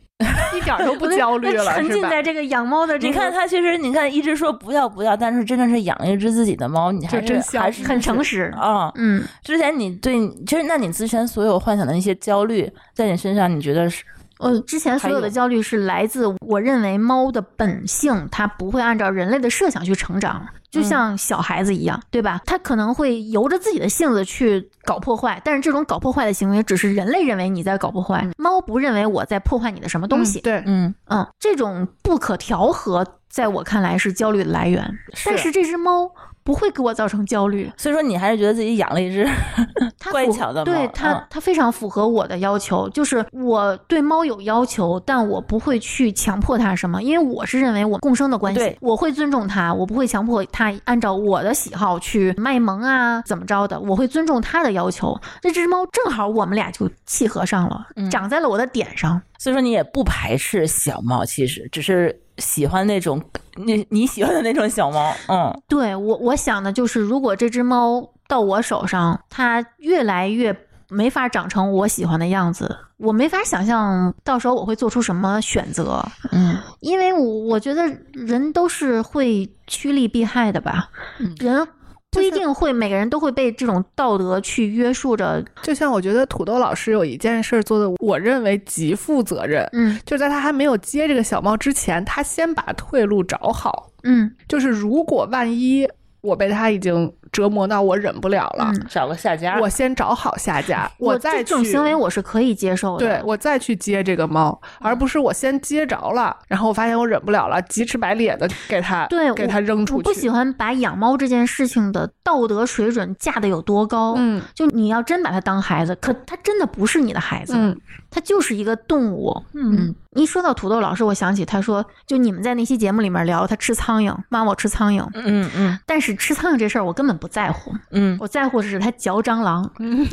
[SPEAKER 5] 一点儿都不焦虑
[SPEAKER 3] 我就
[SPEAKER 5] 了，
[SPEAKER 3] 沉
[SPEAKER 5] 是
[SPEAKER 3] 浸
[SPEAKER 5] 吧？
[SPEAKER 3] 在这个养猫的这
[SPEAKER 2] 你
[SPEAKER 3] 个，
[SPEAKER 2] 看他其实，你看一直说不要不要，但是真的是养了一只自己的猫，你
[SPEAKER 5] 这
[SPEAKER 2] 还是
[SPEAKER 5] 真香
[SPEAKER 2] 还是
[SPEAKER 3] 很诚实。
[SPEAKER 2] 啊。
[SPEAKER 3] 嗯，
[SPEAKER 2] 之前你对，其实那你之前所有幻想的那些焦虑，在你身上，你觉得是
[SPEAKER 3] 我之前所有
[SPEAKER 2] 还
[SPEAKER 3] 的
[SPEAKER 2] 有
[SPEAKER 3] 焦虑是来自我认为猫的本性，它不会按照人类的设想去成长，就
[SPEAKER 2] 嗯
[SPEAKER 3] 像小孩子一样，对吧？它可能会由着自己的性子去搞破坏，但是这种搞破坏的行为只是人类认为你在搞破坏，猫不认为我在破坏你的什么东西。
[SPEAKER 5] 对，
[SPEAKER 2] 嗯，
[SPEAKER 3] 嗯，这种不可调和，在我看来是焦虑的来源。但是这只猫不会给我造成焦虑，
[SPEAKER 2] 所以说你还是觉得自己养了一只，
[SPEAKER 3] 它
[SPEAKER 2] 乖
[SPEAKER 3] 符
[SPEAKER 2] 巧的猫
[SPEAKER 3] 对它
[SPEAKER 2] 嗯，
[SPEAKER 3] 它非常符合我的要求。就是我对猫有要求，但我不会去强迫它什么，因为我是认为我共生的关系
[SPEAKER 2] 对，
[SPEAKER 3] 我会尊重它，我不会强迫它按照我的喜好去卖萌啊，怎么着的，我会尊重它的要求。这只猫正好我们俩就契合上了，
[SPEAKER 2] 嗯
[SPEAKER 3] 长在了我的点上。
[SPEAKER 2] 所以说你也不排斥小猫，其实只是喜欢那种你你喜欢的那种小猫，嗯，
[SPEAKER 3] 对我，我想的就是，如果这只猫到我手上，它越来越没法长成我喜欢的样子，我没法想象到时候我会做出什么选择。
[SPEAKER 2] 嗯，
[SPEAKER 3] 因为我我觉得人都是会趋利避害的吧，
[SPEAKER 5] 嗯
[SPEAKER 3] 人。不一定会，每个人都会被这种道德去约束着。
[SPEAKER 5] 就像我觉得土豆老师有一件事儿做的，我认为极负责任，
[SPEAKER 3] 嗯
[SPEAKER 5] 就是在他还没有接这个小猫之前，他先把退路找好。
[SPEAKER 3] 嗯
[SPEAKER 5] 就是如果万一我被他已经折磨到我忍不了了，
[SPEAKER 3] 嗯，
[SPEAKER 2] 找个下家，
[SPEAKER 5] 我先找好下家，
[SPEAKER 3] 我
[SPEAKER 5] 再
[SPEAKER 3] 这
[SPEAKER 5] 去
[SPEAKER 3] 种行为我是嗯可以接受的。
[SPEAKER 5] 对我再去接这个猫，而不是我先接着了，然后我发现我忍不了了，急赤白脸的给它
[SPEAKER 3] 对，
[SPEAKER 5] 给
[SPEAKER 3] 我
[SPEAKER 5] 它扔出
[SPEAKER 3] 我
[SPEAKER 5] 去。
[SPEAKER 3] 不喜欢把养猫这件事情的道德水准架得有多高。
[SPEAKER 5] 嗯
[SPEAKER 3] 就你要真把它当孩子，可它真的不是你的孩子，
[SPEAKER 5] 嗯，
[SPEAKER 3] 它就是一个动物。嗯，一说到土豆老师，我想起他说，就你们在那期节目里面聊他吃苍蝇，妈我吃苍蝇，
[SPEAKER 2] 嗯嗯
[SPEAKER 3] 但是吃苍蝇这事儿我根本不在乎，
[SPEAKER 2] 嗯
[SPEAKER 3] 我在乎的是他嚼蟑螂，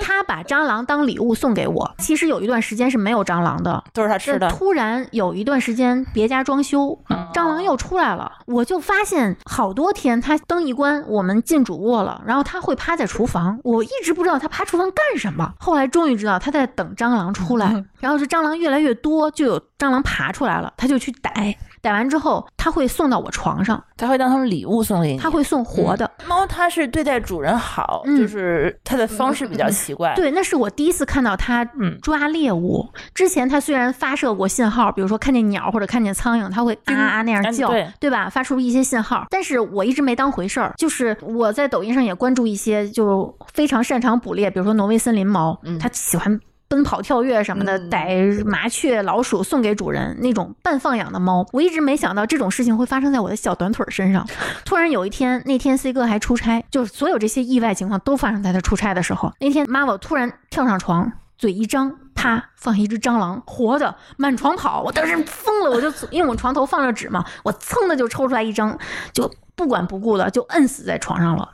[SPEAKER 3] 他把蟑螂当礼物送给我。其实有一段时间是没有蟑螂的，
[SPEAKER 2] 都是他
[SPEAKER 3] 这
[SPEAKER 2] 吃的，嗯
[SPEAKER 3] 突然有一段时间，别家装修，蟑螂又出来了，我就发现好多天，它灯一关，我们进主卧了，然后它会趴在厨房，我一直不知道它趴厨房干什么，后来终于知道它在等蟑螂出
[SPEAKER 2] 嗯
[SPEAKER 3] 来，然后这蟑螂越来越多，就有蟑螂爬出来了，它就去逮。逮完之后，它会送到我床上，
[SPEAKER 2] 他会当成礼物送给你，
[SPEAKER 3] 它会送活的。
[SPEAKER 2] 猫它是对待主人好，
[SPEAKER 3] 嗯
[SPEAKER 2] 就是它的方式比较奇怪。
[SPEAKER 3] 对，那是我第一次看到它
[SPEAKER 2] 嗯
[SPEAKER 3] 抓猎物。之前它虽然发射过信号，比如说看见鸟或者看见苍蝇，它会啊啊那样
[SPEAKER 2] 嗯
[SPEAKER 3] 叫，
[SPEAKER 2] 对
[SPEAKER 3] 吧？发出一些信号，但是我一直没当回事儿。就是我在抖音上也关注一些，就非常擅长捕猎，比如说挪威森林猫，
[SPEAKER 2] 嗯
[SPEAKER 3] 它喜欢。奔跑、跳跃什么的，逮麻雀、老鼠送给主人那种半放养的猫，我一直没想到这种事情会发生在我的小短腿儿身上。突然有一天，那天 C 哥还出差，就是所有这些意外情况都发生在他出差的时时候，那天妈妈突然跳上床，嘴一张，啪放一只蟑螂，活的满床跑，我当时疯了，我就因为我床头放着纸嘛，我噌的就抽出来一张，就不管不顾的就摁死在床上了。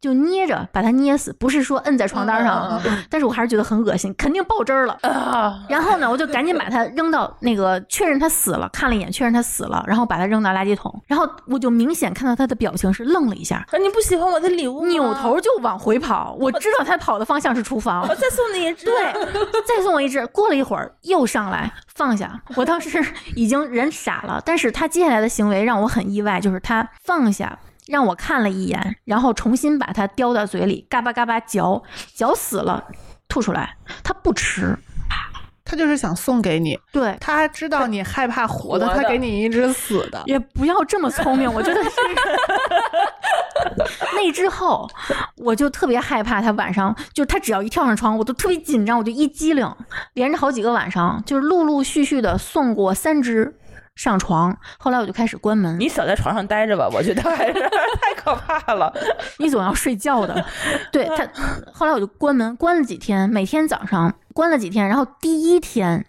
[SPEAKER 3] 就捏着把它捏死，不是说摁在床单上，但是我还是觉得很恶心，肯定爆汁儿了。然后呢，我就赶紧把它扔到那个确认它死了，看了一眼确认它死了，然后把它扔到垃圾桶，然后我就明显看到它的表情是愣了一下，
[SPEAKER 2] 啊，你不喜欢我的礼物吗？
[SPEAKER 3] 扭头就往回跑。我知道它跑的方向是厨房
[SPEAKER 2] 我，再送你一只。
[SPEAKER 3] 对，再送我一只。过了一会儿又上来放下，我当时已经人傻了，但是他接下来的行为让我很意外，就是他放下。让我看了一眼，然后重新把它叼到嘴里，嘎巴嘎巴嚼，嚼死了，吐出来。他不吃，
[SPEAKER 5] 他就是想送给你，
[SPEAKER 3] 对，
[SPEAKER 5] 他知道你害怕活的，
[SPEAKER 4] 活的
[SPEAKER 5] 他给你一只死的。
[SPEAKER 3] 也不要这么聪明。我觉得是那之后，我就特别害怕他晚上，就他只要一跳上床，我都特别紧张，我就一激灵，连着好几个晚上，就是陆陆续续的送过三只上床。后来我就开始关门，
[SPEAKER 2] 你少在床上待着吧，我觉得还是 太可怕了。
[SPEAKER 3] 你总要睡觉的。对他，后来我就关门，关了几天，每天早上关了几天，然后第一天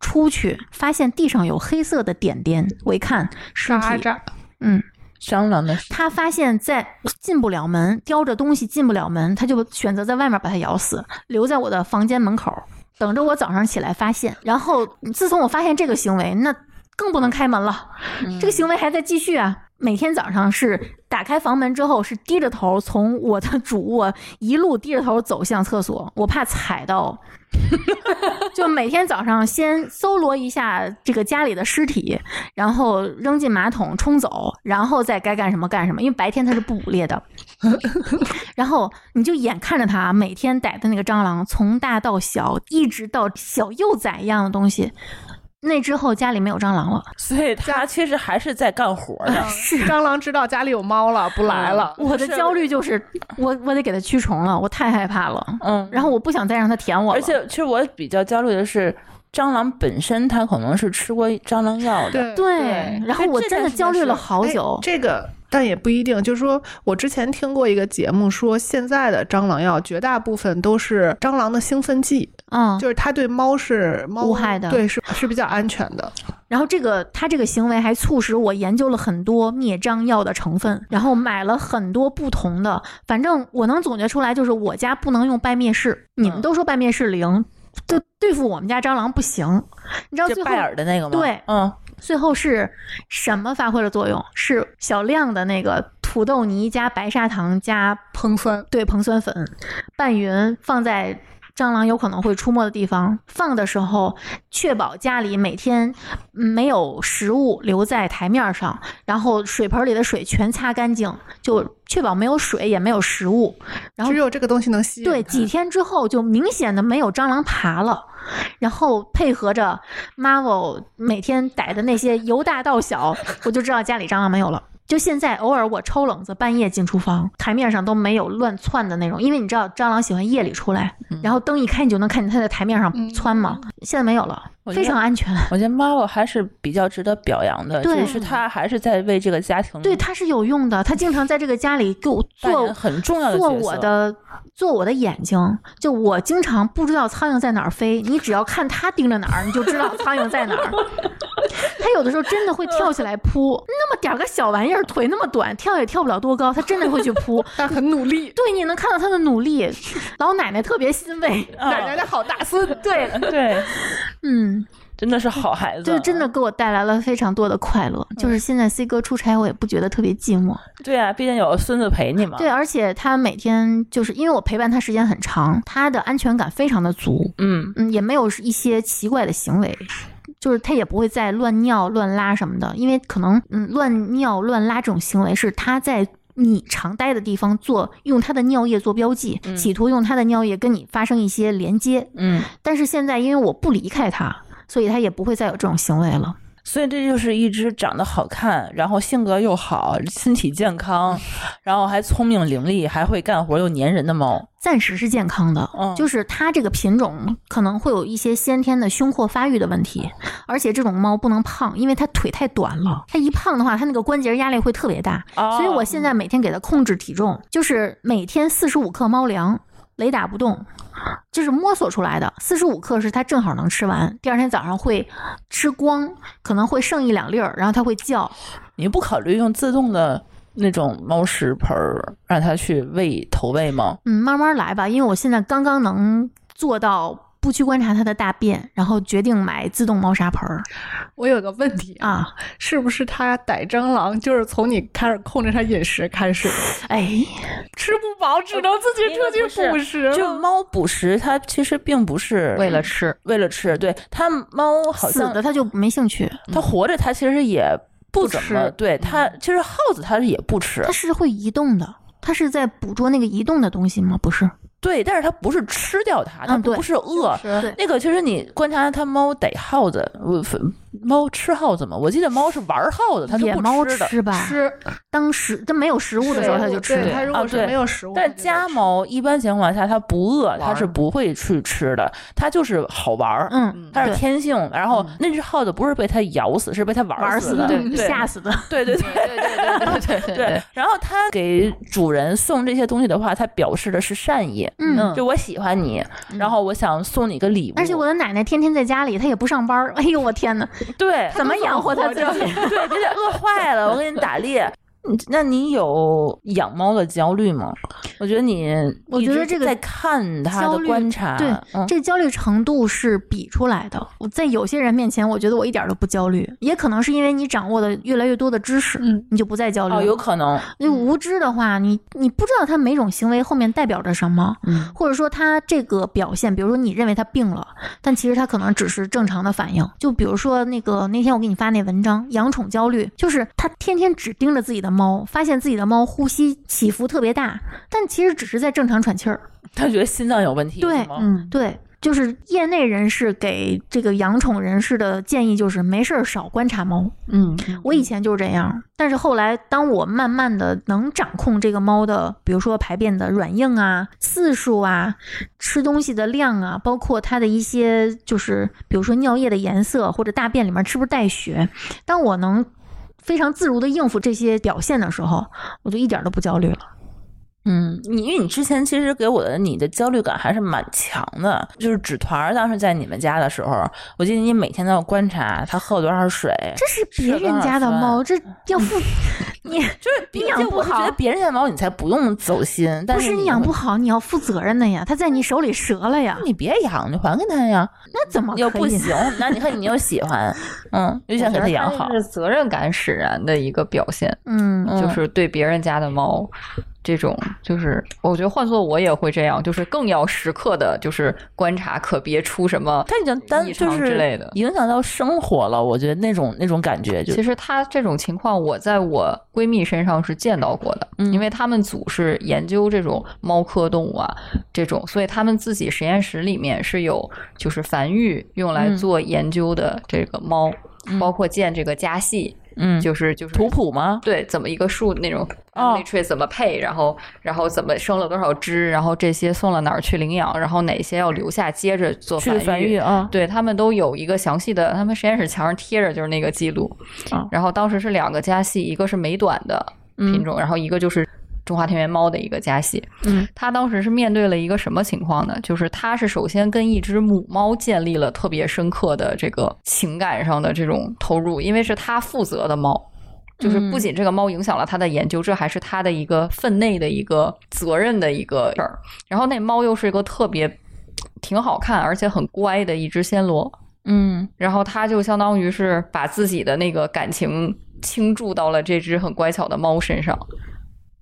[SPEAKER 3] 出去发现地上有黑色的点点，我一看尸
[SPEAKER 5] 渣
[SPEAKER 3] 体，
[SPEAKER 5] 渣，
[SPEAKER 3] 嗯。
[SPEAKER 2] 蟑螂的
[SPEAKER 3] 他发现，在进不了门，叼着东西进不了门，他就选择在外面把它咬死，留在我的房间门口，等着我早上起来发现。然后，自从我发现这个行为，那更不能开门了，这个行为还在继续啊。每天早上是打开房门之后，是低着头从我的主卧一路低着头走向厕所，我怕踩到 就每天早上先搜罗一下这个家里的尸体，然后扔进马桶冲走，然后再该干什么干什么，因为白天它是不捕猎的。然后你就眼看着它每天逮的那个蟑螂，从大到小，一直到小幼崽一样的东西。那之后家里没有蟑螂了，
[SPEAKER 2] 所以他其实还是在干活呢。
[SPEAKER 5] 蟑螂知道家里有猫了，不来了。
[SPEAKER 3] 我的
[SPEAKER 2] 是
[SPEAKER 3] 焦虑就是我我得给它驱虫了，我太害怕了，
[SPEAKER 2] 嗯，
[SPEAKER 3] 然后我不想再让它舔我了。
[SPEAKER 2] 而且其实我比较焦虑的是，蟑螂本身它可能是吃过蟑螂药的。
[SPEAKER 5] 对
[SPEAKER 3] 嗯对，然后我
[SPEAKER 2] 这
[SPEAKER 3] 真
[SPEAKER 2] 件
[SPEAKER 3] 的
[SPEAKER 2] 事情
[SPEAKER 3] 焦虑了
[SPEAKER 2] 是
[SPEAKER 3] 好
[SPEAKER 5] 哎
[SPEAKER 3] 久。
[SPEAKER 5] 这个但也不一定，就是说我之前听过一个节目说，现在的蟑螂药绝大部分都是蟑螂的兴奋剂，
[SPEAKER 3] 嗯，
[SPEAKER 5] 就是它对猫是猫
[SPEAKER 3] 无害的
[SPEAKER 5] 对是是比较安全的。
[SPEAKER 3] 然后这个他这个行为还促使我研究了很多灭蟑药的成分，然后买了很多不同的。反正我能总结出来，就是我家不能用拜灭氏，你
[SPEAKER 2] 嗯
[SPEAKER 3] 们都说拜灭氏灵，就对付我们家蟑螂不行。你知道
[SPEAKER 2] 就
[SPEAKER 3] 最后
[SPEAKER 2] 拜耳的那个吗？
[SPEAKER 3] 对
[SPEAKER 2] 嗯，
[SPEAKER 3] 最后是什么发挥了作用？是小亮的那个土豆泥加白砂糖加
[SPEAKER 5] 硼酸
[SPEAKER 3] 对硼酸粉拌匀，放在蟑螂有可能会出没的地方。放的时候，确保家里每天没有食物留在台面上，然后水盆里的水全擦干净，就确保没有水也没有食物。然后
[SPEAKER 5] 只有这个东西能吸引
[SPEAKER 3] 对，
[SPEAKER 5] 它
[SPEAKER 3] 几天之后就明显的没有蟑螂爬了，然后配合着 Marvel 每天逮的那些由大到小，我就知道家里蟑螂没有了。就现在，偶尔我抽冷子，半夜进厨房，台面上都没有乱窜的那种，因为你知道蟑螂喜欢夜里出来，
[SPEAKER 2] 嗯
[SPEAKER 3] 然后灯一开，你就能看见它在台面上窜嘛。现在没有了，
[SPEAKER 2] 我觉嗯得
[SPEAKER 3] 非常安全。
[SPEAKER 2] 我觉得妈妈还是比较值得表扬的，
[SPEAKER 3] 对
[SPEAKER 2] 就是她还是在为这个家庭
[SPEAKER 3] 对，它是有用的，它经常在这个家里给我
[SPEAKER 2] 扮
[SPEAKER 3] 做
[SPEAKER 2] 演很重要的角
[SPEAKER 3] 做
[SPEAKER 2] 色。
[SPEAKER 3] 我的做我的眼睛，就我经常不知道苍蝇在哪儿飞，你只要看它盯着哪儿，你就知道苍蝇在哪 儿。它有的时候真的会跳起来扑，那么点儿个小玩意儿，腿那么短，跳也跳不了多高，它真的会去扑。
[SPEAKER 5] 但很努力。
[SPEAKER 3] 对，你能看到它的努力，老奶奶特别欣慰。
[SPEAKER 4] 嗯
[SPEAKER 5] 奶奶的好大孙，
[SPEAKER 3] 对，
[SPEAKER 2] 对，
[SPEAKER 3] 嗯，
[SPEAKER 2] 真 的是好孩子，
[SPEAKER 3] 就真的给我带来了非常多的快乐。就是现在 C 哥出差，我也不觉得特别寂寞。
[SPEAKER 2] 对啊，毕竟有孙子陪你嘛。
[SPEAKER 3] 对，，而且他每天就是因为我陪伴他时间很长，他的安全感非常的足，
[SPEAKER 2] 嗯，
[SPEAKER 3] 嗯，也没有一些奇怪的行为。就是他也不会再乱尿、乱拉什么的，因为可能嗯，乱尿、乱拉这种行为是他在你常待的地方做，用他的尿液做标记，企图用他的尿液跟你发生一些连接。
[SPEAKER 2] 嗯，
[SPEAKER 3] 但是现在因为我不离开他，所以他也不会再有这种行为了。
[SPEAKER 2] 所以这就是一只长得好看，然后性格又好，身体健康， 然后还聪明伶俐，还会干活又粘人的猫。
[SPEAKER 3] 暂时是健康的，
[SPEAKER 2] 嗯
[SPEAKER 3] 就是它这个品种可能会有一些先天的胸廓发育的问题，而且这种猫不能胖，因为它腿太短了，它一胖的话，它那个关节压力会特别大，
[SPEAKER 2] 哦
[SPEAKER 3] 所以我现在每天给它控制体重，就是每天四十五克猫粮。雷打不动，这是摸索出来的。四十五克是它正好能吃完，第二天早上会吃光，可能会剩一两粒儿，然后它会叫。
[SPEAKER 2] 啊你不考虑用自动的那种猫食盆儿让它去喂投喂吗？
[SPEAKER 3] 嗯，慢慢来吧，因为我现在刚刚能做到不去观察它的大便，然后决定买自动猫砂盆儿
[SPEAKER 5] 我有个问题啊，
[SPEAKER 3] 啊。
[SPEAKER 5] 是不是他逮蟑螂就是从你开始控制他饮食开始，
[SPEAKER 3] 哎，
[SPEAKER 5] 吃不饱只能自己出去捕食了？
[SPEAKER 2] 就猫捕食，它其实并不是
[SPEAKER 4] 为了吃，
[SPEAKER 2] 为了吃，对它猫好
[SPEAKER 3] 死
[SPEAKER 2] 像
[SPEAKER 3] 的它嗯就没兴趣，
[SPEAKER 2] 它活着，它其实也不怎么
[SPEAKER 5] 吃
[SPEAKER 2] 对它。其实耗子它是也不吃
[SPEAKER 3] 嗯它，是会移动的。它是在捕捉那个移动的东西吗？不是，
[SPEAKER 2] 对，但是它不是吃掉它，它
[SPEAKER 3] 嗯对
[SPEAKER 2] 不是饿。
[SPEAKER 3] 对
[SPEAKER 2] 那个其实你观察它猫逮耗子，我猫吃耗子吗？我记得猫是玩耗子，它是
[SPEAKER 3] 野
[SPEAKER 2] 不
[SPEAKER 3] 猫
[SPEAKER 2] 吃的。
[SPEAKER 3] 吃吧，
[SPEAKER 5] 吃
[SPEAKER 3] 当时它没有食物的时候它就吃哦
[SPEAKER 5] 对
[SPEAKER 2] 对
[SPEAKER 5] 它如
[SPEAKER 2] 啊
[SPEAKER 5] 果是
[SPEAKER 2] 对
[SPEAKER 5] 没有食物，它
[SPEAKER 2] 但
[SPEAKER 5] 就
[SPEAKER 2] 家
[SPEAKER 5] 吃
[SPEAKER 2] 猫一般情况下它不饿，它
[SPEAKER 4] 玩
[SPEAKER 2] 是不会去吃的，它就是好玩儿，
[SPEAKER 3] 嗯，
[SPEAKER 2] 它是
[SPEAKER 3] 对
[SPEAKER 2] 天性。然后
[SPEAKER 4] 嗯
[SPEAKER 2] 那只耗子不是被它咬死，是被它玩
[SPEAKER 3] 玩
[SPEAKER 2] 儿
[SPEAKER 3] 死
[SPEAKER 2] 的。
[SPEAKER 3] 的，
[SPEAKER 2] 对对
[SPEAKER 3] 吓死的，
[SPEAKER 2] 对对对
[SPEAKER 4] 对对对对对
[SPEAKER 2] 对，然后它给主人送这些东西的话，它表示的是善意，
[SPEAKER 3] 嗯。
[SPEAKER 2] 就我喜欢你，然后我想送你一个礼物。
[SPEAKER 3] 而且我的奶奶天天在家里，她也不上班儿。 哎呦，我天哪，
[SPEAKER 2] 对
[SPEAKER 3] 怎么养活她自己？
[SPEAKER 2] 对，别得饿坏了，我给你打猎。嗯那你有养猫的焦虑吗？我觉得你，
[SPEAKER 3] 我觉得这个
[SPEAKER 2] 在看它
[SPEAKER 3] 焦
[SPEAKER 2] 的
[SPEAKER 3] 虑
[SPEAKER 2] 观察，
[SPEAKER 3] 对
[SPEAKER 2] 嗯，
[SPEAKER 3] 这焦虑程度是比出来的。我在有些人面前，我觉得我一点都不焦虑，也可能是因为你掌握的越来越多的知识，
[SPEAKER 5] 嗯
[SPEAKER 3] 你就不再焦虑了。
[SPEAKER 2] 哦，有可能，
[SPEAKER 3] 因为无知的话，你你不知道他每种行为后面代表着什么，
[SPEAKER 2] 嗯，
[SPEAKER 3] 或者说他这个表现，比如说你认为他病了，但其实他可能只是正常的反应。就比如说那个那天我给你发那文章《养宠焦虑》，就是他天天只盯着自己的猫，发现自己的猫呼吸起伏特别大，但其实只是在正常喘气儿。
[SPEAKER 2] 他觉得心脏有问题，
[SPEAKER 3] 对
[SPEAKER 2] 是吗
[SPEAKER 5] 嗯
[SPEAKER 3] 对，就是业内人士给这个养宠人士的建议就是没事儿少观察猫。
[SPEAKER 5] 嗯，
[SPEAKER 3] 我以前就是这样，但是后来当我慢慢的能掌控这个猫的，比如说排便的软硬啊、次数啊、吃东西的量啊，包括它的一些就是比如说尿液的颜色或者大便里面是不是带血，当我能。非常自如的应付这些表现的时候，我就一点儿都不焦虑了。
[SPEAKER 2] 嗯，你因为你之前其实给我的你的焦虑感还是蛮强的，就是纸团儿当时在你们家的时候，我记得你每天都要观察它喝了多少水，
[SPEAKER 3] 这是嗯别
[SPEAKER 2] 是的
[SPEAKER 3] 人家的
[SPEAKER 2] 是的
[SPEAKER 3] 猫，这要负 你
[SPEAKER 2] 就是
[SPEAKER 3] 你养
[SPEAKER 2] 就
[SPEAKER 3] 不
[SPEAKER 2] 我就觉得
[SPEAKER 3] 好
[SPEAKER 2] 别人家的猫你才不用走心，但
[SPEAKER 3] 不是
[SPEAKER 2] 你
[SPEAKER 3] 你养
[SPEAKER 2] 会
[SPEAKER 3] 不，好，你要负责任的呀。它在你手里折了呀，
[SPEAKER 2] 你别养，你还给他呀，
[SPEAKER 3] 那怎么
[SPEAKER 2] 嗯又不
[SPEAKER 3] 可以呢？
[SPEAKER 2] 行，那你看你又喜欢，嗯，又想给它养好
[SPEAKER 4] 我觉得它，是责任感使然的一个表现，
[SPEAKER 3] 嗯，
[SPEAKER 2] 嗯
[SPEAKER 4] 就是对别人家的猫。这种就是，我觉得换做我也会这样，就是更要时刻的，就是观察，可别出什么
[SPEAKER 2] 它已经单
[SPEAKER 4] 异
[SPEAKER 2] 就
[SPEAKER 4] 常
[SPEAKER 2] 是
[SPEAKER 4] 之类的。
[SPEAKER 2] 影响到生活了，我觉得那种那种感觉就
[SPEAKER 4] 其实她这种情况，我在我闺蜜身上是见到过的，
[SPEAKER 2] 嗯
[SPEAKER 4] 因为他们组是研究这种猫科动物啊，这种，所以他们自己实验室里面是有就是繁育用来
[SPEAKER 2] 嗯
[SPEAKER 4] 做研究的这个猫，包括建这个家系，
[SPEAKER 2] 嗯，
[SPEAKER 4] 就是就是
[SPEAKER 2] 图谱吗？
[SPEAKER 4] 对，怎么一个树那种
[SPEAKER 2] 哦
[SPEAKER 4] family tree 怎么配，然后然后怎么生了多少只，然后这些送了哪儿去领养，然后哪些要留下接着做
[SPEAKER 2] 去繁育
[SPEAKER 4] 育。
[SPEAKER 2] 啊，
[SPEAKER 4] 对他们都有一个详细的，他们实验室墙上贴着就是那个记录。
[SPEAKER 2] 哦
[SPEAKER 4] 然后当时是两个家系，一个是美短的品种，然后一个就是中华田园猫的一个家系。
[SPEAKER 2] 嗯，
[SPEAKER 4] 他当时是面对了一个什么情况呢？就是他是首先跟一只母猫建立了特别深刻的这个情感上的这种投入，因为是他负责的猫。就是不仅这个猫影响了他的研究，这还是他的一个分内的一个责任的一个事儿。然后那猫又是一个特别挺好看而且很乖的一只暹罗，
[SPEAKER 2] 嗯
[SPEAKER 4] 然后他就相当于是把自己的那个感情倾注到了这只很乖巧的猫身上。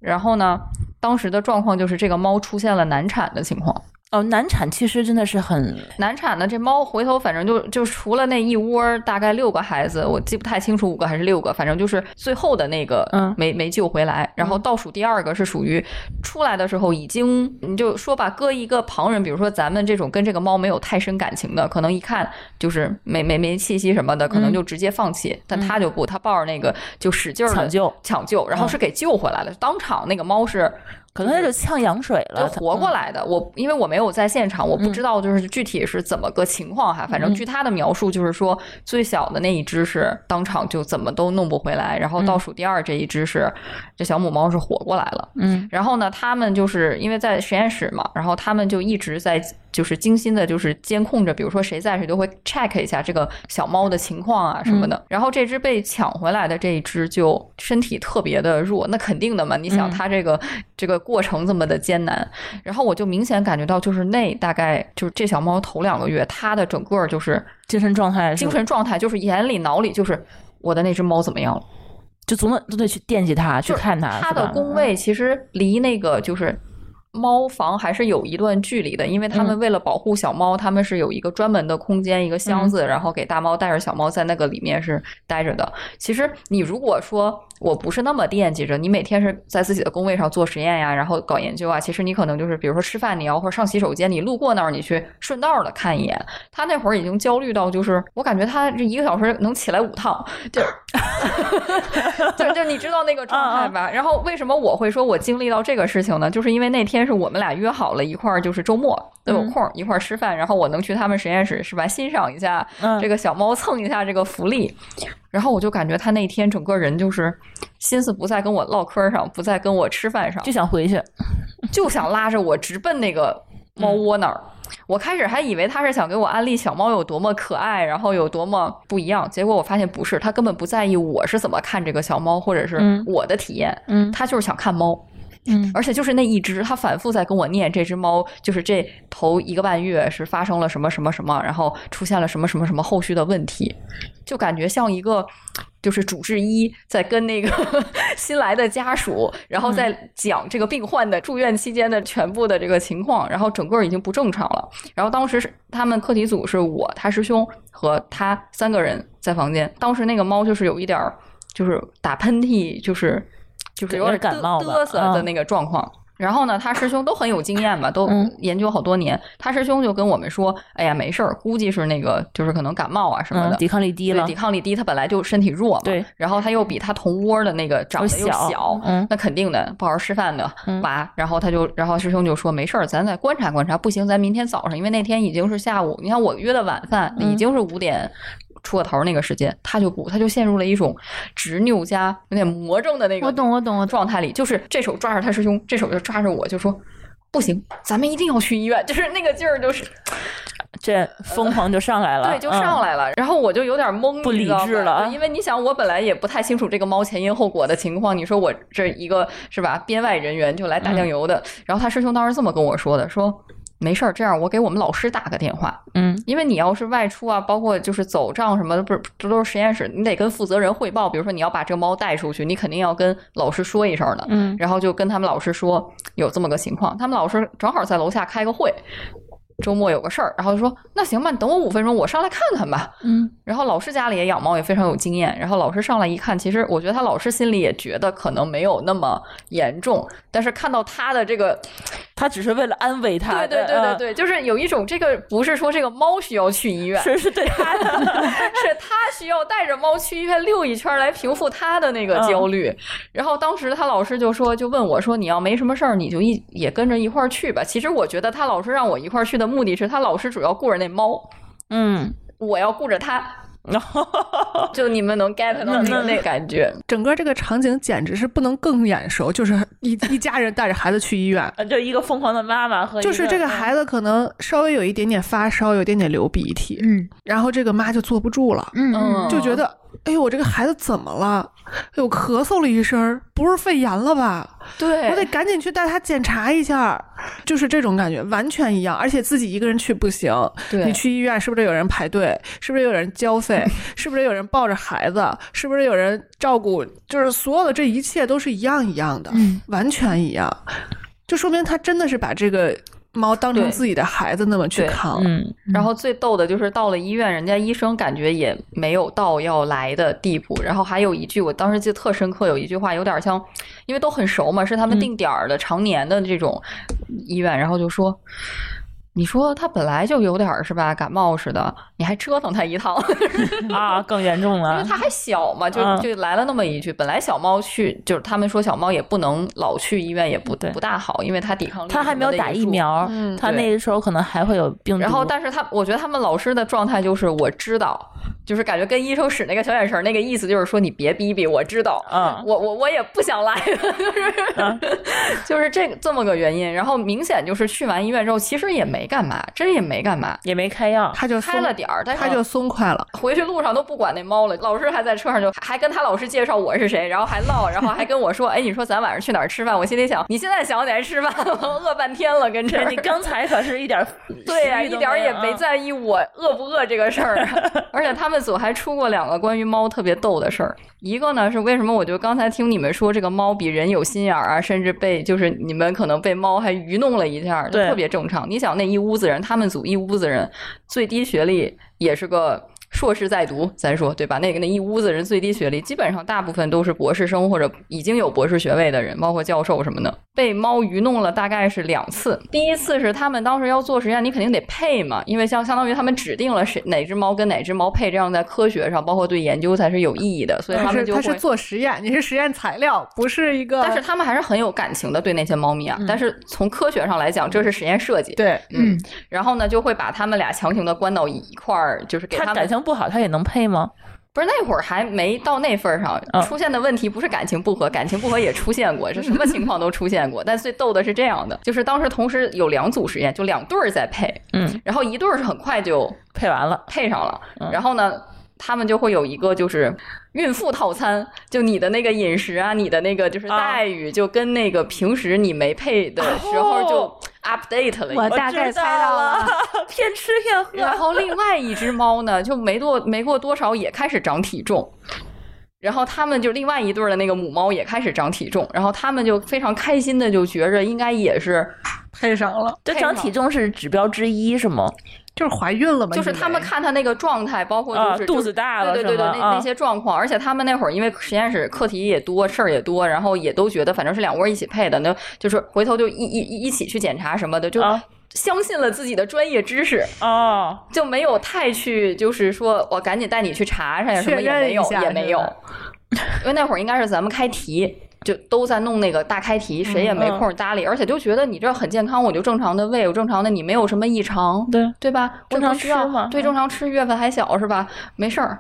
[SPEAKER 4] 然后呢，当时的状况就是这个猫出现了难产的情况。
[SPEAKER 2] 哦，难产其实真的是很
[SPEAKER 4] 难产呢，这猫回头反正就就除了那一窝儿大概六个孩子，我记不太清楚五个还是六个，反正就是最后的那个
[SPEAKER 2] 嗯
[SPEAKER 4] 没、没救回来。然后倒数第二个是属于出来的时候已经，你就说吧，搁一个旁人，比如说咱们这种跟这个猫没有太深感情的，可能一看就是没没没气息什么的，可
[SPEAKER 2] 嗯
[SPEAKER 4] 能就直接放弃。但它就不，它抱着那个就使劲儿地
[SPEAKER 2] 抢救嗯
[SPEAKER 4] 抢救，然后是给救回来了，当场那个猫是
[SPEAKER 2] 可能它就呛羊水
[SPEAKER 4] 就
[SPEAKER 2] 了。
[SPEAKER 4] 活过来的。我因为我没有在现场，我不知道就是具体是怎么个情况哈。反正据他的描述，就是说最小的那一只是当场就怎么都弄不回来，然后倒数第二这一只是这小母猫是活过来了。
[SPEAKER 2] 嗯，
[SPEAKER 4] 然后呢，他们就是因为在实验室嘛，然后他们就一直在就是精心的，就是监控着，比如说谁在，谁都会 check 一下这个小猫的情况啊什么的。然后这只被抢回来的这一只就身体特别的弱，那肯定的嘛，你想它这个、这个过程这么的艰难，然后我就明显感觉到，就是那大概就是这小猫头两个月，它的整个就是
[SPEAKER 2] 精神状态是
[SPEAKER 4] 精神状态，就是眼里脑里就是我的那只猫怎么样了。
[SPEAKER 2] 就总得都得去惦记它，去
[SPEAKER 4] 就是
[SPEAKER 2] 看它。
[SPEAKER 4] 它
[SPEAKER 2] 是吧嗯
[SPEAKER 4] 的工位其实离那个就是。猫房还是有一段距离的，因为他
[SPEAKER 2] 嗯
[SPEAKER 4] 们为了保护小猫，他们是有一个专门的空间，一个
[SPEAKER 2] 嗯
[SPEAKER 4] 箱子，然后给大猫带着小猫在那个里面是待着的。其实你如果说我不是那么惦记着，你每天是在自己的工位上做实验呀，然后搞研究啊，其实你可能就是比如说吃饭你要或者上洗手间，你路过那儿你去顺道的看一眼。他那会儿已经焦虑到，就是我感觉他这一个小时能起来五趟，就 就就你知道那个状态吧。然后为什么我会说我经历到这个事情呢？就是因为那天是我们俩约好了一块儿，就是周末都有空儿一块儿吃饭，然后我能去他们实验室是吧，欣赏一下
[SPEAKER 2] 嗯
[SPEAKER 4] 这个小猫，蹭一下这个福利。然后我就感觉他那天整个人就是心思不在跟我唠嗑儿上，不在跟我吃饭上，
[SPEAKER 2] 就想回去，
[SPEAKER 4] 就想拉着我直奔那个猫窝那儿。我开始还以为他是想给我安利小猫有多么可爱，然后有多么不一样，结果我发现不是，他根本不在意我是怎么看这个小猫，或者是
[SPEAKER 2] 嗯
[SPEAKER 4] 我的体验，
[SPEAKER 2] 嗯
[SPEAKER 4] 他就是想看猫。
[SPEAKER 2] 嗯，
[SPEAKER 4] 而且就是那一只，他反复在跟我念这只猫，就是这头一个半月是发生了什么什么什么，然后出现了什么什么什么后续的问题，就感觉像一个就是主治医在跟那个 新来的家属，然后在讲这个病患的住院期间的全部的这个情况，然后整个已经不正常了。然后当时是他们课题组是我、他师兄和他三个人在房间，当时那个猫就是有一点儿就是打喷嚏，就是就是有
[SPEAKER 2] 有
[SPEAKER 4] 点
[SPEAKER 2] 点感冒吧
[SPEAKER 4] 嘚瑟的
[SPEAKER 2] 嗯
[SPEAKER 4] 那个状况。然后呢，他师兄都很有经验嘛，都
[SPEAKER 2] 嗯
[SPEAKER 4] 研究好多年。他师兄就跟我们说：“哎呀，没事儿，估计是那个就是可能感冒啊什么
[SPEAKER 2] 嗯
[SPEAKER 4] 的，，
[SPEAKER 2] 抵抗力低了
[SPEAKER 4] 对抵，抗力低，他本来就身体弱嘛，
[SPEAKER 2] 对，
[SPEAKER 4] 然后他又比他同窝的那个长得又
[SPEAKER 2] 又小嗯
[SPEAKER 4] 那肯定的，不好好吃饭的
[SPEAKER 2] 嗯
[SPEAKER 4] 娃。然后他就，然后师兄就说没事儿，咱再观察观察，不行，咱明天早上，因为那天已经是下午，你看我约的晚饭
[SPEAKER 2] 嗯
[SPEAKER 4] 已经是五点。出个头那个时间，他就不，他就陷入了一种执拗加有点魔怔的那个
[SPEAKER 3] 我懂，我懂，我懂。
[SPEAKER 4] 状态里，就是这手抓着他师兄，这手就抓着我，就说不行，咱们一定要去医院， 就是那个劲儿，就是
[SPEAKER 2] 这疯狂就上来了，
[SPEAKER 4] 呃对，就上
[SPEAKER 2] 嗯。
[SPEAKER 4] 来了。然后我就有点懵，
[SPEAKER 2] 不
[SPEAKER 4] 你知道
[SPEAKER 2] 理智
[SPEAKER 4] 吗
[SPEAKER 2] 了啊
[SPEAKER 4] 对因为你想，我本来也不太清楚这个猫前因后果的情况。你说我这一个是吧，编外人员就来
[SPEAKER 2] 嗯
[SPEAKER 4] 打酱油的。然后他师兄当时这么跟我说的，说。没事儿，这样我给我们老师打个电话，
[SPEAKER 2] 嗯，
[SPEAKER 4] 因为你要是外出啊，包括就是走账什么的，不是这都是实验室，你得跟负责人汇报。比如说你要把这个猫带出去，你肯定要跟老师说一声的。
[SPEAKER 2] 嗯，
[SPEAKER 4] 然后就跟他们老师说有这么个情况，他们老师正好在楼下开个会，周末有个事儿，然后就说那行吧，你等我五分钟，我上来看看吧。
[SPEAKER 3] 嗯，
[SPEAKER 4] 然后老师家里也养猫，也非常有经验。然后老师上来一看，其实我觉得他老师心里也觉得可能没有那么严重，但是看到他的这个，
[SPEAKER 2] 他只是为了安慰他，
[SPEAKER 4] 对对对对
[SPEAKER 2] 嗯，
[SPEAKER 4] 对，就是有一种这个不是说这个猫需要去医院，
[SPEAKER 2] 是是对他 的，
[SPEAKER 4] 是他需要带着猫去医院溜一圈来平复他的那个焦虑。
[SPEAKER 5] 嗯
[SPEAKER 4] 然后当时他老师就说，就问我说：“你要没什么事儿，你就一也跟着一块儿去吧。”其实我觉得他老师让我一块儿去的目的是他老师主要顾着那猫，
[SPEAKER 2] 嗯，
[SPEAKER 4] 我要顾着他。
[SPEAKER 2] 然后
[SPEAKER 4] 就你们能 get 到那
[SPEAKER 2] 那
[SPEAKER 4] 个那感觉，
[SPEAKER 5] 整个这个场景简直是不能更眼熟，就是一一家人带着孩子去医院。
[SPEAKER 2] 呃就一个嗯疯狂的妈妈和一
[SPEAKER 5] 就是这个孩子可能稍微有一点点发烧，有一点点流鼻涕，
[SPEAKER 3] 嗯
[SPEAKER 5] 然后这个妈就坐不住了，
[SPEAKER 3] 嗯
[SPEAKER 4] 嗯
[SPEAKER 3] 嗯，
[SPEAKER 5] 就觉得，哎呦，我这个孩子怎么了？哎呦，咳嗽了一声儿，不是肺炎了吧？
[SPEAKER 4] 对
[SPEAKER 5] 我得赶紧去带他检查一下儿，就是这种感觉，完全一样。而且自己一个人去不行，
[SPEAKER 4] 对
[SPEAKER 5] 你去医院是不是有人排队？是不是有人交 费？是不是有人抱着孩子？是不是有人照顾？就是所有的这一切都是一样一样的，
[SPEAKER 3] 嗯
[SPEAKER 5] 完全一样，就说明他真的是把这个猫当成
[SPEAKER 4] 对
[SPEAKER 5] 自己的孩子那么去
[SPEAKER 4] 对
[SPEAKER 5] 扛。
[SPEAKER 2] 嗯，
[SPEAKER 4] 然后最逗的就是到了医院，人家医生感觉也没有到要来的地步。然后还有一句，我当时记得特深刻，有一句话有点像，
[SPEAKER 2] 嗯
[SPEAKER 4] 因为都很熟嘛，是他们定点儿的、常年的这种医院，然后就说。你说它本来就有点儿是吧，感冒似的，你还折腾它一趟，
[SPEAKER 2] 啊，更严重
[SPEAKER 4] 因为
[SPEAKER 2] 了。
[SPEAKER 4] 它还小嘛，就
[SPEAKER 2] 嗯
[SPEAKER 4] 就来了那么一句。本来小猫去，就是他们说小猫也不能老去医院，也不
[SPEAKER 2] 对
[SPEAKER 4] 不大好，因为它抵抗 力
[SPEAKER 2] 他还没有
[SPEAKER 4] 什么的
[SPEAKER 2] 打
[SPEAKER 4] 也
[SPEAKER 2] 疫
[SPEAKER 4] 弱。
[SPEAKER 2] 苗，
[SPEAKER 5] 嗯
[SPEAKER 2] 他那时候可能还会有病毒。
[SPEAKER 4] 然后，但是他，我觉得他们老师的状态就是我知道，就是感觉跟医生使那个小眼神儿那个意思，就是说你别逼逼，我知道，
[SPEAKER 5] 啊
[SPEAKER 2] 嗯
[SPEAKER 4] 我我我也不想来， 就是、
[SPEAKER 2] 嗯
[SPEAKER 4] 就是这个这么个原因。然后明显就是去完医院之后，其实也没干嘛，真也没干嘛，
[SPEAKER 2] 也没开 药，
[SPEAKER 5] 他就
[SPEAKER 4] 开
[SPEAKER 5] 松
[SPEAKER 4] 了，点儿，但是
[SPEAKER 5] 他就松快了。
[SPEAKER 4] 回去路上都不管那猫了，老师还在车上就还跟他老师介绍我是谁，然后还唠，然后还跟我说，哎，你说咱晚上去哪儿吃饭？我心里想，你现在想起来吃饭，我 饿半天了，跟这
[SPEAKER 2] 你刚才可是一 点
[SPEAKER 4] 对呀、
[SPEAKER 2] 食欲
[SPEAKER 4] 一
[SPEAKER 2] 都啊
[SPEAKER 4] 点儿也没嗯
[SPEAKER 2] 有。
[SPEAKER 4] 在意我饿不饿这个事 儿。啊而且他们组还出过两个关于猫特别逗的事儿，一个呢是为什么我就刚才听你们说这个猫比人有心眼儿啊，甚至被就是你们可能被猫还愚弄了一下儿，就
[SPEAKER 2] 对
[SPEAKER 4] 特别正常。你想那一屋子人，他们组一屋子人，最低学历也是个。硕士在读，咱说对吧？那个那一屋子人最低学历，基本上大部分都是博士生或者已经有博士学位的人，包括教授什么的。被猫愚弄了大概是两次，第一次是他们当时要做实验，你肯定得配嘛，因为相相当于他们指定了谁哪只猫跟哪只猫配，这样在科学上包括对研究才是有意义的，所以他
[SPEAKER 5] 但
[SPEAKER 4] 们
[SPEAKER 5] 是
[SPEAKER 4] 就
[SPEAKER 5] 他
[SPEAKER 4] 会。
[SPEAKER 5] 是做实验，你是实验材料，不是一个。
[SPEAKER 4] 但是他们还是很有感情的对那些猫咪啊，但是从科学上来讲，这是实验设计。
[SPEAKER 5] 嗯对，
[SPEAKER 4] 嗯，然后呢，就会把他们俩强行的关到一块儿，就是给
[SPEAKER 2] 他
[SPEAKER 4] 他
[SPEAKER 2] 感
[SPEAKER 4] 们
[SPEAKER 2] 情不好，他也能配吗？
[SPEAKER 4] 不是那会儿还没到那份儿上
[SPEAKER 2] 嗯，
[SPEAKER 4] 出现的问题不是感情不和，感情不和也出现过，这什么情况都出现过。但 最逗的是这样的，就是当时同时有两组实验，就两对儿在配，
[SPEAKER 2] 嗯，
[SPEAKER 4] 然后一对儿是很快就
[SPEAKER 2] 配完了，
[SPEAKER 4] 配上了
[SPEAKER 2] 嗯，
[SPEAKER 4] 然后呢，他们就会有一个就是孕妇套餐，就你的那个饮食啊，你的那个就是
[SPEAKER 2] 啊
[SPEAKER 4] 待遇，就跟那个平时你没配的时
[SPEAKER 2] 哦
[SPEAKER 4] 候就 update 了一下。
[SPEAKER 3] 我大概猜到
[SPEAKER 2] 我知
[SPEAKER 3] 了，
[SPEAKER 2] 骗吃骗 喝
[SPEAKER 4] 然后另外一只猫呢，就没多没过多少也开始长体重。然后他们就另外一对儿的那个母猫也开始长体重，然后他们就非常开心的就觉着应该也是，
[SPEAKER 5] 配上了，
[SPEAKER 2] 这
[SPEAKER 4] 配
[SPEAKER 2] 长
[SPEAKER 4] 上
[SPEAKER 2] 体重是指标之一是吗？
[SPEAKER 5] 就是怀孕了嘛？
[SPEAKER 4] 就是他们
[SPEAKER 5] 因为
[SPEAKER 4] 看它那个状态，包括
[SPEAKER 2] 啊
[SPEAKER 4] 就，是
[SPEAKER 2] 肚
[SPEAKER 4] 就
[SPEAKER 2] 子
[SPEAKER 4] 是
[SPEAKER 2] 大了
[SPEAKER 4] 对对对对，
[SPEAKER 2] 是吗？
[SPEAKER 4] 那
[SPEAKER 2] 啊
[SPEAKER 4] 那些状况，而且他们那会儿因为实验室课题也多，事儿也多，然后也都觉得反正是两窝儿一起配的，那就是回头就一一一一起去检查什么的，就
[SPEAKER 2] 啊
[SPEAKER 4] 相信了自己的专业知识，
[SPEAKER 2] 哦，
[SPEAKER 4] 就没有太去就是说我赶紧带你去查查呀，什么也
[SPEAKER 5] 确认
[SPEAKER 4] 没
[SPEAKER 5] 一
[SPEAKER 4] 有
[SPEAKER 5] 下
[SPEAKER 4] 也没有
[SPEAKER 5] 是吧，
[SPEAKER 4] 因为那会儿应该是咱们开题。就都在弄那个大开题，谁也没空搭理，而且就觉得你这很健康，我就正常的喂，我正常的，你没有什么异常，
[SPEAKER 2] 对，
[SPEAKER 4] 对吧？
[SPEAKER 2] 正
[SPEAKER 4] 这不
[SPEAKER 2] 常
[SPEAKER 4] 需
[SPEAKER 2] 吃
[SPEAKER 4] 要
[SPEAKER 2] 嘛嗯
[SPEAKER 4] 对，正常吃，月份还小是吧？没事儿，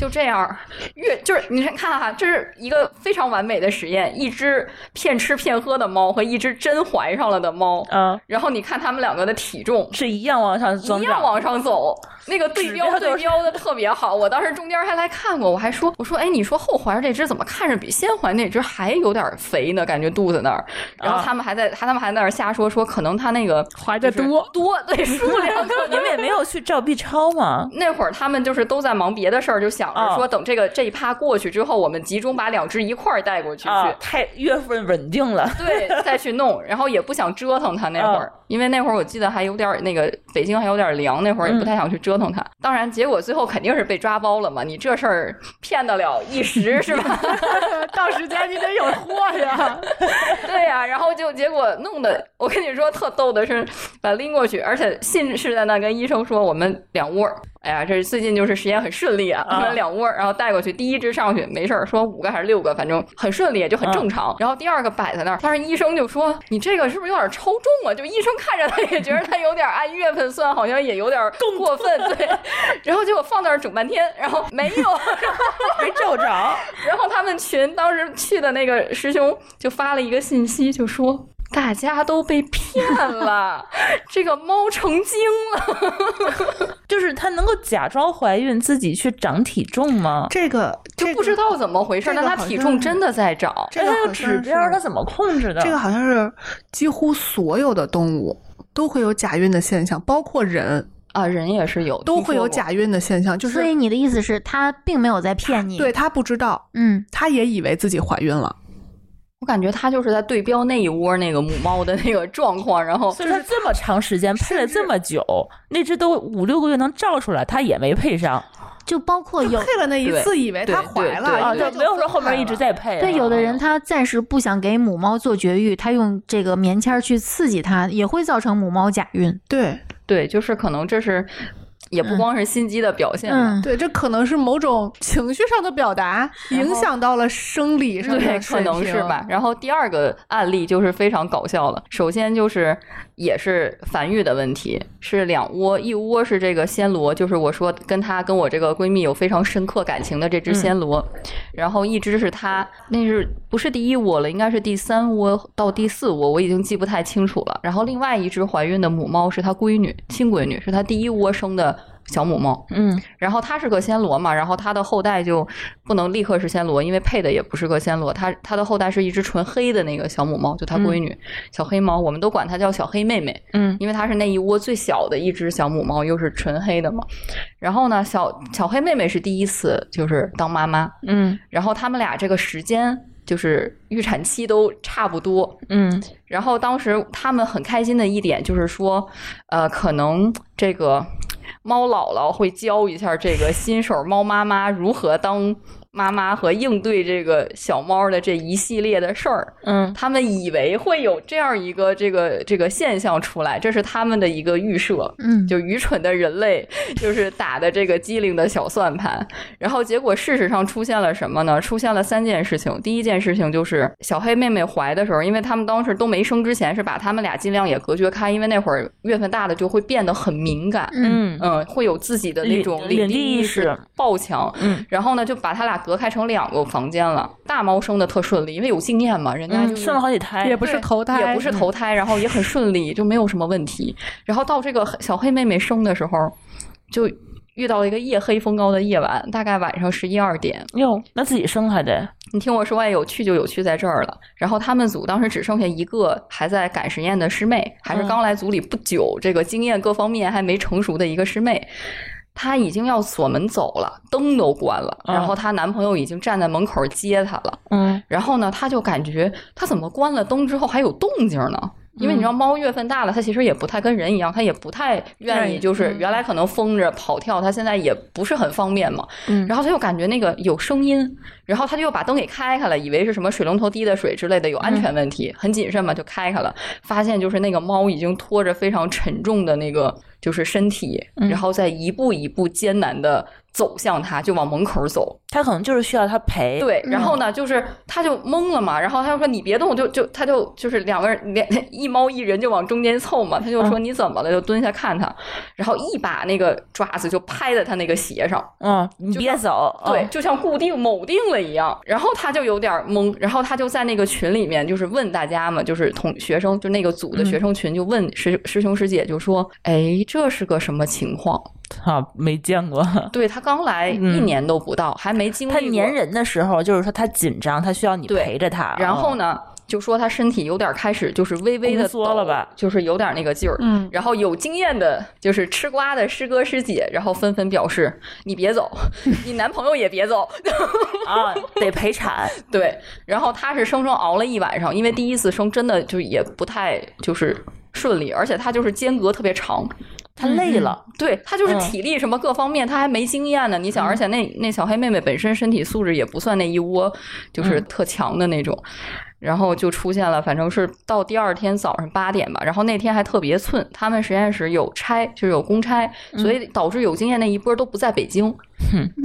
[SPEAKER 4] 就这样儿。 月就是你看哈、这是一个非常完美的实验，一只骗吃骗喝的猫和一只真怀上了的猫，
[SPEAKER 2] 嗯，
[SPEAKER 4] 然后你看它们两个的体重。
[SPEAKER 2] 是一样往上增
[SPEAKER 4] 一样
[SPEAKER 2] 长。
[SPEAKER 4] 往 上走，那个对标
[SPEAKER 2] 指标
[SPEAKER 4] 对
[SPEAKER 2] 就是
[SPEAKER 4] 标的特别好。我当时中间还来看过，我还说我说哎，你说后怀这只怎么看着比先怀那只还有点肥呢？感觉肚子那儿。然后
[SPEAKER 2] 啊
[SPEAKER 4] 他们还在，还他们还在那儿瞎说，说可能它那个
[SPEAKER 5] 怀的
[SPEAKER 4] 就是
[SPEAKER 5] 多，
[SPEAKER 4] 多 对数量可
[SPEAKER 2] 你
[SPEAKER 4] 能
[SPEAKER 2] 们也没有去照 B 超吗？
[SPEAKER 4] 那会儿他们就是都在忙别的事儿，就想着
[SPEAKER 2] 哦
[SPEAKER 4] 说等这个这一趴过去之后，我们集中把两只一块儿带过去去，
[SPEAKER 2] 啊，太月份稳定了，
[SPEAKER 4] 对，再去弄。然后也不想折腾它那会儿，因为那会儿我记得还有点儿那个北京还有点儿凉，那会儿也不太想去折腾它。当然，结果最后肯定是被抓包了嘛。你这事儿骗得了一时是吧？
[SPEAKER 5] 到时间你得有货呀。
[SPEAKER 4] 对呀、然后就结果弄得我跟你说特逗的是，把拎过去，而且信誓旦旦跟医生说我们两窝儿。哎呀，这最近就是实验很顺利啊，
[SPEAKER 2] 啊
[SPEAKER 4] 我们两窝儿，然后带过去，第一只上去没事儿，说五个还是六个，反正很顺利，也就很正常。然后第二个摆在那儿，当时医生就说你这个是不是有点超重啊？就医生看着他也觉得他有点按月份算，好像也有点过分，对。然后结果放那儿整半天，然后没有，
[SPEAKER 2] 没照 着。
[SPEAKER 4] 然后他们群当时去的那个师兄就发了一个信息，就说。大家都被骗了，这个猫成精了。
[SPEAKER 2] 就是她能够假装怀孕，自己去长体重吗？
[SPEAKER 5] 这个就
[SPEAKER 4] 不知道怎么回事，
[SPEAKER 5] 这个
[SPEAKER 4] 但它体重真的在涨。
[SPEAKER 5] 这个
[SPEAKER 2] 哎它
[SPEAKER 5] 好像
[SPEAKER 2] 有指标，
[SPEAKER 5] 是
[SPEAKER 2] 它怎么控制的？
[SPEAKER 5] 这个好像是几乎所有的动物都会有假孕的现象，包括人
[SPEAKER 4] 啊，人也是有
[SPEAKER 5] 都会有
[SPEAKER 4] 听说过
[SPEAKER 5] 假孕的现象，就
[SPEAKER 3] 所
[SPEAKER 5] 是
[SPEAKER 3] 以你的意思是，他并没有在骗你。
[SPEAKER 5] 对，他不知道，
[SPEAKER 3] 嗯，
[SPEAKER 5] 他也以为自己怀孕了。
[SPEAKER 4] 我感觉它就是在对标那一窝那个母猫的那个状况，然后
[SPEAKER 2] 所以她这么长时间配了这么久，那只都五六个月能照出来，她也没配上
[SPEAKER 3] 就包括哦有
[SPEAKER 5] 配了那一次，以为她怀
[SPEAKER 4] 对
[SPEAKER 5] 了，
[SPEAKER 2] 啊。
[SPEAKER 5] 因为
[SPEAKER 2] 对，
[SPEAKER 5] 就
[SPEAKER 2] 没有
[SPEAKER 5] 分
[SPEAKER 2] 说后
[SPEAKER 5] 开
[SPEAKER 2] 面一直
[SPEAKER 5] 了。
[SPEAKER 2] 在配啊。
[SPEAKER 3] 对有的人他暂时不想给母猫做绝育，他用这个棉签儿去刺激它，也会造成母猫假孕。
[SPEAKER 5] 对，
[SPEAKER 4] 对，就是可能这是也
[SPEAKER 5] 嗯
[SPEAKER 4] 不光是心机的表现了。
[SPEAKER 3] 嗯，
[SPEAKER 5] 对，这可能是某种情绪上的表达，影响到了生理上
[SPEAKER 4] 对，
[SPEAKER 5] 的
[SPEAKER 4] 可
[SPEAKER 5] 水平，
[SPEAKER 4] 能是吧。然后第二个案例就是非常搞笑了。首先就是也是繁育的问题，是两窝，一窝是这个暹罗，就是我说跟她跟我这个闺蜜有非常深刻感情的这只暹罗，然后一只是她，那是不是第一窝了？应该是第三窝到第四窝，我已经记不太清楚了。然后另外一只怀孕的母猫是她闺女，亲闺女，是她第一窝生的小母猫。
[SPEAKER 2] 嗯
[SPEAKER 4] 然后它是个暹罗嘛，然后它的后代就不能立刻是暹罗，因为配的也不是个暹罗，它它的后代是一只纯黑的那个小母猫，就它闺女、小黑猫，我们都管它叫小黑妹妹，
[SPEAKER 2] 嗯，
[SPEAKER 4] 因为它是那一窝最小的一只小母猫，又是纯黑的嘛。然后呢，小小黑妹妹是第一次就是当妈妈，
[SPEAKER 2] 嗯
[SPEAKER 4] 然后他们俩这个时间就是预产期都差不多，
[SPEAKER 2] 嗯
[SPEAKER 4] 然后当时他们很开心的一点就是说，呃，可能这个猫姥姥会教一下这个新手猫妈妈如何当妈妈和应对这个小猫的这一系列的事儿。
[SPEAKER 2] 嗯
[SPEAKER 4] 他们以为会有这样一个这个这个现象出来，这是他们的一个预设。
[SPEAKER 3] 嗯，
[SPEAKER 4] 就愚蠢的人类，就是打的这个机灵的小算盘。然后结果事实上出现了什么呢？出现了三件事情。第一件事情就是小黑妹妹怀的时候，因为他们当时都没生之前，是把他们俩尽量也隔绝开，因为那会儿月份大的就会变得很敏感。
[SPEAKER 3] 嗯
[SPEAKER 2] 嗯
[SPEAKER 4] 嗯，会有自己的那
[SPEAKER 2] 领
[SPEAKER 4] 种
[SPEAKER 2] 领地
[SPEAKER 4] 地意
[SPEAKER 2] 意
[SPEAKER 4] 识
[SPEAKER 2] 识
[SPEAKER 4] 爆强，
[SPEAKER 2] 嗯，
[SPEAKER 4] 然后呢就把他俩隔开成两个房间了。大猫生的特顺利，因为有经验嘛，人家就
[SPEAKER 2] 嗯，
[SPEAKER 4] 是
[SPEAKER 2] 生了好几胎，
[SPEAKER 5] 也不是投胎，嗯
[SPEAKER 4] 也不是投胎，然后也很顺利，就没有什么问题。然后到这个小黑妹妹生的时候，就遇到了一个夜黑风高的夜晚，大概晚上十一二点。
[SPEAKER 2] 哟，那自己生还得，
[SPEAKER 4] 你听我说完，有趣就有趣在这儿了。然后他们组当时只剩下一个还在赶实验的师妹，还
[SPEAKER 5] 嗯
[SPEAKER 4] 是刚来组里不久，这个经验各方面还没成熟的一个师妹。她已经要锁门走了，灯都关了，
[SPEAKER 2] 嗯
[SPEAKER 4] 然后她男朋友已经站在门口接她了。
[SPEAKER 2] 嗯
[SPEAKER 4] 然后呢，他就感觉他怎么关了灯之后还有动静呢？因为你知道猫月份大了，它其实也不太跟人一样，它也不太愿
[SPEAKER 5] 愿
[SPEAKER 4] 意，
[SPEAKER 5] 意
[SPEAKER 4] 就是原来可能疯着跑跳，它现在也不是很方便嘛。
[SPEAKER 2] 嗯
[SPEAKER 4] 然后他又感觉那个有声音，然后他就又把灯给开开了，以为是什么水龙头滴的水之类的有安全问题，很谨慎嘛就开开了，发现就是那个猫已经拖着非常沉重的那个就是身体，然后再一步一步艰难的走向它，就往门口走。
[SPEAKER 2] 他可能就是需要他陪，，
[SPEAKER 4] 对，然后呢，就是他就懵了嘛，然后他就说你别动，就就他就就是两个 人连一猫一人就往中间凑嘛，他就
[SPEAKER 2] 嗯
[SPEAKER 4] 说你怎么了，就蹲下看他，然后一把那个爪子就拍在他那个鞋上，
[SPEAKER 2] 嗯，你别走，
[SPEAKER 4] 对，
[SPEAKER 2] 嗯，
[SPEAKER 4] 就像固定铆定了一样，然后他就有点懵，然后他就在那个群里面就是问大家嘛，就是同学生就那个组
[SPEAKER 2] 嗯
[SPEAKER 4] 的学生群就问师师兄师姐就说，哎，这是个什么情况？
[SPEAKER 2] 啊，没见过。
[SPEAKER 4] 对他刚来一
[SPEAKER 2] 嗯
[SPEAKER 4] 年都不到，还没经历
[SPEAKER 2] 他
[SPEAKER 4] 过
[SPEAKER 2] 粘人的时候，就是说他紧张，他需要你
[SPEAKER 4] 对
[SPEAKER 2] 陪着嗯他。
[SPEAKER 4] 然后呢，就说他身体有点开始就是微微的
[SPEAKER 2] 宫哦缩了吧，
[SPEAKER 4] 就是有点那个劲儿。
[SPEAKER 5] 嗯，
[SPEAKER 4] 然后有经验的，就是吃瓜的师哥师姐，然后纷纷表示：“你 别走，你男朋友也别走。
[SPEAKER 2] 嗯 啊，得陪产，”
[SPEAKER 4] 对，然后他是生生熬了一晚上，因为第一次生真的就也不太就是顺利，而且他就是间隔特别长，
[SPEAKER 2] 他累了，
[SPEAKER 4] 对他就是
[SPEAKER 2] 嗯
[SPEAKER 4] 体力什么各方面，他还没经验呢。你想，而且那那小黑妹妹本身身体素质也不算那一窝就是特强的那种，然后就出现了，反正是到第二天早上八点吧。然后那天还特别寸，他们实验室有差，就是有公差，所以导致有经验那一波都不在北京。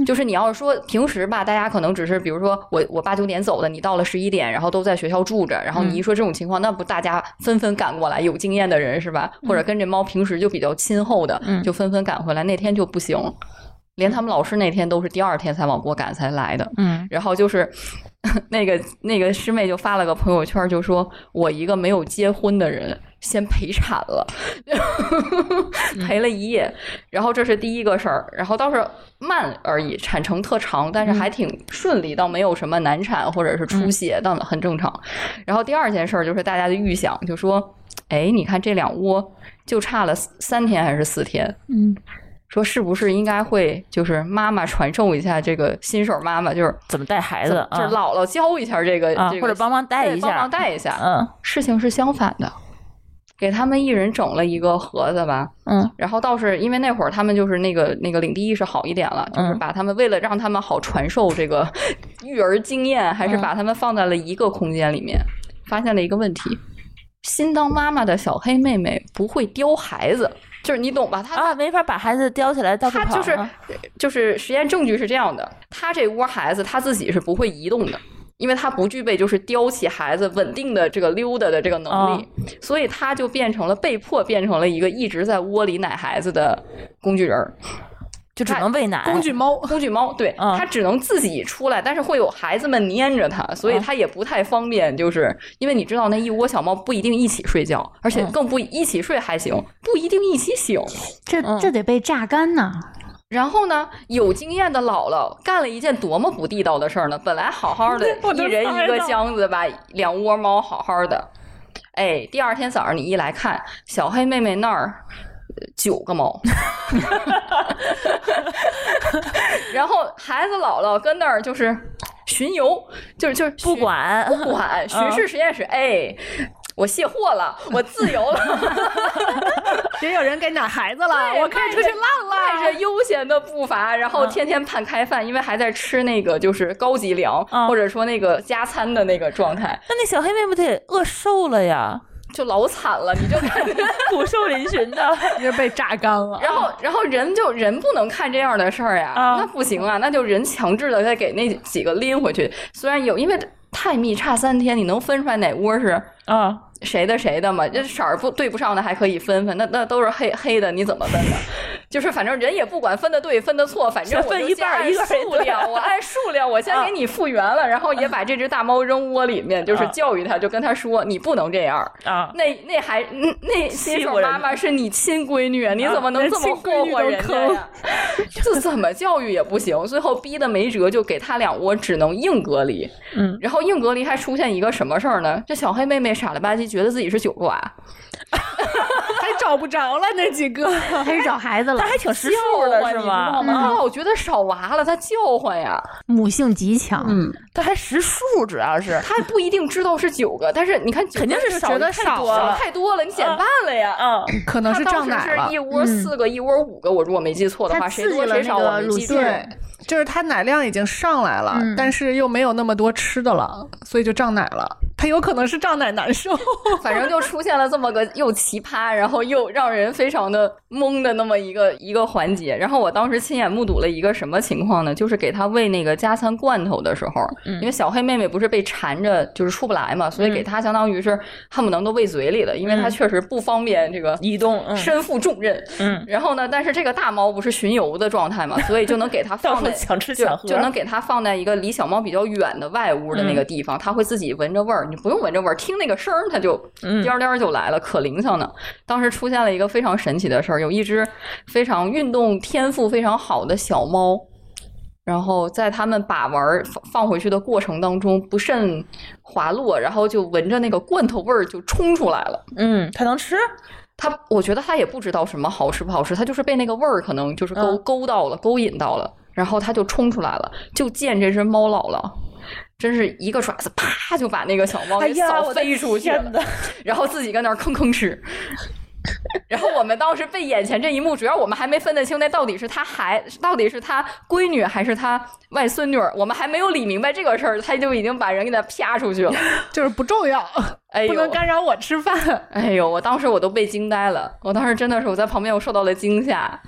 [SPEAKER 4] 就是你要是说平时吧，大家可能只是比如说我我八九点走的，你到了十一点，然后都在学校住着，然后你一说这种情况，那不大家纷纷赶过来，有经验的人是吧？或者跟这猫平时就比较亲厚的，就纷纷赶回来。那天就不行，连他们老师那天都是第二天才往过赶才来的。
[SPEAKER 2] 嗯，
[SPEAKER 4] 然后就是 那个那个师妹就发了个朋友圈，就说我一个没有结婚的人先陪产了， 陪了一
[SPEAKER 2] 嗯
[SPEAKER 4] 夜。然后这是第一个事儿，然后倒是慢而已，产程特长，但是
[SPEAKER 2] 嗯
[SPEAKER 4] 还挺顺利，倒没有什么难产或者是出血，倒很正常。然后第二件事儿就是大家的预想，就说，哎，你看这两窝就差了三天还是四天，
[SPEAKER 3] 嗯，
[SPEAKER 4] 说是不是应该会就是妈妈传授一下这个新手妈妈，就是
[SPEAKER 2] 怎么带孩
[SPEAKER 4] 怎
[SPEAKER 2] 子
[SPEAKER 4] 么就是
[SPEAKER 2] 啊？
[SPEAKER 4] 姥姥教一下这个，
[SPEAKER 2] 啊
[SPEAKER 4] 这，个
[SPEAKER 2] 或者帮忙带
[SPEAKER 4] 对
[SPEAKER 2] 一
[SPEAKER 4] 帮
[SPEAKER 2] 下
[SPEAKER 4] 忙，带一下。
[SPEAKER 2] 嗯
[SPEAKER 4] 事情是相反的，给他们一人整了一个盒子吧，
[SPEAKER 2] 嗯
[SPEAKER 4] 然后倒是因为那会儿他们就是那个那个领地意识好一点了，就是
[SPEAKER 2] 嗯
[SPEAKER 4] 把他们为了让他们好传授这个育儿经验，还是把他们放在了一个空间里面。发现了一个问题：新当妈妈的小黑妹妹不会叼孩子，就是你懂吧？他
[SPEAKER 2] 啊，没法把孩子叼起来到处
[SPEAKER 4] 他
[SPEAKER 2] 跑啊。
[SPEAKER 4] 就是就是实验证据是这样的，他这窝孩子他自己是不会移动的。因为他不具备就是叼起孩子稳定的这个溜达的这个能
[SPEAKER 2] 哦
[SPEAKER 4] 力，所以他就变成了被迫变成了一个一直在窝里奶孩子的工具人儿。
[SPEAKER 2] 就只
[SPEAKER 4] 他
[SPEAKER 2] 能喂奶。
[SPEAKER 5] 工具猫，，
[SPEAKER 4] 工具猫，对，
[SPEAKER 2] 嗯
[SPEAKER 4] 它只能自己出来，但是会有孩子们粘着它，所
[SPEAKER 2] 嗯
[SPEAKER 4] 以它也不太方便。就是因为你知道，那一窝小猫不一定一起睡觉，而且
[SPEAKER 2] 嗯
[SPEAKER 4] 更不一起睡还行，不一定一起醒。
[SPEAKER 3] 这
[SPEAKER 2] 嗯
[SPEAKER 3] 这得被榨干呐！
[SPEAKER 4] 然后呢，有经验的姥姥干了一件多么不地道的事儿呢？本来好好的
[SPEAKER 5] 我
[SPEAKER 4] 一
[SPEAKER 5] 都
[SPEAKER 4] 人一个
[SPEAKER 5] 猜到
[SPEAKER 4] 箱子把两窝猫好好的，哎，第二天早上你一来看，小黑妹妹那儿。呃九个猫，然后孩子姥姥跟那儿就是巡游，就是就是
[SPEAKER 2] 不
[SPEAKER 4] 巡
[SPEAKER 2] 管，
[SPEAKER 4] 不管巡视实验室，哎，我卸货了，我自由了。
[SPEAKER 5] 也有人给奶孩子了，
[SPEAKER 4] 对
[SPEAKER 5] 我可以出去浪
[SPEAKER 4] 迈
[SPEAKER 5] 了。
[SPEAKER 4] 着悠闲的步伐，然后天天盼开饭，因为还在吃那个就是高级粮，
[SPEAKER 2] 嗯
[SPEAKER 4] 或者说那个加餐的那个状态，
[SPEAKER 2] 那那小黑妹不得饿瘦了 呀？
[SPEAKER 4] 就老惨了。你就看，
[SPEAKER 2] 骨瘦嶙峋的，
[SPEAKER 5] 就被榨 干了。
[SPEAKER 4] 然后然后人就人不能看这样的事儿呀，
[SPEAKER 2] 啊
[SPEAKER 4] 那不行啊，那就人强制的再给那几个拎回去。虽然有，因为太密差三天，你能分出来哪窝是
[SPEAKER 2] 啊，
[SPEAKER 4] 谁的谁的嘛，这色儿不对不上的还可以分分，那那都是黑黑的，你怎么分呢？ 就是反正人也不管分的对分的错，反正我
[SPEAKER 2] 分
[SPEAKER 4] 就
[SPEAKER 2] 一
[SPEAKER 4] 先
[SPEAKER 2] 半儿
[SPEAKER 4] 按
[SPEAKER 2] 一个人
[SPEAKER 4] 数
[SPEAKER 2] 对啊
[SPEAKER 4] 量，我按数量，我先给你复原了，然后也把这只大猫扔窝里面，就是
[SPEAKER 2] 啊
[SPEAKER 4] 教育它，就跟它说你不能这样儿。
[SPEAKER 2] 啊，
[SPEAKER 4] 那那还那那新手
[SPEAKER 2] 欺负人
[SPEAKER 4] 妈妈是你亲闺女，你怎么能这么霍霍人家呀？这怎么教育也不行，最后逼得没辙，就给他俩窝，只能硬隔离。
[SPEAKER 2] 嗯，
[SPEAKER 4] 然后硬隔离还出现一个什么事儿呢？这小黑妹妹傻了吧唧，觉得自己是九个娃，
[SPEAKER 5] 还找不着了那几 个，
[SPEAKER 3] 开始找孩子了
[SPEAKER 2] 他，还挺识数
[SPEAKER 4] 叫
[SPEAKER 2] 的
[SPEAKER 4] 唤
[SPEAKER 2] 是
[SPEAKER 4] 啊你知道
[SPEAKER 2] 吗？
[SPEAKER 4] 吗？
[SPEAKER 2] 嗯
[SPEAKER 4] 她老觉得少娃了，她叫唤呀，
[SPEAKER 3] 母性极强。
[SPEAKER 2] 他还识数，主要是
[SPEAKER 4] 她不一定知道是九个，但是你看九个
[SPEAKER 2] 肯定是
[SPEAKER 4] 就
[SPEAKER 2] 少
[SPEAKER 4] 觉得
[SPEAKER 2] 太
[SPEAKER 4] 少
[SPEAKER 2] 多了
[SPEAKER 4] 少太多了，你减半了呀。
[SPEAKER 2] 啊，
[SPEAKER 5] 可能
[SPEAKER 4] 她
[SPEAKER 5] 是胀
[SPEAKER 4] 当
[SPEAKER 5] 奶
[SPEAKER 4] 时
[SPEAKER 5] 了
[SPEAKER 4] 是一。窝四个，一窝五个，我如果没记错的话，
[SPEAKER 3] 他
[SPEAKER 4] 谁
[SPEAKER 3] 刺激
[SPEAKER 4] 多
[SPEAKER 3] 了
[SPEAKER 4] 谁
[SPEAKER 3] 那
[SPEAKER 4] 少我
[SPEAKER 3] 个
[SPEAKER 4] 没
[SPEAKER 3] 乳
[SPEAKER 4] 记住。
[SPEAKER 3] 腺，
[SPEAKER 5] 就是它奶量已经上来了，
[SPEAKER 3] 嗯
[SPEAKER 5] 但是又没有那么多吃的了，所以就胀奶了。它有可能是胀奶难 受，
[SPEAKER 4] 反正就出现了这么个又奇葩，然后又让人非常的懵的那么一个一个环节。然后我当时亲眼目睹了一个什么情况呢？就是给他喂那个加餐罐头的时候，因为小黑妹妹不是被缠着，就是出不来嘛，所以给她相当于是恨不能都喂嘴里了，因为她确实不方便这个
[SPEAKER 2] 移动，嗯
[SPEAKER 4] 身负重任。
[SPEAKER 2] 嗯，
[SPEAKER 4] 然后呢，但是这个大猫不是巡游的状态嘛，所以就能给它
[SPEAKER 2] 到
[SPEAKER 4] 放
[SPEAKER 2] 处
[SPEAKER 4] 在
[SPEAKER 2] 抢吃
[SPEAKER 4] 就
[SPEAKER 2] 抢喝，
[SPEAKER 4] 就能给它放在一个离小猫比较远的外屋的那个
[SPEAKER 2] 嗯
[SPEAKER 4] 地方，它会自己闻着味儿，你不用闻着味儿，听那个声儿它就
[SPEAKER 2] 嗯
[SPEAKER 4] 颠儿颠儿就来了，可灵巧呢。当时出现了一个非常神奇的事儿，有一只非常运动天赋非常好的小猫。然后在它们把玩儿放放回去的过程当中不慎滑落，然后就闻着那个罐头味儿就冲出来了。
[SPEAKER 2] 嗯，他能吃，
[SPEAKER 4] 哦它我觉得它也不知道什么好吃不好吃，它就是被那个味儿可能就是勾、
[SPEAKER 2] 嗯
[SPEAKER 4] 勾到了，勾引到了，然后它就冲出来了，就见这只猫姥姥。真是一个爪子，啪就把那个小猫
[SPEAKER 2] 哎
[SPEAKER 4] 给
[SPEAKER 2] 呀，
[SPEAKER 4] 扫
[SPEAKER 2] 我的
[SPEAKER 4] 飞出去了，
[SPEAKER 2] 天呐
[SPEAKER 4] 然后自己跟那儿吭吭吃。然后我们当时被眼前这一幕，主要我们还没分得清那到底是他孩，到底是他闺女还是他外孙女儿，我们还没有理明白这个事儿，他就已经把人给他啪出去了。
[SPEAKER 5] 就是不重要，
[SPEAKER 4] 哎呦，
[SPEAKER 5] 不能干扰我吃饭。
[SPEAKER 4] 哎呦，我当时我都被惊呆了，我当时真的是我在旁边，我受到了惊吓，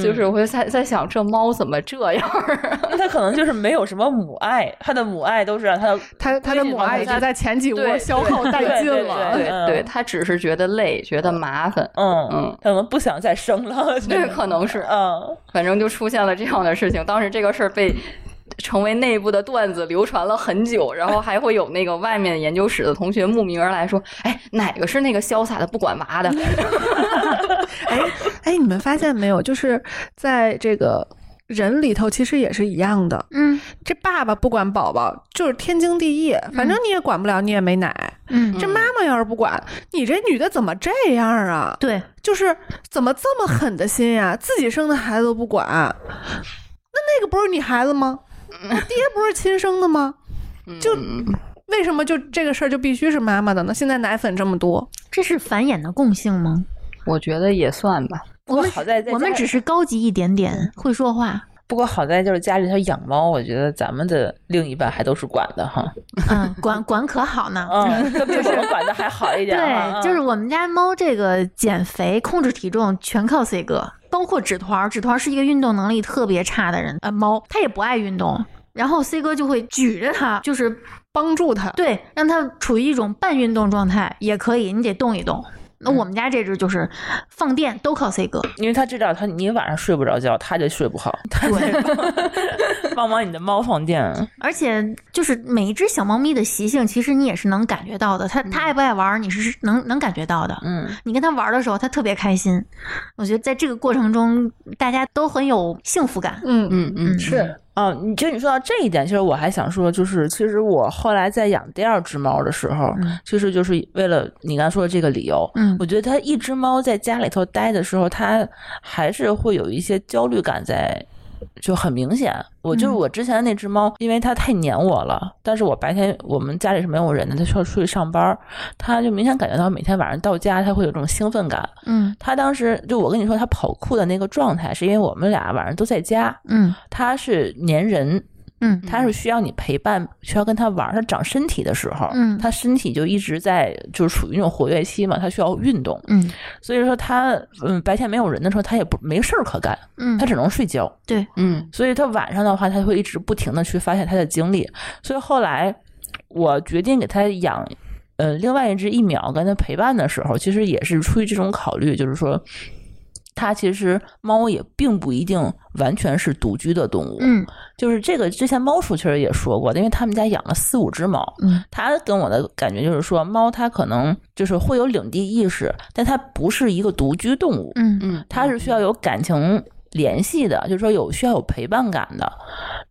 [SPEAKER 4] 就是我就在在想这猫怎么这样儿？
[SPEAKER 2] 那他可能就是没有什么母爱，他的母爱都是让他
[SPEAKER 5] 它它的母爱已经在前几窝
[SPEAKER 4] 对
[SPEAKER 5] 消耗殆尽
[SPEAKER 2] 对
[SPEAKER 5] 了。
[SPEAKER 4] 对
[SPEAKER 2] 嗯
[SPEAKER 4] 对，它只是觉得累，觉得麻 烦，
[SPEAKER 2] 嗯
[SPEAKER 4] 嗯
[SPEAKER 2] 他可能不想再生了，
[SPEAKER 4] 这可能是，
[SPEAKER 2] 嗯，
[SPEAKER 4] 反正就出现了这样的事情。当时这个事儿被。成为内部的段子流传了很久，然后还会有那个外面研究室的同学慕名而来说：“哎，哪个是那个潇洒的不管娃 的？
[SPEAKER 5] 哎哎，你们发现没有？就是在这个人里头，其实也是一样的。
[SPEAKER 3] 嗯
[SPEAKER 5] 这爸爸不管宝宝，就是天经地义，反正你也管不了，你也没奶。
[SPEAKER 3] 嗯，
[SPEAKER 5] 这妈妈要是不管，你这女的怎么这样啊？
[SPEAKER 3] 对，
[SPEAKER 5] 就是怎么这么狠的心呀、自己生的孩子都不管，那那个不是你孩子吗？他爹不是亲生的吗？
[SPEAKER 3] 嗯
[SPEAKER 5] 就为什么就这个事儿就必须是妈妈的呢？现在奶粉这么多，
[SPEAKER 3] 这是繁衍的共性吗？
[SPEAKER 4] 我觉得也算吧。
[SPEAKER 2] 不过好在在
[SPEAKER 3] 我们
[SPEAKER 2] 家嗯
[SPEAKER 3] 只是高级一点点，会说话。
[SPEAKER 2] 不过好在就是家里头养猫，我觉得咱们的另一半还都是管的哈，
[SPEAKER 3] 嗯，管管可好呢。
[SPEAKER 2] 嗯，都比我们管的还好一点啊。
[SPEAKER 3] 对，就是我们家猫这个减肥、控制体重全靠 C 哥，包括纸团儿。纸团儿是一个运动能力特别差的人，呃，猫它也不爱运动，然后 C 哥就会举着它，就是
[SPEAKER 5] 帮助他。
[SPEAKER 3] 对，让它处于一种半运动状态也可以，你得动一动。那
[SPEAKER 2] 嗯
[SPEAKER 3] 我们家这只就是放电都靠 C 哥，
[SPEAKER 2] 因为他知道他你晚上睡不着觉，他就睡不 好，他就帮忙你的猫放电。
[SPEAKER 3] 而且就是每一只小猫咪的习性，其实你也是能感觉到的。它它爱不爱玩儿，你是能能感觉到的。
[SPEAKER 2] 嗯，
[SPEAKER 3] 你跟它玩儿的时候，它特别开心。我觉得在这个过程中，大家都很有幸福感。
[SPEAKER 5] 嗯
[SPEAKER 4] 嗯嗯，
[SPEAKER 5] 是，
[SPEAKER 2] 哦，你就你说到这一点，其实我还想说，就是其实我后来在养第二只猫的时候，
[SPEAKER 3] 嗯
[SPEAKER 2] 其实就是为了你刚才说的这个理由，
[SPEAKER 3] 嗯
[SPEAKER 2] 我觉得它一只猫在家里头待的时候，它还是会有一些焦虑感在。就很明显，我就是
[SPEAKER 3] 嗯
[SPEAKER 2] 我之前的那只猫，因为它太黏我了。但是我白天我们家里是没有人的，它需要出去上班儿，它就明显感觉到每天晚上到家，它会有这种兴奋感。
[SPEAKER 3] 嗯
[SPEAKER 2] 它当时就我跟你说，它跑酷的那个状态，是因为我们俩晚上都在家，
[SPEAKER 3] 嗯
[SPEAKER 2] 它是粘人，
[SPEAKER 3] 嗯
[SPEAKER 2] 它是需要你陪伴，需要跟它玩儿。它长身体的时候，
[SPEAKER 3] 嗯
[SPEAKER 2] 它身体就一直在就是处于那种活跃期嘛，它需要运动。
[SPEAKER 3] 嗯
[SPEAKER 2] 所以说它，嗯，白天没有人的时候，它也不没事儿可干，
[SPEAKER 3] 嗯
[SPEAKER 2] 它只能睡觉。
[SPEAKER 3] 对，
[SPEAKER 4] 嗯
[SPEAKER 2] 所以它晚上的话，它会一直不停的去发泄它的精力。所以后来我决定给它养。呃，另外一只疫苗跟它陪伴的时候，其实也是出于这种考虑，就是说，它其实猫也并不一定完全是独居的动物，
[SPEAKER 3] 嗯
[SPEAKER 2] 就是这个，之前猫叔其实也说过的，因为他们家养了四五只猫，
[SPEAKER 3] 嗯
[SPEAKER 2] 他跟我的感觉就是说，猫它可能就是会有领地意识，但它不是一个独居动物，
[SPEAKER 3] 嗯
[SPEAKER 4] 嗯，
[SPEAKER 2] 它是需要有感情联系的，就是说有需要有陪伴感的。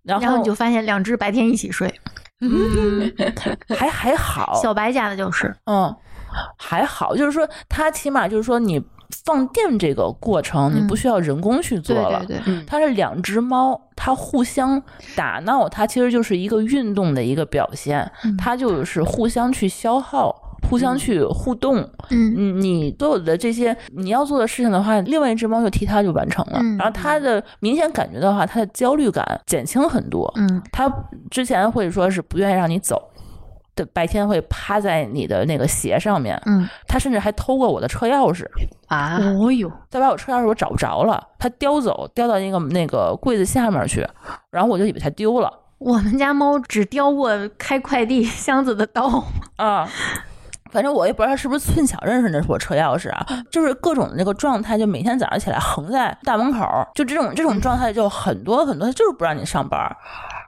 [SPEAKER 2] 然
[SPEAKER 3] 然后
[SPEAKER 2] 后
[SPEAKER 3] 你就发现两只白天一起睡，
[SPEAKER 2] 还还好，
[SPEAKER 3] 小白家的就是，
[SPEAKER 2] 嗯，还好，就是说它起码就是说你放电这个过程，你
[SPEAKER 3] 嗯
[SPEAKER 2] 不需要人工去做
[SPEAKER 3] 对
[SPEAKER 2] 了，
[SPEAKER 3] 对对，
[SPEAKER 4] 嗯
[SPEAKER 2] 它是两只猫，它互相打闹，它其实就是一个运动的一个表现，
[SPEAKER 3] 嗯
[SPEAKER 2] 它就是互相去消耗。互相去互动，
[SPEAKER 3] 嗯
[SPEAKER 2] 嗯，你所有的这些你要做的事情的话，另外一只猫就替它就完成了。
[SPEAKER 3] 嗯
[SPEAKER 2] 然后它的明显感觉到的话，它的焦虑感减轻很多。
[SPEAKER 3] 嗯
[SPEAKER 2] 它之前会说是不愿意让你走，的白天会趴在你的那个鞋上面，
[SPEAKER 3] 嗯，
[SPEAKER 2] 它甚至还偷过我的车钥匙。
[SPEAKER 4] 啊，
[SPEAKER 3] 哦呦，
[SPEAKER 2] 再把我车钥匙我找不着了，它叼走，叼到那个那个柜子下面去，然后我就以为它丢了
[SPEAKER 3] 我们家猫只叼过开快递箱子的刀，
[SPEAKER 2] 啊。反正我也不知道它是不是寸巧认识的是我车钥匙啊，就是各种的那个状态，就每天早上起来横在大门口，就这种这种状态就很多很多，它就是不让你上班儿，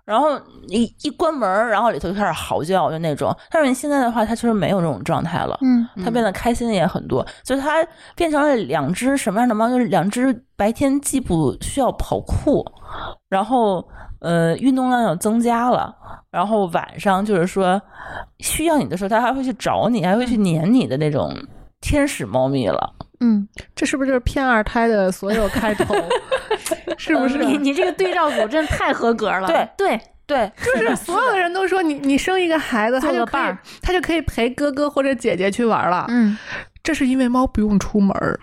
[SPEAKER 2] 然后一一关门儿，然后里头就开始嚎叫，就那种。但是你现在的话，它就是没有这种状态了，
[SPEAKER 3] 嗯
[SPEAKER 2] 它变得开心也很多，就是它变成了两只什么样的猫？就是两只白天既不需要跑酷，然后呃运动量又增加了，然后晚上就是说需要你的时候，它还会去找你，还会
[SPEAKER 5] 嗯
[SPEAKER 2] 去撵你的那种天使猫咪了。
[SPEAKER 3] 嗯，
[SPEAKER 5] 这是不是就是骗二胎的所有开头？ 是不是？
[SPEAKER 3] 嗯你你这个对照组真太合格了，
[SPEAKER 2] 对
[SPEAKER 3] 对，
[SPEAKER 2] 对，
[SPEAKER 5] 就是所有的人都说你你生一个孩子，
[SPEAKER 3] 做
[SPEAKER 5] 他
[SPEAKER 3] 个
[SPEAKER 5] 就可
[SPEAKER 3] 伴
[SPEAKER 5] 以
[SPEAKER 3] 儿
[SPEAKER 5] 他就可以陪哥哥或者姐姐去玩了。
[SPEAKER 3] 嗯
[SPEAKER 5] 这是因为猫不用出门儿。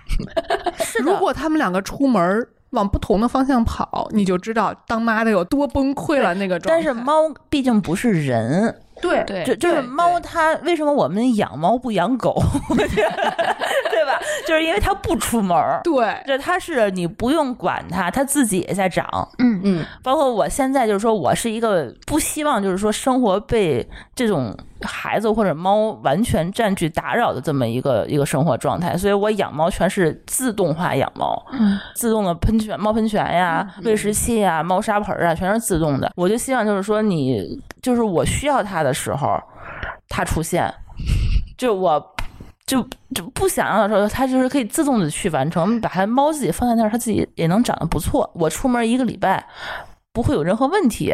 [SPEAKER 5] 如果他们两个出门儿往不同的方向跑，你就知道当妈的有多崩溃了那个 状
[SPEAKER 2] 但
[SPEAKER 5] 态。
[SPEAKER 2] 是猫毕竟不是人，
[SPEAKER 5] 对
[SPEAKER 4] 对，
[SPEAKER 2] 就就是
[SPEAKER 5] 对
[SPEAKER 2] 猫它，为什么我们养猫不养狗？ 我觉得对吧？ 就是因为它不出门儿，
[SPEAKER 5] 对，
[SPEAKER 2] 就是它是你不用管它，它自己也在长。
[SPEAKER 3] 嗯
[SPEAKER 4] 嗯
[SPEAKER 2] 包括我现在就是说我是一个不希望就是说生活被这种孩子或者猫完全占据打扰的这么一个一个生活状态，所以我养猫全是自动化养猫，
[SPEAKER 3] 嗯
[SPEAKER 2] 自动的喷泉、猫喷泉呀、喂食器呀、猫砂盆啊，全是自动的。我就希望就是说你就是我需要它的时候，它出现， 就我。就就不想要的时候，它就是可以自动的去完成，把它猫自己放在那儿，它自己也能长得不错。我出门一个礼拜，不会有任何问题。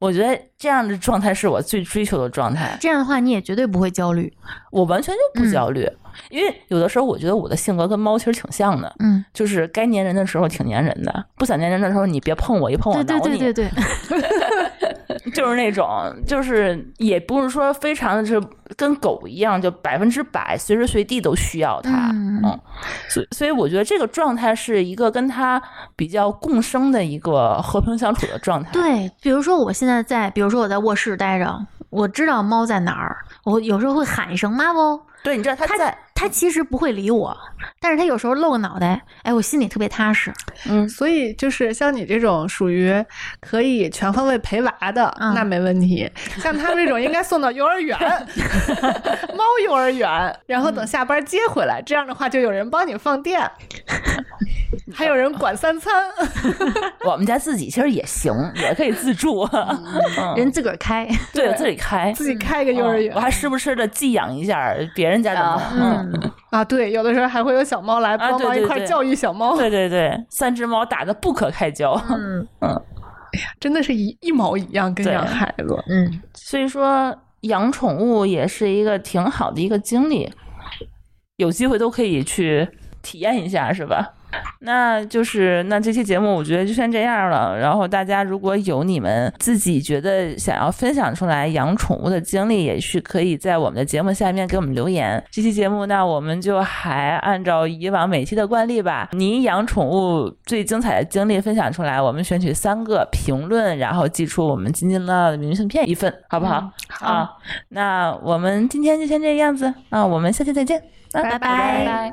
[SPEAKER 2] 我觉得这样的状态是我最追求的状态，
[SPEAKER 3] 这样的话你也绝对不会焦虑，
[SPEAKER 2] 我完全就
[SPEAKER 3] 嗯
[SPEAKER 2] 不焦虑，因为有的时候我觉得我的性格跟猫其实挺像的，
[SPEAKER 3] 嗯，
[SPEAKER 2] 就是该粘人的时候挺粘人的，不想粘人的时候你别碰我，一碰我
[SPEAKER 3] 对
[SPEAKER 2] 哦挠
[SPEAKER 3] 对
[SPEAKER 2] 你。
[SPEAKER 3] 对对对，
[SPEAKER 2] 就是那种，就是也不是说非常的是跟狗一样，就百分之百随时随地都需要它。
[SPEAKER 3] 嗯
[SPEAKER 2] 嗯，所以所以我觉得这个状态是一个跟它比较共生的一个和平相处的状态。
[SPEAKER 3] 对，比如说我现在在，比如说我在卧室待着，我知道猫在哪儿，我有时候会喊一声“妈哦
[SPEAKER 2] 对，你知道它”，在，
[SPEAKER 3] 它其实不会理我，但是它有时候露个脑袋，哎，我心里特别踏实。
[SPEAKER 2] 嗯，
[SPEAKER 5] 所以就是像你这种属于可以全方位陪娃的，
[SPEAKER 3] 嗯
[SPEAKER 5] 那没问题。像他们这种应该送到幼儿园， 猫幼儿园，然后等
[SPEAKER 2] 嗯
[SPEAKER 5] 下班接回来。这样的话，就有人帮你 放电，还有人管三餐。
[SPEAKER 2] 我们家自己其实也行，也可以自助，嗯
[SPEAKER 3] 人自个儿开，
[SPEAKER 2] 对自己开。
[SPEAKER 5] 自己开一个幼儿园
[SPEAKER 2] 嗯我还时不时的寄养一下别人家的猫
[SPEAKER 4] 啊，
[SPEAKER 2] 嗯，
[SPEAKER 3] 嗯，
[SPEAKER 5] 啊，对，有的时候还会有小猫来
[SPEAKER 2] 啊
[SPEAKER 5] 帮
[SPEAKER 2] 对
[SPEAKER 5] 忙一
[SPEAKER 2] 对
[SPEAKER 5] 块
[SPEAKER 2] 对
[SPEAKER 5] 教育小猫，
[SPEAKER 2] 对对对，三只猫打的不可开交，
[SPEAKER 3] 嗯
[SPEAKER 5] 真的是一一毛一样跟
[SPEAKER 2] 对
[SPEAKER 5] 养孩子。
[SPEAKER 2] 所以说养宠物也是一个挺好的一个经历，有机会都可以去体验一下，是吧？那就是那这期节目我觉得就先这样了。然后大家如果有你们自己觉得想要分享出来养宠物的经历，也是可以在我们的节目下面给我们留言。这期节目那我们就还按照以往每期的惯例吧，你养宠物最精彩的经历分享出来，我们选取三个评论，然后寄出我们津津乐道的明信片一份，好不好？啊，那我们今天就先这个样子啊，我们下期再见，啊、
[SPEAKER 3] 拜拜。
[SPEAKER 4] 拜拜。